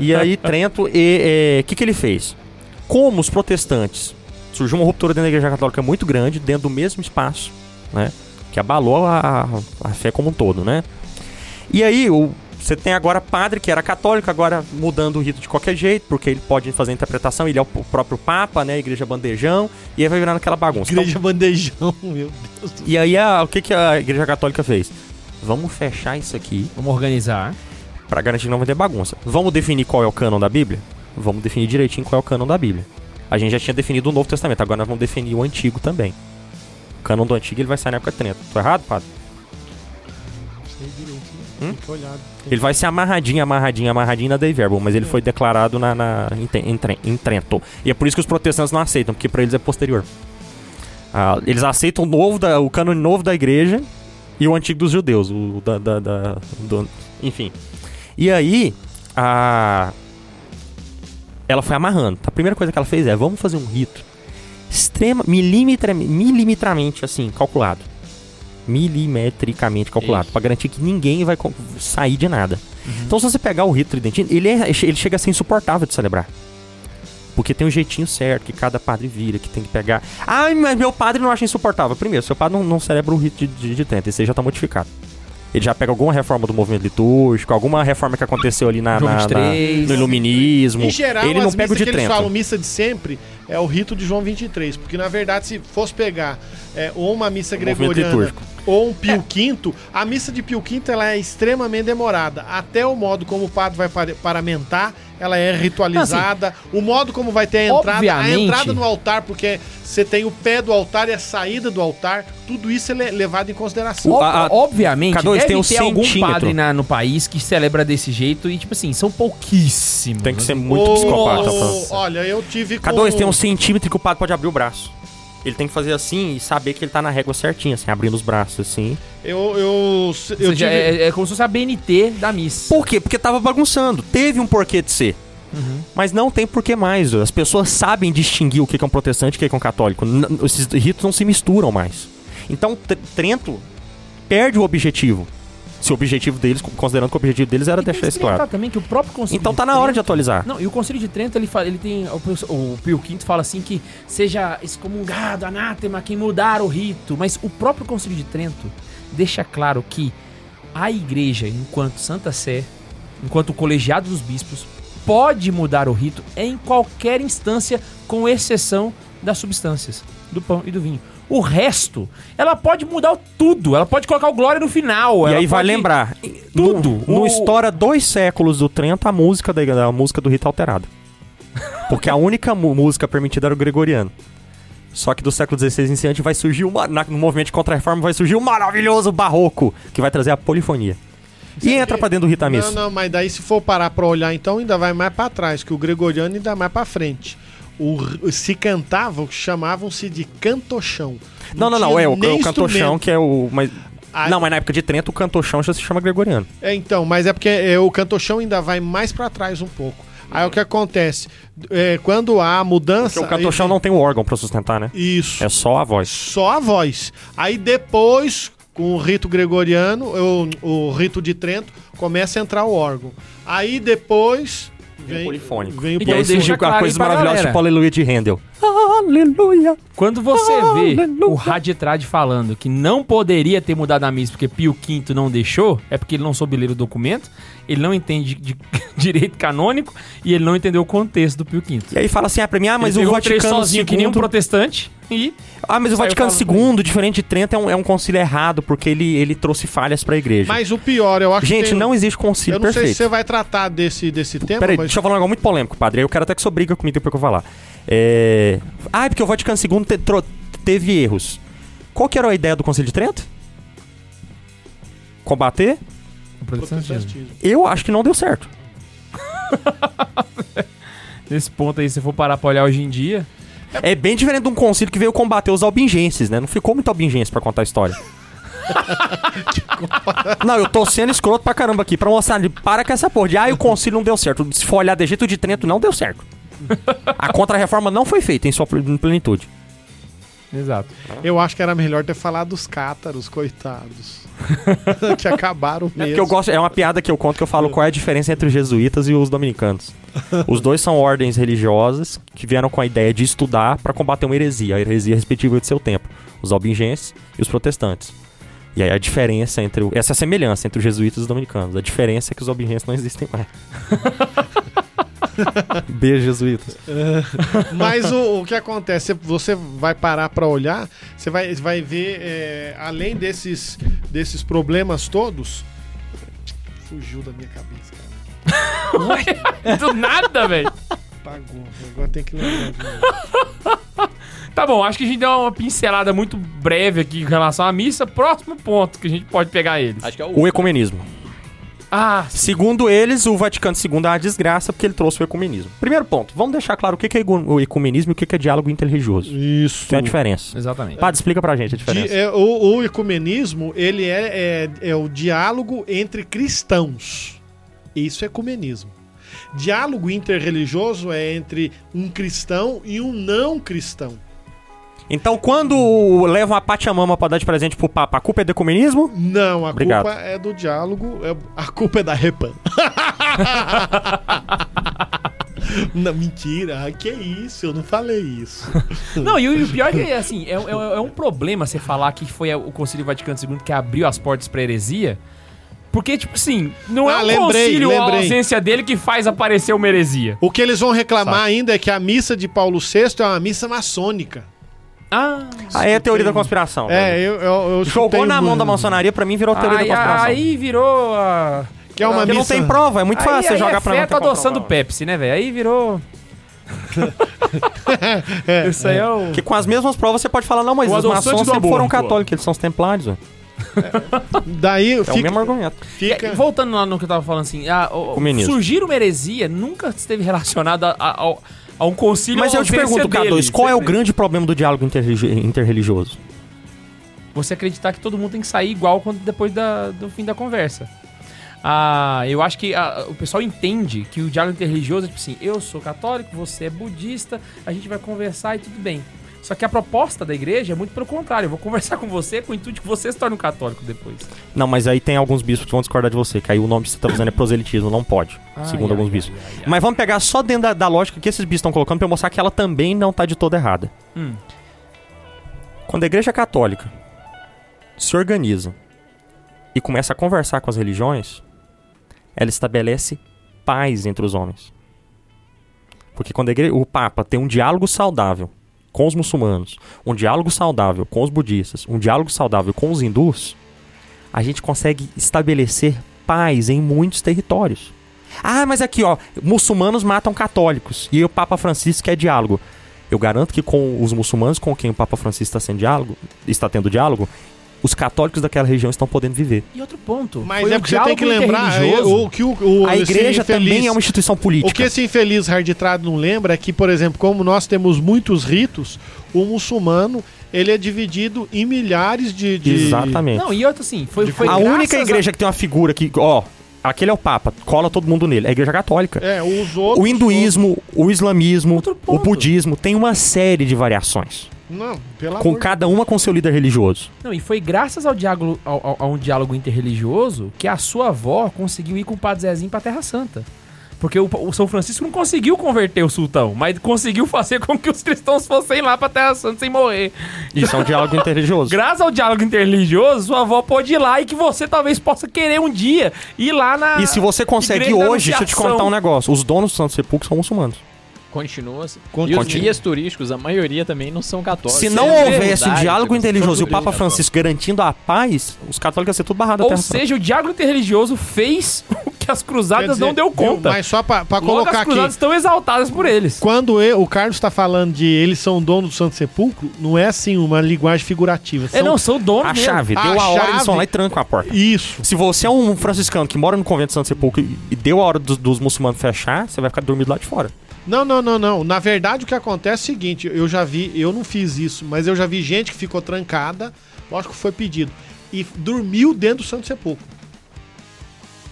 Speaker 3: e aí, Trento, o que, que ele fez? Como os protestantes. Surgiu uma ruptura dentro da Igreja Católica muito grande, dentro do mesmo espaço, né? Que abalou a, a fé como um todo, né? E aí, o, você tem agora padre que era católico, agora mudando o rito de qualquer jeito, porque ele pode fazer a interpretação, ele é o, p- próprio Papa, né? Igreja Bandejão, e aí vai virando aquela bagunça. Então,
Speaker 2: Igreja bandejão, meu Deus. do-
Speaker 3: e aí, a- o que, que a Igreja Católica fez? Vamos fechar isso aqui
Speaker 1: Vamos organizar.
Speaker 3: Pra garantir que não vai ter bagunça. Vamos definir qual é o cânon da Bíblia? Vamos definir direitinho qual é o cânon da Bíblia. A gente já tinha definido o Novo Testamento, agora nós vamos definir o Antigo também. O cânon do Antigo ele vai sair na época 30. Tô errado, padre? Hum?
Speaker 2: Fica olhado.
Speaker 3: Ele vai ser amarradinho, amarradinho, amarradinho na Dei Verbum, mas ele foi declarado na, na- em, Te- em Tre- em Trento. E é por isso que os protestantes não aceitam, porque pra eles é posterior. Ah, eles aceitam o, novo da, o cânone novo da igreja e o antigo dos judeus, o da. da- da- do- enfim. E aí, a. Ela foi amarrando. A primeira coisa que ela fez é: vamos fazer um rito extrema, milimetra, milimetramente assim, calculado. Milimetricamente calculado,
Speaker 1: Isso.
Speaker 3: Pra garantir que ninguém vai co- sair de nada. Então, se você pegar o rito tridentino, ele, é- ele chega a ser insuportável de celebrar. Porque tem um jeitinho certo que cada padre vira, que tem que pegar. Ai, mas meu padre não acha insuportável. Primeiro, seu padre não, não celebra o rito de, de, de tenta, esse aí já tá modificado. Ele já pega alguma reforma do movimento litúrgico, alguma reforma que aconteceu ali na,
Speaker 1: João
Speaker 3: na- na-
Speaker 1: 23.
Speaker 3: no iluminismo.
Speaker 2: Em geral,
Speaker 3: ele não
Speaker 2: as
Speaker 3: pega o
Speaker 2: missas
Speaker 3: de
Speaker 2: que eles
Speaker 3: Trento.
Speaker 2: falam missa de sempre é o rito de João 23, porque na verdade se fosse pegar é, ou uma missa
Speaker 3: movimento
Speaker 2: gregoriana
Speaker 3: litúrgico.
Speaker 2: ou um Pio V, a missa de Pio V ela é extremamente demorada. Até o modo como o padre vai pare- paramentar, ela é ritualizada.
Speaker 3: assim,
Speaker 2: o modo como vai ter a entrada, a
Speaker 1: Obviamente.
Speaker 2: entrada no altar, porque você tem o pé do altar e a saída do altar, tudo isso ele é levado em consideração.
Speaker 1: Ob-
Speaker 3: a- a-
Speaker 1: obviamente,
Speaker 3: Cadu, eles
Speaker 1: deve
Speaker 3: têm um
Speaker 1: ter algum
Speaker 3: centímetro.
Speaker 1: padre na- no país que celebra desse jeito e, tipo assim, são pouquíssimos. né?
Speaker 3: Tem que ser muito
Speaker 2: Ô,
Speaker 3: psicopata. pra-
Speaker 2: Olha, eu tive
Speaker 3: K2 tem um centímetro que o padre pode abrir o braço. Ele tem que fazer assim e saber que ele tá na régua certinha, assim, abrindo os braços, assim.
Speaker 2: Eu, eu,
Speaker 1: Ou
Speaker 2: eu
Speaker 1: seja,
Speaker 2: tive-
Speaker 1: é, é como se fosse a BNT da missa.
Speaker 3: Por quê? Porque tava bagunçando. Teve um porquê de ser.
Speaker 2: Uhum.
Speaker 3: Mas não tem porquê mais. As pessoas sabem distinguir o que que é um protestante e o que que é um católico. N- esses ritos não se misturam mais. Então, Tr- Trento perde o objetivo. Se o objetivo deles, considerando que o objetivo deles era
Speaker 2: Então,
Speaker 1: E tem
Speaker 3: deixar
Speaker 1: que
Speaker 3: isso claro.
Speaker 1: também que o próprio concílio
Speaker 3: Então
Speaker 1: de
Speaker 3: tá na hora de
Speaker 1: Trento-
Speaker 3: atualizar.
Speaker 1: Não, e o Conselho de Trento, ele, fala, ele tem. O, pers- o Pio V fala assim que seja excomungado, anátema, quem mudar o rito. Mas o próprio Conselho de Trento deixa claro que a igreja, enquanto Santa Sé, enquanto o colegiado dos bispos, pode mudar o rito em qualquer instância, com exceção das substâncias, do pão e do vinho. O resto, ela pode mudar tudo. Ela pode colocar o glória no final.
Speaker 3: E
Speaker 1: ela
Speaker 3: aí vai
Speaker 1: pode-
Speaker 3: lembrar.
Speaker 1: tudo.
Speaker 3: Não
Speaker 1: O-
Speaker 3: estoura dois séculos do Trento a música, da, da música do rito alterado. Porque a única mu- música permitida era o gregoriano. Só que do século XVI em diante vai surgir uma, na- no movimento de contra-reforma vai surgir o maravilhoso barroco, que vai trazer a polifonia. E entra pra dentro do rito à missa.
Speaker 2: Não, não, mas daí se for parar pra olhar, então ainda vai mais pra trás, que o gregoriano ainda mais pra frente. O, r- se cantavam, que chamavam-se de cantochão.
Speaker 3: Não, não, não,
Speaker 2: tinha
Speaker 3: é o,
Speaker 2: nem
Speaker 3: é o cantochão
Speaker 2: instrumento.
Speaker 3: que é o... Mas,
Speaker 2: Ah,
Speaker 3: não, mas na época de Trento o cantochão já se chama gregoriano.
Speaker 2: É, então, mas é porque é, o cantochão ainda vai mais pra trás um pouco. Aí o que acontece? É, quando há
Speaker 3: Porque
Speaker 2: mudança.
Speaker 3: o cantochão
Speaker 2: aí-
Speaker 3: não tem o órgão pra sustentar, né?
Speaker 2: Isso.
Speaker 3: É só a voz.
Speaker 2: Só a voz. Aí depois, com o rito gregoriano, o, o rito de Trento, começa a entrar o órgão. Aí depois.
Speaker 3: Vem o polifônico.
Speaker 2: Vem o
Speaker 1: Então,
Speaker 3: E aí
Speaker 1: deixa
Speaker 3: surgiu
Speaker 1: claro
Speaker 3: a
Speaker 1: aí
Speaker 3: coisa
Speaker 1: pra
Speaker 3: maravilhosa
Speaker 1: galera.
Speaker 3: tipo Aleluia de Handel. Aleluia.
Speaker 1: Quando você vê
Speaker 3: Oh, Aleluia.
Speaker 1: o Raditrad falando que não poderia ter mudado a missa porque Pio V não deixou, é porque ele não soube ler o documento, ele não entende de <laughs> direito canônico e ele não entendeu o contexto do Pio V.
Speaker 3: E aí fala assim, ah, pra mim, ah, mas
Speaker 1: ele
Speaker 3: o
Speaker 1: pegou
Speaker 3: Vaticano
Speaker 1: trecho sozinho que nem um
Speaker 3: II-
Speaker 1: protestante e
Speaker 3: Ah, mas o
Speaker 1: Saiu
Speaker 3: Vaticano
Speaker 1: falando.
Speaker 3: II, diferente de Trento, é um, é um concílio errado, porque ele, ele trouxe falhas pra igreja.
Speaker 2: Mas o pior, eu acho que.
Speaker 3: Gente,
Speaker 2: tem- um-
Speaker 3: não existe concílio
Speaker 2: Eu não sei
Speaker 3: perfeito.
Speaker 2: se você vai tratar desse, desse tema,
Speaker 3: Peraí,
Speaker 2: mas.
Speaker 3: deixa eu falar um negócio muito polêmico, padre. Aí o cara até que só briga comigo depois que eu falar. É... Ah, é porque o Vaticano II te- tro- teve erros. Qual que era a ideia do concílio de Trento? Combater?
Speaker 1: o Um protestantismo.
Speaker 2: Protestantismo.
Speaker 3: Eu acho que não deu certo.
Speaker 1: Nesse ponto aí, se for parar pra olhar hoje em dia,
Speaker 3: <laughs> É bem diferente de um concílio que veio combater os albingenses, né? Não ficou muito albingense pra contar a história. não, eu tô sendo escroto pra caramba aqui, pra mostrar, ali, para com essa porra de, ah, o concílio não deu certo. Se for olhar de jeito de Trento, não deu certo. A contra-reforma não foi feita em sua pl- plenitude.
Speaker 1: exato.
Speaker 2: Eu acho que era melhor ter falado dos cátaros,
Speaker 3: <laughs>
Speaker 2: coitados. que acabaram
Speaker 3: É
Speaker 2: mesmo.
Speaker 3: porque eu gosto, é uma piada que eu conto que eu falo qual é a diferença entre os jesuítas e os dominicanos. Os dois são ordens religiosas que vieram com a ideia de estudar pra combater uma heresia, a heresia respectiva de seu tempo, os albingenses e os protestantes. E aí a diferença entre o, essa é a semelhança entre os jesuítas e os dominicanos. A diferença é que os albingenses não existem mais. Beijo, jesuítas.
Speaker 2: Mas o, o que acontece? Você vai parar pra olhar, você vai, vai ver, é, além desses, desses problemas todos. Fugiu da minha cabeça, cara.
Speaker 3: <laughs>
Speaker 1: Do nada, velho.
Speaker 2: Pagou. Agora tem que lembrar. de novo.
Speaker 1: Tá bom, acho que a gente deu uma pincelada muito breve aqui em relação à missa. Próximo ponto que a gente pode pegar ele.
Speaker 4: Acho que é o,
Speaker 3: O ecumenismo.
Speaker 1: Ah,
Speaker 3: Segundo eles, o Vaticano II é uma desgraça porque ele trouxe o ecumenismo. Primeiro ponto, vamos deixar claro o que que é egu- o ecumenismo e o que que é diálogo interreligioso.
Speaker 2: Isso.
Speaker 3: Tem a diferença.
Speaker 1: exatamente.
Speaker 3: Padre, explica pra gente a
Speaker 2: Di-
Speaker 3: diferença.
Speaker 2: é, o, o ecumenismo, ele é, é, é o diálogo entre cristãos. Isso é ecumenismo. Diálogo interreligioso é entre um cristão e um não cristão.
Speaker 3: Então, quando levam a Pachamama pra dar de presente pro Papa, a culpa é do ecumenismo?
Speaker 2: Não, a
Speaker 3: Obrigado.
Speaker 2: culpa é do diálogo, é- a culpa é da Repan. <laughs> não, mentira, Ah, que isso, eu não falei isso.
Speaker 1: Não, e o e o pior é que, assim, é, é- é um problema você falar que foi o Concílio Vaticano II que abriu as portas pra heresia. Porque, tipo assim, não é
Speaker 2: Ah,
Speaker 1: o
Speaker 2: lembrei,
Speaker 1: concílio a
Speaker 2: lembrei.
Speaker 1: ausência dele que faz aparecer uma heresia.
Speaker 2: O que eles vão reclamar ainda é que a missa de Paulo VI é uma missa maçônica.
Speaker 1: Ah,
Speaker 3: Aí é a teoria da conspiração.
Speaker 2: É,
Speaker 3: velho.
Speaker 2: eu, eu, eu
Speaker 3: Jogou
Speaker 2: chutei um
Speaker 3: na mão
Speaker 2: uma-
Speaker 3: da maçonaria, pra mim virou teoria
Speaker 1: aí,
Speaker 3: da conspiração.
Speaker 1: Ah, aí virou a...
Speaker 2: Que é uma
Speaker 3: Porque
Speaker 2: missa.
Speaker 3: não tem prova, é muito fácil você jogar pra mim.
Speaker 1: feto tá adoçando Pepsi, né, velho? Aí
Speaker 3: <laughs>
Speaker 1: virou... Isso aí é o...
Speaker 3: Porque com as mesmas provas você pode falar, não, mas
Speaker 1: O
Speaker 3: os
Speaker 1: adoçante
Speaker 3: maçons
Speaker 1: do
Speaker 3: sempre
Speaker 1: aborto.
Speaker 3: foram católicos, eles são os templários. ó.
Speaker 2: Daí
Speaker 3: É
Speaker 2: fica,
Speaker 3: o mesmo argumento.
Speaker 2: fica-
Speaker 1: E, voltando lá no que eu tava falando, assim, a, o-
Speaker 3: Ecumenismo.
Speaker 1: surgir uma heresia nunca esteve relacionada a, a- ao- a um concílio
Speaker 3: Mas
Speaker 1: ou
Speaker 3: eu te
Speaker 1: ausência
Speaker 3: pergunto,
Speaker 1: dele.
Speaker 3: K2, qual é o
Speaker 1: Sempre.
Speaker 3: grande problema do diálogo interreligi- interreligioso?
Speaker 1: você acreditar que todo mundo tem que sair igual quando, depois da- do fim da conversa. Ah, eu acho que ah, o pessoal entende que o diálogo interreligioso é tipo assim: eu sou católico, você é budista, a gente vai conversar e tudo bem. Só que a proposta da igreja é muito pelo contrário. Eu vou conversar com você com o intuito de que você se torne um católico depois.
Speaker 3: Não, mas aí tem alguns bispos que vão discordar de você, que aí o nome que você tá usando é proselitismo, não pode, segundo
Speaker 1: Ai,
Speaker 3: alguns
Speaker 1: ai,
Speaker 3: bispos.
Speaker 1: ai, ai, ai.
Speaker 3: Mas vamos pegar só dentro da, da lógica que esses bispos estão colocando pra eu mostrar que ela também não tá de toda errada.
Speaker 1: Hum.
Speaker 3: Quando a igreja católica se organiza e começa a conversar com as religiões, ela estabelece paz entre os homens. Porque quando a igre- o Papa tem um diálogo saudável com os muçulmanos, um diálogo saudável com os budistas, um diálogo saudável com os hindus, a gente consegue estabelecer paz em muitos territórios. Ah, mas aqui, ó, muçulmanos matam católicos. E o Papa Francisco quer diálogo. Eu garanto que com os muçulmanos com quem o Papa Francisco está sendo diálogo, está tendo diálogo, os católicos daquela região estão podendo viver.
Speaker 1: E outro ponto.
Speaker 2: Mas
Speaker 1: foi
Speaker 2: é
Speaker 1: o
Speaker 2: porque você tem
Speaker 1: um diálogo
Speaker 2: que lembrar é,
Speaker 1: interreligioso.
Speaker 2: o que o, o
Speaker 3: a
Speaker 2: esse
Speaker 3: igreja também
Speaker 2: infeliz-
Speaker 3: é uma instituição
Speaker 2: O
Speaker 3: política.
Speaker 2: que esse infeliz harditrado não lembra é que, por exemplo, como nós temos muitos ritos, o muçulmano ele é dividido em milhares de, de-
Speaker 3: Exatamente.
Speaker 1: Não, e outro assim, foi, foi
Speaker 3: a
Speaker 1: graças
Speaker 3: única
Speaker 1: a-
Speaker 3: igreja que tem uma figura que, ó, aquele é o Papa, cola todo mundo nele, é a igreja católica.
Speaker 2: É, os outros.
Speaker 3: O hinduísmo, o islamismo,
Speaker 1: Outro
Speaker 3: o
Speaker 1: ponto.
Speaker 3: budismo, tem uma série de variações.
Speaker 2: Não, pelo
Speaker 3: Com
Speaker 2: amor de-
Speaker 3: cada uma com seu líder religioso.
Speaker 1: Não, e foi graças ao diálogo, ao- ao- a um diálogo interreligioso que a sua avó conseguiu ir com o Padre Zezinho pra Terra Santa. Porque o, o São Francisco não conseguiu converter o sultão, mas conseguiu fazer com que os cristãos fossem lá pra Terra Santa sem morrer.
Speaker 3: Isso é um diálogo interreligioso.
Speaker 1: Graças ao diálogo interreligioso, sua avó pôde ir lá e que você talvez possa querer um dia ir lá na.
Speaker 3: E se você consegue
Speaker 1: Igreja da
Speaker 3: hoje, deixa eu te
Speaker 1: Anunciação.
Speaker 3: contar um negócio. Os donos do Santo Sepulcro são muçulmanos.
Speaker 4: Continua. -se. E
Speaker 2: Continua.
Speaker 4: os guias turísticos, a maioria também não são católicos.
Speaker 3: Se não
Speaker 1: é
Speaker 3: houvesse um
Speaker 4: verdade, né?
Speaker 3: diálogo
Speaker 4: cara,
Speaker 3: interreligioso e o
Speaker 4: são
Speaker 3: Papa
Speaker 4: católicos.
Speaker 3: Francisco garantindo a paz, os católicos iam ser tudo barrado até
Speaker 1: Ou seja, o diálogo interreligioso fez o que as
Speaker 2: Quer
Speaker 1: cruzadas
Speaker 2: dizer,
Speaker 1: não deu
Speaker 2: viu?
Speaker 1: conta.
Speaker 2: Mas só pra, pra
Speaker 1: Logo,
Speaker 2: colocar
Speaker 1: as
Speaker 2: aqui.
Speaker 1: cruzadas estão exaltadas por eles.
Speaker 2: Quando eu- o Carlos está falando de eles são dono do Santo Sepulcro, não é assim uma linguagem figurativa.
Speaker 1: É,
Speaker 2: São...
Speaker 1: não, sou o dono
Speaker 3: a
Speaker 1: mesmo.
Speaker 3: chave.
Speaker 2: A
Speaker 3: Deu a hora, eles
Speaker 2: chave-
Speaker 3: vão lá e trancam a porta.
Speaker 2: Isso.
Speaker 3: Se você é um franciscano que mora no convento de Santo Sepulcro e e deu a hora dos, dos muçulmanos fechar, você vai ficar dormido lá de fora.
Speaker 2: Não, não, não, não. Na verdade, o que acontece é o seguinte: eu já vi, eu não fiz isso, mas eu já vi gente que ficou trancada, lógico que foi pedido, e dormiu dentro do Santo Sepulcro.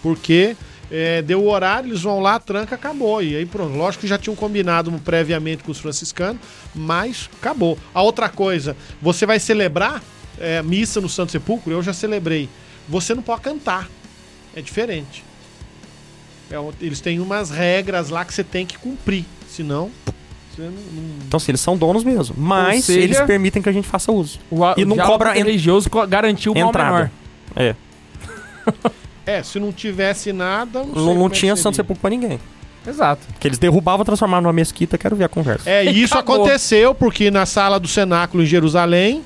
Speaker 2: Porque é, deu o horário, eles vão lá, tranca, acabou. E aí pronto. Lógico que já tinham combinado previamente com os franciscanos, mas acabou. A outra coisa, você vai celebrar é, missa no Santo Sepulcro? Eu já celebrei. Você não pode cantar. É diferente. É um- eles têm umas regras lá que você tem que cumprir. Senão. Você não, não-
Speaker 3: Então, assim, eles são donos mesmo. Mas
Speaker 1: seja-
Speaker 3: eles permitem que a gente faça uso.
Speaker 1: O, a-
Speaker 3: E
Speaker 1: o
Speaker 3: não
Speaker 1: diálogo
Speaker 3: cobra en-
Speaker 1: religioso co- garantiu o mal menor.
Speaker 3: Entrada. É.
Speaker 2: É, se não tivesse nada. sei
Speaker 3: Não,
Speaker 2: como
Speaker 3: não
Speaker 2: é que
Speaker 3: tinha
Speaker 2: seria.
Speaker 3: Santo Sepulcro pra ninguém.
Speaker 1: Exato.
Speaker 3: Porque eles derrubavam, transformavam numa mesquita, quero ver a conversa. <laughs>
Speaker 2: É, e isso
Speaker 1: Acabou.
Speaker 2: aconteceu porque na sala do cenáculo em Jerusalém,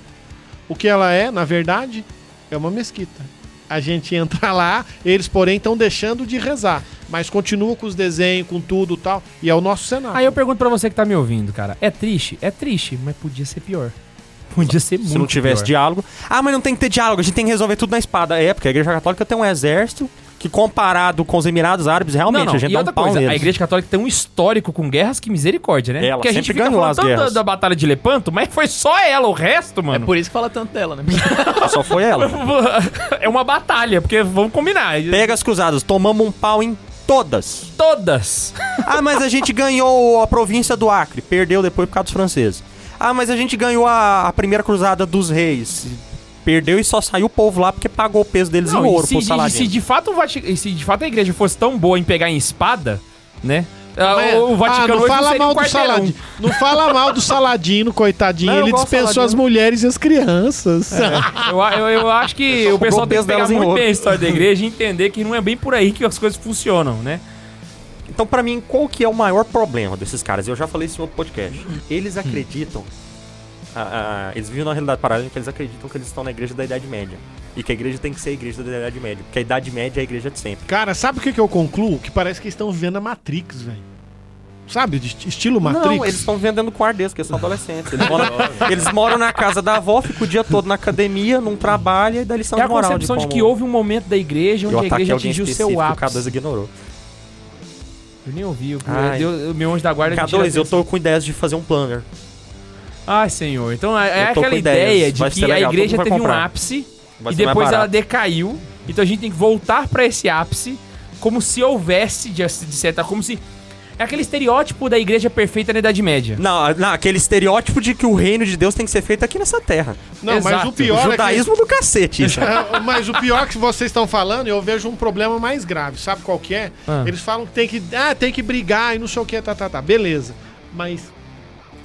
Speaker 2: o que ela é, na verdade, é uma mesquita. A gente entra lá, eles, porém, estão deixando de rezar. Mas continua com os desenhos, com tudo e tal. E é o nosso cenáculo.
Speaker 1: Aí eu pergunto pra você que tá me ouvindo, cara. É triste? É triste, mas podia ser pior. Podia ser muito
Speaker 3: Se não tivesse
Speaker 1: pior.
Speaker 3: diálogo. Ah, mas não tem que ter diálogo, a gente tem que resolver tudo na espada. É, porque a Igreja Católica tem um exército que comparado com os Emirados Árabes, realmente, a gente
Speaker 1: e
Speaker 3: dá
Speaker 1: outra
Speaker 3: um pau
Speaker 1: coisa,
Speaker 3: neles.
Speaker 1: a Igreja Católica tem um histórico com guerras que misericórdia, né?
Speaker 3: Ela
Speaker 1: Porque a gente
Speaker 3: sempre
Speaker 1: fica
Speaker 3: ganhou
Speaker 1: falando
Speaker 3: as
Speaker 1: tanto da,
Speaker 3: guerras.
Speaker 1: da Batalha de Lepanto, mas foi só ela, o resto,
Speaker 4: É
Speaker 1: mano.
Speaker 4: por isso que fala tanto dela,
Speaker 3: <laughs>
Speaker 4: né?
Speaker 3: Só foi ela.
Speaker 1: <laughs> É uma batalha, porque vamos combinar.
Speaker 3: Pega as cruzadas, tomamos um pau em todas.
Speaker 1: Todas.
Speaker 3: Ah, mas a gente ganhou a província do Acre, perdeu depois por causa dos franceses. Ah, mas a gente ganhou a, a primeira cruzada dos reis, perdeu e só saiu o povo lá porque pagou o peso deles
Speaker 1: Não,
Speaker 3: em
Speaker 1: e
Speaker 3: um ouro
Speaker 1: se,
Speaker 3: por
Speaker 1: e
Speaker 3: salário.
Speaker 1: se de fato o Vati- e se de fato a igreja fosse tão boa em pegar em espada, né? Ah,
Speaker 2: Mas-
Speaker 1: o, o Vaticano
Speaker 2: ah, não
Speaker 1: hoje
Speaker 2: fala
Speaker 1: seria um
Speaker 2: mal do
Speaker 1: quarteirão.
Speaker 2: Saladino. Não fala mal do Saladino, coitadinho.
Speaker 3: Não, eu
Speaker 2: Ele
Speaker 3: gosto do
Speaker 2: dispensou
Speaker 3: Saladino. É.
Speaker 2: as mulheres e as crianças.
Speaker 1: Eu, eu, eu acho que o pessoal
Speaker 3: o
Speaker 1: tem que
Speaker 3: peso
Speaker 1: pegar
Speaker 3: delas em
Speaker 1: muito
Speaker 3: ouro.
Speaker 1: bem a história da igreja e entender que não é bem por aí que as coisas funcionam, né?
Speaker 3: Então, pra mim, qual que é o maior problema desses caras? Eu já falei isso em outro podcast.
Speaker 1: Hum.
Speaker 3: Eles acreditam. Ah, ah, eles vivem na realidade paralela que eles acreditam que eles estão na igreja da Idade Média. E que a igreja tem que ser a igreja da Idade Média. Porque a Idade Média é a igreja de
Speaker 2: <laughs>
Speaker 3: sempre.
Speaker 2: Cara, sabe o que, que eu concluo? Que parece que eles estão vivendo a Matrix, velho. Sabe, de est- estilo Matrix?
Speaker 3: Não, eles estão vendendo quarto deles, que eles são adolescentes.
Speaker 1: <laughs>
Speaker 3: Eles moram, eles moram na casa da avó, ficam o dia todo na academia, não trabalha e dá lição
Speaker 1: É a
Speaker 3: de Então, moral.
Speaker 1: concepção de,
Speaker 3: como-
Speaker 1: que houve um momento da igreja
Speaker 3: Eu
Speaker 1: onde a
Speaker 3: ataquei
Speaker 1: igreja
Speaker 3: alguém
Speaker 1: atingiu o seu
Speaker 3: específico,
Speaker 1: ápice.
Speaker 3: O K2 ignorou.
Speaker 1: Eu nem ouvi. O
Speaker 3: Ai.
Speaker 1: Deus- o meu anjo da guarda... me tira
Speaker 3: K2, eu
Speaker 1: desse-
Speaker 3: tô com ideias de fazer um planner.
Speaker 1: Ai, senhor. Então é, é
Speaker 3: Eu tô
Speaker 1: aquela
Speaker 3: com
Speaker 1: ideia
Speaker 3: ideias,
Speaker 1: de
Speaker 3: vai
Speaker 1: que
Speaker 3: ser legal,
Speaker 1: a
Speaker 3: todo
Speaker 1: igreja
Speaker 3: mundo vai
Speaker 1: teve um
Speaker 3: comprar.
Speaker 1: ápice
Speaker 3: Vai
Speaker 1: e
Speaker 3: ser mais
Speaker 1: depois ela
Speaker 3: barato.
Speaker 1: decaiu. Então a gente tem que voltar pra esse ápice como se houvesse, de, de certa... Como se... É aquele estereótipo da igreja perfeita na Idade Média.
Speaker 3: Não, não, aquele estereótipo de que o reino de Deus tem que ser feito aqui nessa terra.
Speaker 2: Não, mas
Speaker 1: Exato.
Speaker 2: o pior é que...
Speaker 3: Judaísmo do cacete.
Speaker 2: <laughs>
Speaker 3: isso.
Speaker 2: É, mas o pior que vocês estão falando, eu vejo um problema mais grave. Sabe qual que é?
Speaker 1: Ah.
Speaker 2: Eles falam que tem que, ah, tem que brigar e não sei o que, tá, tá, tá. Beleza. Mas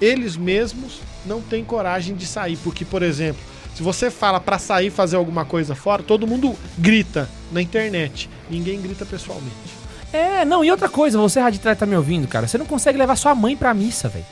Speaker 2: eles mesmos não têm coragem de sair. Porque, por exemplo, se você fala pra sair fazer alguma coisa fora, todo mundo grita na internet. Ninguém grita pessoalmente.
Speaker 1: É, não, e outra coisa, você, Raditrai, tá me ouvindo, cara. Você não consegue levar sua mãe pra missa, velho.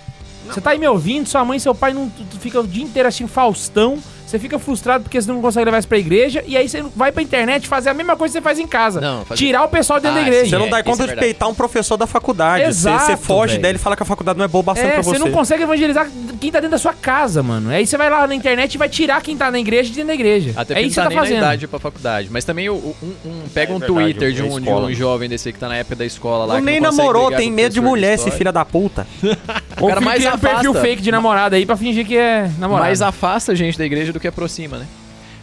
Speaker 1: Você tá aí me ouvindo, sua mãe e seu pai não tu- tu fica o dia inteiro assim, Faustão. Você fica frustrado porque você não consegue levar isso pra igreja. E aí você vai pra internet fazer a mesma coisa que você faz em casa.
Speaker 4: Não, fazer-
Speaker 1: Tirar o pessoal dentro
Speaker 4: Ah,
Speaker 1: da igreja.
Speaker 3: Você não
Speaker 4: É,
Speaker 3: dá
Speaker 4: isso
Speaker 3: conta
Speaker 4: é
Speaker 3: de
Speaker 4: verdade.
Speaker 3: peitar um professor da faculdade. Você- você
Speaker 1: Exato,
Speaker 3: foge
Speaker 4: velho.
Speaker 3: dele e fala que a faculdade não é boa
Speaker 4: tá
Speaker 3: bastante
Speaker 1: É,
Speaker 3: pra
Speaker 1: você
Speaker 3: você.
Speaker 1: não consegue evangelizar quem tá dentro da sua casa, mano. Aí você vai lá na internet e vai tirar quem tá na igreja de dentro da igreja.
Speaker 4: Até
Speaker 1: é
Speaker 4: porque
Speaker 1: isso
Speaker 4: não
Speaker 1: que você tá
Speaker 4: tá nem na
Speaker 1: fazendo.
Speaker 4: idade pra faculdade. Mas também o- o- um, um- pega
Speaker 3: É
Speaker 4: um
Speaker 3: verdade,
Speaker 4: Twitter de
Speaker 3: é
Speaker 4: um, de
Speaker 3: escola,
Speaker 4: um
Speaker 3: né?
Speaker 4: jovem desse aí que tá na época da escola lá.
Speaker 3: Não
Speaker 4: que
Speaker 3: nem
Speaker 4: consegue
Speaker 3: namorou,
Speaker 4: brigar
Speaker 3: tem
Speaker 4: com o
Speaker 3: medo de
Speaker 4: professor
Speaker 3: mulher,
Speaker 4: história.
Speaker 3: esse filho da puta.
Speaker 1: Ou
Speaker 4: O cara
Speaker 1: fica
Speaker 4: mais
Speaker 1: criando é um perfil
Speaker 4: afasta.
Speaker 1: fake de namorada aí pra fingir que é namorada.
Speaker 4: Mas afasta a gente da igreja do que aproxima, né?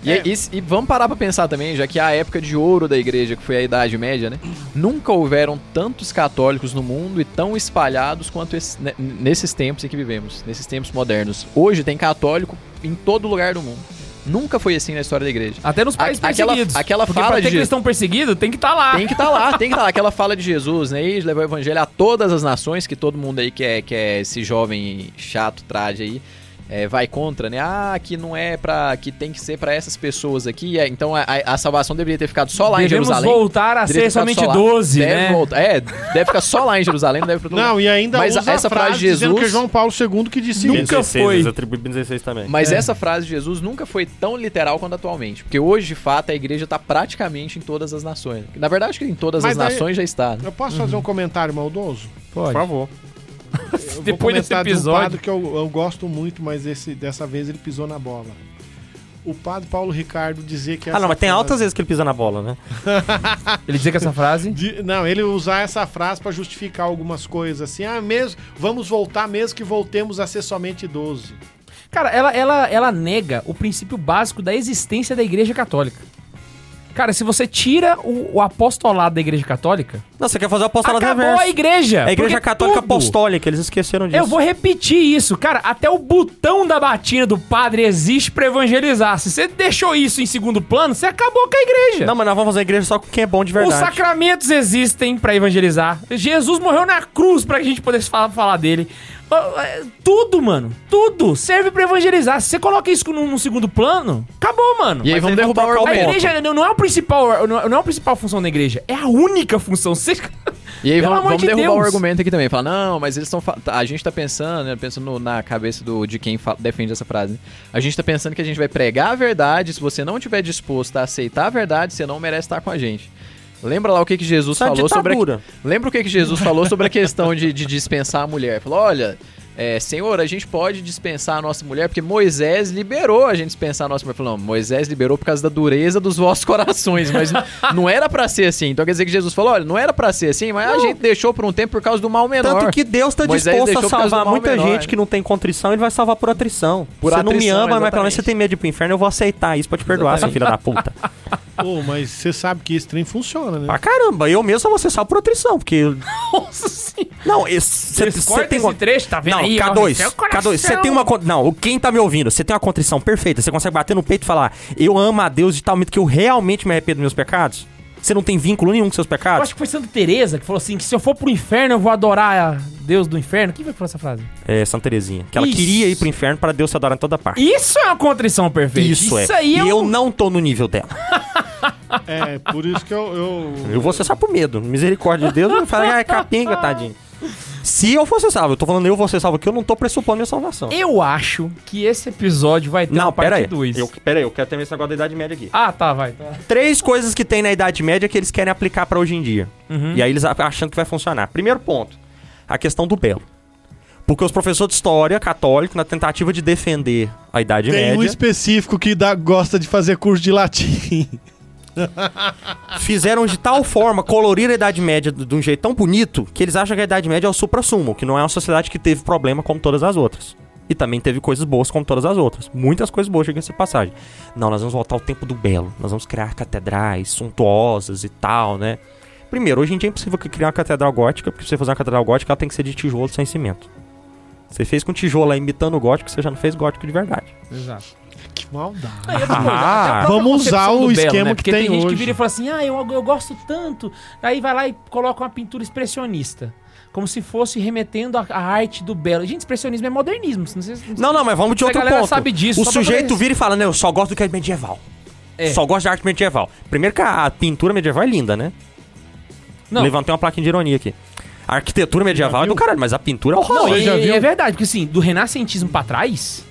Speaker 4: E,
Speaker 2: É.
Speaker 4: e- e vamos parar pra pensar também, já que é a época de ouro da igreja, que foi a Idade Média, né? Nunca houveram tantos católicos no mundo e tão espalhados quanto esse- ne- nesses tempos em que vivemos, nesses tempos modernos. Hoje tem católico em todo lugar do mundo. Nunca foi assim na história da igreja.
Speaker 1: Até nos
Speaker 4: A-
Speaker 1: países
Speaker 4: aquela-
Speaker 1: perseguidos.
Speaker 4: aquela
Speaker 1: Porque
Speaker 4: fala
Speaker 1: pra ter
Speaker 4: de-
Speaker 1: cristão perseguido, tem que tá lá.
Speaker 4: Tem que estar lá, tem que estar lá. Aquela fala de Jesus, né? E levar o evangelho a todas as nações, que todo mundo aí que é, que é esse jovem chato, traje aí, é, vai contra, né? Ah, que não é pra. que tem que ser pra essas pessoas aqui. é, então a, a- a salvação deveria ter ficado só lá
Speaker 1: Devemos
Speaker 4: em Jerusalém.
Speaker 1: voltar a
Speaker 4: Deveria
Speaker 1: ser
Speaker 4: ter ficado
Speaker 1: somente
Speaker 4: só lá.
Speaker 1: 12,
Speaker 4: deve
Speaker 1: né?
Speaker 4: voltar- É, deve ficar só lá em Jerusalém, não deve pra todo
Speaker 2: Não, e ainda
Speaker 4: Mas
Speaker 2: usa
Speaker 4: essa
Speaker 2: a frase
Speaker 4: frase de
Speaker 2: dizendo que é
Speaker 4: Jesus-
Speaker 2: João Paulo II que disse
Speaker 1: Nunca
Speaker 2: isso.
Speaker 1: foi.
Speaker 3: eles atribuem 16 também.
Speaker 4: Mas
Speaker 1: É.
Speaker 4: essa frase de Jesus nunca foi tão literal quanto atualmente. Porque hoje, de fato, a igreja tá praticamente em todas as nações. Na verdade, acho que em todas
Speaker 2: Mas
Speaker 4: as
Speaker 2: daí-
Speaker 4: nações já está. Né?
Speaker 2: Eu posso fazer um comentário maldoso?
Speaker 1: Pode. <laughs>
Speaker 3: favor.
Speaker 2: Eu vou
Speaker 1: Depois desse
Speaker 2: comentar de um
Speaker 1: episódio.
Speaker 2: padre que eu, eu gosto muito, mas esse, dessa vez ele pisou na bola. O padre Paulo Ricardo dizer que
Speaker 3: Ah, não,
Speaker 2: essa
Speaker 3: mas tem
Speaker 2: frase-
Speaker 3: altas vezes que ele pisa na bola, né?
Speaker 1: Ele dizia que essa frase.
Speaker 2: de- não, ele usar essa frase pra justificar algumas coisas assim. Ah, mesmo, vamos voltar mesmo que voltemos a ser somente 12.
Speaker 1: Cara, ela, ela, ela nega o princípio básico da existência da Igreja Católica. Cara, se você tira o, o apostolado da Igreja Católica,
Speaker 3: Não, você quer fazer o apostolado
Speaker 1: acabou
Speaker 3: reverso.
Speaker 1: a Igreja.
Speaker 3: É a igreja
Speaker 1: porque
Speaker 3: católica
Speaker 1: tudo-
Speaker 3: apostólica, eles esqueceram disso.
Speaker 1: Eu vou repetir isso, cara. Até o botão da batina do padre existe pra evangelizar. Se você deixou isso em segundo plano, você acabou com a igreja.
Speaker 3: Não, mas nós vamos fazer a igreja só com quem é bom de
Speaker 1: Os
Speaker 3: verdade.
Speaker 1: sacramentos existem pra evangelizar. Jesus morreu na cruz pra que a gente pudesse falar, falar dele. Ah, é, Tudo, mano. Tudo serve pra evangelizar. Se você coloca isso num, num segundo plano, acabou, mano.
Speaker 4: E aí
Speaker 3: Mas
Speaker 4: vamos
Speaker 3: aí vamos
Speaker 4: derrubar
Speaker 3: trocar
Speaker 4: o
Speaker 3: o
Speaker 1: a
Speaker 4: argumento.
Speaker 3: ponto.
Speaker 1: igreja não não é o principal, não é não é a principal função da igreja. É a única função. Você-
Speaker 4: E aí
Speaker 1: Pelo
Speaker 4: vamos,
Speaker 1: amor
Speaker 4: vamos
Speaker 1: de
Speaker 4: derrubar
Speaker 1: Deus.
Speaker 4: o argumento aqui também. Falar, não, mas eles estão. fa- tá, A gente tá pensando, né? Pensando no- na cabeça do, de quem fa- defende essa frase. né? A gente tá pensando que a gente vai pregar a verdade. Se você não tiver disposto a aceitar a verdade, você não merece estar com a gente. Lembra lá o que, que Jesus
Speaker 3: Isso é uma
Speaker 4: falou sobre. a-
Speaker 3: ditadura.
Speaker 4: Lembra o que, que Jesus falou sobre a questão de, de dispensar a mulher? Falou, olha. é, Senhor, a gente pode dispensar a nossa mulher, porque Moisés liberou a gente dispensar a nossa mulher. Falou, não, Moisés liberou por causa da dureza dos vossos corações, mas n- não era pra ser assim. Então quer dizer que Jesus falou, olha, não era pra ser assim, mas a gente deixou por um tempo por causa do mal menor.
Speaker 3: Tanto que Deus tá
Speaker 4: Moisés
Speaker 3: disposto
Speaker 4: deixou
Speaker 3: a
Speaker 4: por causa do
Speaker 3: salvar
Speaker 4: mal
Speaker 3: muita
Speaker 4: menor. né?
Speaker 3: gente que não tem contrição, ele vai salvar por atrição.
Speaker 4: Por
Speaker 3: você não me
Speaker 4: atrição,
Speaker 3: ama, mas pelo menos
Speaker 4: exatamente.
Speaker 3: você tem medo de ir pro inferno, eu vou aceitar isso pra te perdoar, sua filha da puta.
Speaker 1: Ah.
Speaker 2: Pô, mas você sabe que esse trem funciona, né?
Speaker 3: Pra caramba, eu mesmo só vou ser salvo por atrição, porque...
Speaker 1: Nossa senhora.
Speaker 3: Não, esse-
Speaker 1: Vocês
Speaker 3: você
Speaker 1: cortam
Speaker 3: tem...
Speaker 1: esse
Speaker 3: uma-
Speaker 1: trecho, tá vendo
Speaker 3: Não,
Speaker 1: aí?
Speaker 3: K2,
Speaker 1: Nossa, seu
Speaker 3: K2, você
Speaker 1: coração.
Speaker 3: tem uma... con- Não, quem tá me ouvindo, você tem uma contrição perfeita, você consegue bater no peito e falar, eu amo a Deus de tal momento que eu realmente me arrependo dos meus pecados? Você não tem vínculo nenhum com seus
Speaker 1: Eu
Speaker 3: pecados?
Speaker 1: acho que foi Santa Teresa que falou assim, que se eu for pro inferno, eu vou adorar a Deus do inferno. Quem vai falar essa frase?
Speaker 3: É, Santa Terezinha. Que ela
Speaker 1: Isso.
Speaker 3: queria ir pro inferno pra Deus se adorar em toda parte.
Speaker 1: Isso é uma contrição perfeita.
Speaker 3: Isso, é.
Speaker 1: aí
Speaker 3: e
Speaker 1: é um-
Speaker 3: eu não tô no nível dela.
Speaker 1: Ah.
Speaker 2: É, por isso que eu. eu-
Speaker 3: Eu vou ser salvo por medo. Misericórdia de Deus, não fala que ah, é capinga,
Speaker 1: <laughs>
Speaker 3: tadinho. Se eu fosse salvo, eu tô falando eu vou ser salvo aqui, eu não tô pressupondo minha salvação.
Speaker 1: Eu acho que esse episódio vai ter
Speaker 3: Não,
Speaker 1: uma
Speaker 3: pera aí.
Speaker 1: parte 2.
Speaker 3: Eu, pera aí, eu quero terminar esse negócio da Idade Média aqui.
Speaker 1: Ah, tá, vai.
Speaker 3: Três coisas que tem na Idade Média que eles querem aplicar pra hoje em dia. E aí eles a- achando que vai funcionar. Primeiro ponto, a questão do belo. Porque os professores de história católico, na tentativa de defender a Idade
Speaker 2: Tem um
Speaker 3: Média,
Speaker 2: específico que dá, gosta de fazer curso de latim. <laughs>
Speaker 3: fizeram de tal forma colorir a Idade Média de de um jeito tão bonito que eles acham que a Idade Média é o supra-sumo, que não é uma sociedade que teve problema como todas as outras. E também teve coisas boas como todas as outras. Muitas coisas boas chegam essa passagem. Não, nós vamos voltar ao tempo do belo. Nós vamos criar catedrais suntuosas e tal, né? Primeiro, hoje em dia é impossível que criar uma catedral gótica, porque pra você fazer uma catedral gótica, ela tem que ser de tijolo sem cimento. Você fez com tijolo aí imitando o gótico, você já não fez gótico de verdade.
Speaker 1: Exato.
Speaker 2: Que maldade.
Speaker 3: Ah,
Speaker 2: Vamos usar o esquema que
Speaker 1: né? Porque
Speaker 2: tem
Speaker 1: gente
Speaker 2: hoje.
Speaker 1: que vira e fala assim, ah, eu, eu gosto tanto. Aí vai lá e coloca uma pintura expressionista. Como se fosse remetendo à à arte do belo. Gente, expressionismo é modernismo. Não, sei, se-
Speaker 3: Não, não, mas vamos de
Speaker 1: A
Speaker 3: outro
Speaker 1: galera
Speaker 3: ponto.
Speaker 1: sabe disso,
Speaker 3: o
Speaker 1: só pra
Speaker 3: sujeito
Speaker 1: poder-
Speaker 3: vira e fala, não, eu só gosto do que é medieval.
Speaker 1: É.
Speaker 3: Só gosto de arte medieval. Primeiro que a pintura medieval é linda, né?
Speaker 1: Não.
Speaker 3: Levantei uma plaquinha de ironia aqui. A arquitetura medieval é do
Speaker 2: viu?
Speaker 3: caralho, mas a pintura é
Speaker 1: Não,
Speaker 3: horrorosa.
Speaker 2: Você
Speaker 1: e-
Speaker 2: já
Speaker 1: e
Speaker 2: viu?
Speaker 1: É verdade, porque assim, do renascentismo pra trás.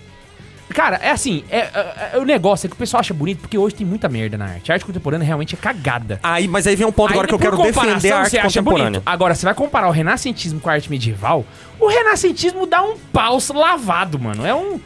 Speaker 1: Cara, é assim, é, é- é- o negócio é que o pessoal acha bonito, porque hoje tem muita merda na arte. A arte contemporânea realmente é cagada.
Speaker 3: Aí, mas aí vem um ponto
Speaker 1: Ainda
Speaker 3: agora que eu
Speaker 1: por
Speaker 3: quero defender
Speaker 1: comparação,
Speaker 3: a
Speaker 1: você
Speaker 3: arte
Speaker 1: acha
Speaker 3: contemporânea.
Speaker 1: bonito. Agora, você vai comparar o renascentismo com a arte medieval, o renascentismo dá um pau lavado, mano. É um...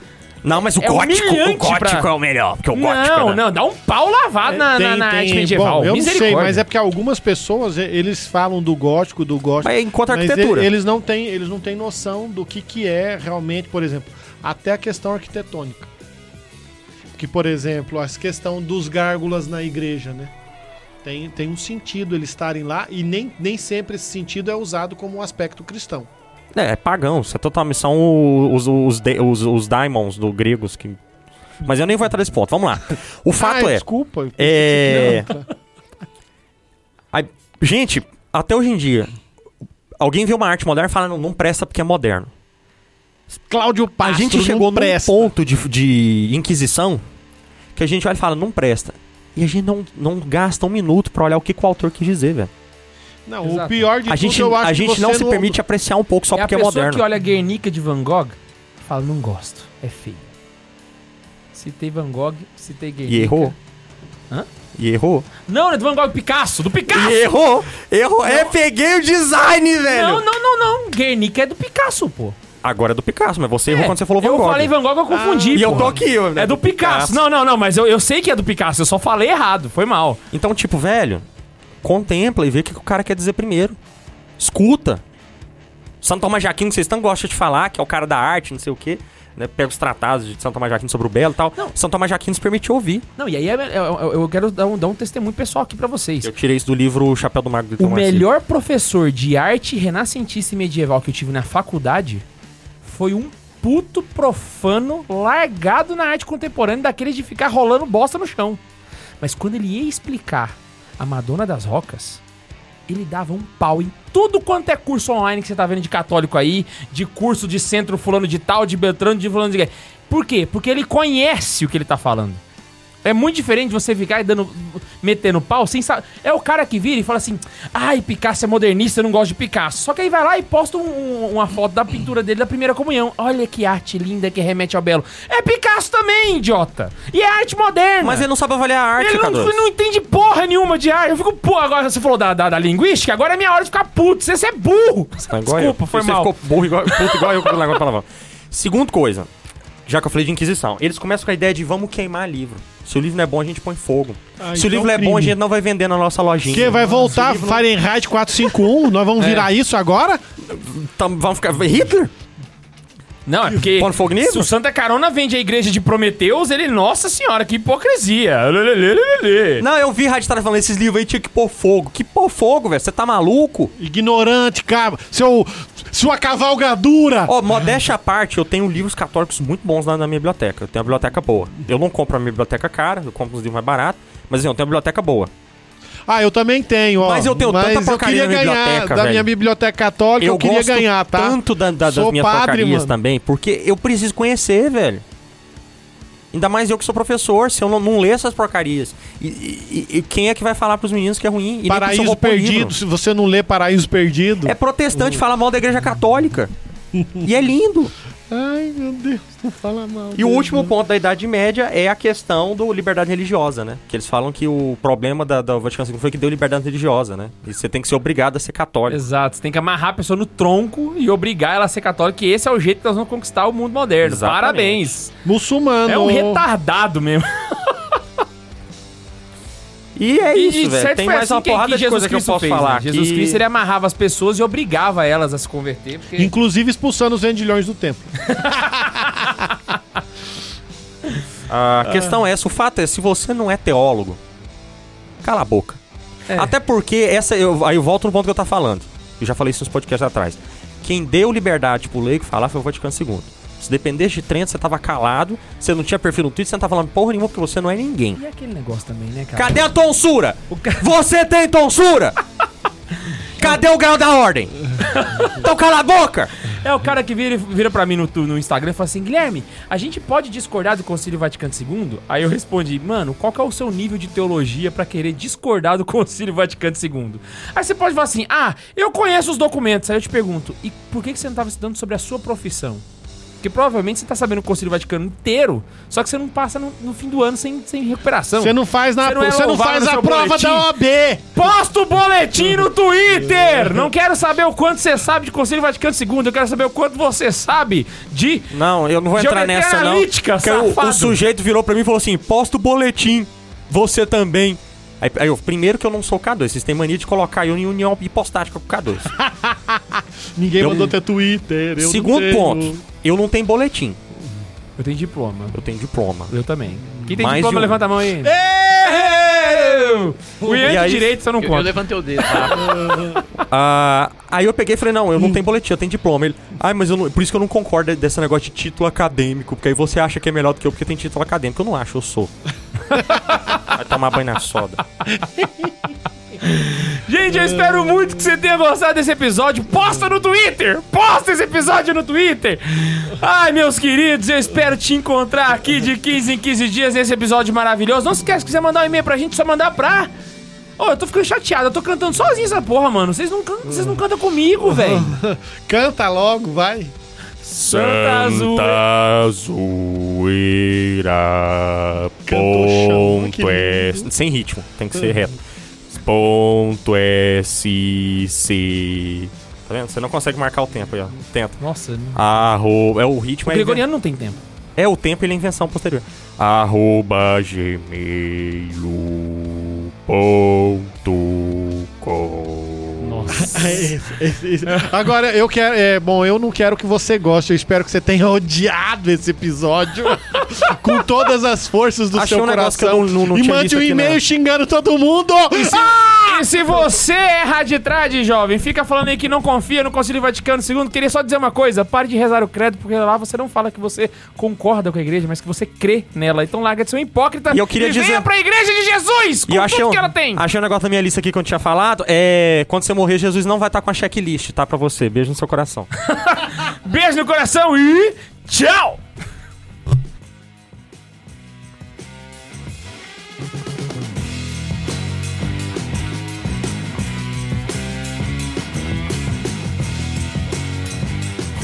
Speaker 3: Não, mas o
Speaker 1: É
Speaker 3: gótico, o
Speaker 1: humilhante
Speaker 3: gótico
Speaker 1: pra-
Speaker 3: é o melhor, porque o gótico
Speaker 1: Não,
Speaker 3: né?
Speaker 1: não, dá um pau lavado na, na- na arte é tipo medieval.
Speaker 2: É, Bom, eu não sei,
Speaker 1: Misericórdia.
Speaker 2: mas é porque algumas pessoas, eh, eles falam do gótico, do gótico.
Speaker 3: Mas é enquanto a
Speaker 2: mas
Speaker 3: arquitetura.
Speaker 2: e- Eles não, têm, eles não têm noção do que, que é realmente, por exemplo, até a questão arquitetônica. Que, por exemplo, a questão dos gárgulas na igreja, né? Tem, tem um sentido eles estarem lá e nem, nem sempre esse sentido é usado como um aspecto cristão.
Speaker 3: É, é pagão, isso é totalmente são os, os, de- os, os daimons do gregos que... Mas eu nem vou entrar nesse ponto, vamos lá. O fato
Speaker 2: Ah,
Speaker 3: é...
Speaker 2: Desculpa. eu pensei
Speaker 3: É. <laughs>
Speaker 2: que não.
Speaker 3: Aí, gente, até hoje em dia, alguém vê uma arte moderna e fala, não, não presta porque é moderno.
Speaker 2: Cláudio
Speaker 3: A
Speaker 2: Pastor
Speaker 3: gente chegou
Speaker 2: não
Speaker 3: num
Speaker 2: presta.
Speaker 3: ponto de, de inquisição que a gente olha e fala, não presta. E a gente não, não gasta um minuto pra olhar o que, que o autor quis dizer, velho.
Speaker 2: Não, o
Speaker 1: Exato.
Speaker 2: pior de
Speaker 3: A
Speaker 2: tudo
Speaker 3: gente,
Speaker 2: eu acho
Speaker 3: a
Speaker 2: que
Speaker 3: gente
Speaker 2: você
Speaker 3: não se permite apreciar um pouco só
Speaker 1: é a
Speaker 3: porque é
Speaker 1: pessoa
Speaker 3: moderno.
Speaker 1: que olha Guernica de Van Gogh e fala, não gosto, é feio. Citei Van Gogh, citei Guernica.
Speaker 3: E errou.
Speaker 1: Hã?
Speaker 3: E errou.
Speaker 1: Não, é do Van Gogh Picasso, do Picasso!
Speaker 3: E errou. Errou. É, peguei o design, velho.
Speaker 1: Não, não, não, não. Guernica é do Picasso, pô.
Speaker 3: Agora é do Picasso, mas você errou
Speaker 1: É,
Speaker 3: quando você falou Van
Speaker 1: Eu
Speaker 3: Gogh.
Speaker 1: falei Van Gogh, eu confundi.
Speaker 3: e eu tô
Speaker 1: porra.
Speaker 3: aqui, ó, né?
Speaker 1: É do Picasso. Não, não, não, mas eu, eu sei que é do Picasso, eu só falei errado, foi mal.
Speaker 3: Então, tipo, velho, contempla e vê o que que o cara quer dizer primeiro. Escuta. Santo Tomás de Aquino, que vocês tanto gostam de falar, que é o cara da arte, não sei o quê. Né? Pega os tratados de Santo Tomás de Aquino sobre o belo e tal.
Speaker 1: Não.
Speaker 3: Santo Tomás de Aquino nos permitiu ouvir.
Speaker 1: Não, e aí é- eu, eu- eu quero dar um, dar um testemunho pessoal aqui pra vocês.
Speaker 3: Eu assim? tirei isso do livro O Chapéu do Mago de
Speaker 1: O
Speaker 3: Tomás.
Speaker 1: melhor professor de arte renascentista e medieval que eu tive na faculdade foi um puto profano largado na arte contemporânea daquele de ficar rolando bosta no chão. Mas quando ele ia explicar a Madonna das Rocas, ele dava um pau em tudo quanto é curso online que você tá vendo de católico aí, de curso de centro fulano de tal, de Beltrano, de fulano de... Por quê? Porque ele conhece o que ele tá falando. É muito diferente você ficar dando, metendo pau sem saber. É o cara que vira e fala assim: ai, Picasso é modernista, eu não gosto de Picasso. Só que aí vai lá e posta um- um- uma foto da pintura dele da primeira comunhão. Olha que arte linda que remete ao belo. É Picasso também, idiota! E é arte moderna!
Speaker 3: Mas ele não sabe avaliar a arte,
Speaker 1: Ele não,
Speaker 3: K2.
Speaker 1: não entende porra nenhuma de arte. Eu fico, pô, agora você falou da, da, da linguística, agora é minha hora de ficar puto. Você, você é burro.
Speaker 3: Tá igual eu.
Speaker 1: Desculpa, foi
Speaker 3: Você
Speaker 1: mal.
Speaker 3: ficou burro igual, puto igual eu com o negócio do palavrão. Segunda coisa, já que eu falei de Inquisição, eles começam com a ideia de vamos queimar livro. Se o livro não é bom, a gente põe fogo.
Speaker 2: Ah,
Speaker 3: Se o
Speaker 2: então
Speaker 3: livro é
Speaker 2: crime.
Speaker 3: bom, a gente não vai vender na nossa lojinha.
Speaker 2: Porque vai voltar Fahrenheit 451, nós
Speaker 3: <laughs> É.
Speaker 2: vamos virar isso agora?
Speaker 3: Tam- Então, vamos ficar. Hitler?
Speaker 1: Não, é porque.
Speaker 3: Pondo fogo nisso?
Speaker 1: Se o Santa Carona vende a igreja de Prometeus, ele. Nossa senhora, que hipocrisia. Lelelelelele.
Speaker 3: Não, eu vi Rádio Tarde falando, esses livros aí tinha que pôr fogo. Que pôr fogo, velho? Você tá maluco?
Speaker 2: Ignorante, cara. Seu, sua cavalgadura.
Speaker 3: Ó, modéstia à parte, eu tenho livros católicos muito bons lá na minha biblioteca. Eu tenho uma biblioteca boa. Eu não compro a minha biblioteca cara, eu compro uns livros mais baratos. Mas assim, eu tenho uma biblioteca boa.
Speaker 2: Ah, eu também tenho, ó.
Speaker 3: Mas eu tenho tanta porcaria na minha biblioteca,
Speaker 2: da
Speaker 3: velho.
Speaker 2: minha biblioteca católica, eu, queria
Speaker 3: gosto
Speaker 2: ganhar, tá?
Speaker 3: tanto da, da, das
Speaker 2: Sou
Speaker 3: minhas
Speaker 2: padre,
Speaker 3: porcarias
Speaker 2: mano.
Speaker 3: também, porque eu preciso conhecer, velho. Ainda mais eu que sou professor, se eu não, não ler essas porcarias. E, e- e quem é que vai falar pros meninos que é ruim? E nem que só
Speaker 2: Paraíso
Speaker 3: vou pôr livro.
Speaker 2: Perdido, se você não lê Paraíso Perdido.
Speaker 3: É protestante falar mal da igreja católica. e é lindo.
Speaker 2: Ai, meu Deus, não fala mal.
Speaker 3: E o último
Speaker 1: Uhum.
Speaker 3: ponto da Idade Média é a questão do liberdade religiosa, né? Que eles falam que o problema da, da Vaticano II foi que deu liberdade religiosa, né? E você tem que ser obrigado a ser católico.
Speaker 1: Exato, você tem que amarrar a pessoa no tronco e obrigar ela a ser católica, que esse é o jeito que nós vamos conquistar o mundo moderno.
Speaker 3: Exatamente.
Speaker 1: Parabéns.
Speaker 2: Muçulmano.
Speaker 1: É um retardado mesmo.
Speaker 3: E é
Speaker 1: E,
Speaker 3: isso,
Speaker 1: e
Speaker 3: velho.
Speaker 1: certo
Speaker 3: Tem
Speaker 1: foi
Speaker 3: mais
Speaker 1: assim
Speaker 3: uma
Speaker 1: que-
Speaker 3: porrada
Speaker 1: que
Speaker 3: de coisa que eu
Speaker 1: Cristo
Speaker 3: posso
Speaker 1: fez,
Speaker 3: falar.
Speaker 1: né? Jesus
Speaker 3: que-
Speaker 1: Cristo ele amarrava as pessoas e obrigava elas a se converter, porque
Speaker 2: Inclusive expulsando os vendilhões do templo.
Speaker 1: Ah.
Speaker 3: A questão é essa, o fato é, se você não é teólogo, cala a boca.
Speaker 1: É.
Speaker 3: Até porque essa. Eu, aí eu volto no ponto que eu tava falando. Eu já falei isso nos podcasts atrás. Quem deu liberdade pro leigo falar foi o Vaticano II. Se dependesse de Trento, você tava calado, você não tinha perfil no Twitter, você não tava falando porra nenhuma porque você não é ninguém.
Speaker 1: E aquele negócio também, né, cara?
Speaker 3: Cadê a tonsura?
Speaker 1: O ca-
Speaker 3: Você
Speaker 1: <laughs>
Speaker 3: tem tonsura? Cadê o grau da ordem? Então cala a boca!
Speaker 1: É o cara que vira, vira pra mim no, tu- no Instagram e fala assim, Guilherme, a gente pode discordar do Concílio Vaticano II? Aí eu respondi, mano, qual que é o seu nível de teologia pra querer discordar do <laughs> Concílio Vaticano II? Aí você pode falar assim, ah, eu conheço os documentos. Aí eu te pergunto, e por que, que você não tava estudando sobre a sua profissão? Porque provavelmente você tá sabendo o Concílio Vaticano inteiro, só que você não passa no, no fim do ano sem, sem recuperação.
Speaker 2: Você não faz na
Speaker 1: Você não é
Speaker 2: você não,
Speaker 1: louvado
Speaker 2: faz
Speaker 1: no
Speaker 2: a
Speaker 1: seu
Speaker 2: prova
Speaker 1: boletim.
Speaker 2: da OAB.
Speaker 1: Posta o boletim no
Speaker 2: <laughs>
Speaker 1: Twitter! Não quero saber o quanto você sabe de Conselho Vaticano II, eu quero saber o quanto você sabe de.
Speaker 3: Não, eu não vou entrar
Speaker 1: Geometria
Speaker 3: nessa, não.
Speaker 1: analítica,
Speaker 3: Porque o- o,
Speaker 1: safado.
Speaker 3: sujeito virou pra mim e falou assim: posta o boletim, você também. Aí, aí eu, primeiro que eu não sou K2, vocês têm mania de colocar eu em união tipo, hipostática com K2.
Speaker 2: Ninguém
Speaker 3: Eu-
Speaker 2: mandou ter Twitter. eu não
Speaker 3: Segundo
Speaker 2: tenho.
Speaker 3: ponto, eu não tenho boletim,
Speaker 1: Eu tenho diploma.
Speaker 3: eu tenho diploma.
Speaker 1: Eu também. Quem tem
Speaker 3: Mais de
Speaker 1: diploma,
Speaker 3: um.
Speaker 1: levanta a mão aí. Eu! O
Speaker 3: E
Speaker 1: Ian de
Speaker 3: aí-
Speaker 1: direito, você não
Speaker 4: Eu, eu
Speaker 1: conta.
Speaker 4: levantei o dedo. tá?
Speaker 3: Ah, aí eu peguei e falei: não, eu
Speaker 1: Hum.
Speaker 3: não tenho boletim, eu tenho diploma. Ele, ai, mas eu não- por isso que eu não concordo desse negócio de título acadêmico, porque aí você acha que é melhor do que eu porque tem título acadêmico. Eu não acho,
Speaker 1: <laughs>
Speaker 3: eu sou. Vai tomar banho na soda.
Speaker 1: Gente, eu espero muito que você tenha gostado desse episódio. Posta no Twitter! Posta esse episódio no Twitter! Ai, meus queridos, eu espero te encontrar aqui de 15 em 15 dias nesse episódio maravilhoso. Não se esquece que quiser mandar um e-mail pra gente, é só mandar pra. Ô, eu tô ficando chateado, eu tô cantando sozinho essa porra, mano. Vocês não, can... Vocês não cantam comigo, velho.
Speaker 2: Canta logo, vai.
Speaker 1: Santa Azul.
Speaker 3: Zoeira.
Speaker 2: Cantou chão, que
Speaker 3: Ponto S. Sem ritmo, tem
Speaker 1: Uhum.
Speaker 3: que ser reto. Ponto SC. Tá vendo? Você não consegue marcar o tempo aí, ó. Tenta.
Speaker 1: Nossa, não-
Speaker 3: Arroba. É o ritmo
Speaker 1: o
Speaker 3: é. inven-
Speaker 1: Gregoriano não tem tempo.
Speaker 3: É o tempo e ele é invenção posterior. Arroba gmail.com.
Speaker 1: Nossa.
Speaker 2: Esse- esse-
Speaker 3: <laughs>
Speaker 2: esse- Agora, eu quero. É, bom, eu não quero que você goste. Eu espero que você tenha <laughs> odiado esse episódio <laughs> com todas as forças do
Speaker 3: Achei
Speaker 2: seu
Speaker 3: um negócio que eu
Speaker 2: coração.
Speaker 3: não- não- não
Speaker 2: e
Speaker 3: tinha
Speaker 2: mande
Speaker 3: visto
Speaker 2: um
Speaker 3: aqui, né?
Speaker 2: e-mail
Speaker 3: não.
Speaker 2: xingando todo mundo.
Speaker 1: E se você é raditrade, jovem, fica falando aí que não confia no Conselho Vaticano II, queria só dizer uma coisa, pare de rezar o credo, porque lá você não fala que você concorda com a igreja, mas que você crê nela. Então larga de ser um hipócrita
Speaker 3: E eu queria
Speaker 1: venha
Speaker 3: dizer-
Speaker 1: pra igreja de Jesus com
Speaker 3: E
Speaker 1: tudo
Speaker 3: eu achei um,
Speaker 1: que ela tem.
Speaker 3: achei um negócio na minha lista aqui que eu não tinha falado. É. Quando você morrer, Jesus não vai estar com a checklist, tá? Pra você. Beijo no seu coração.
Speaker 1: Beijo no coração e tchau!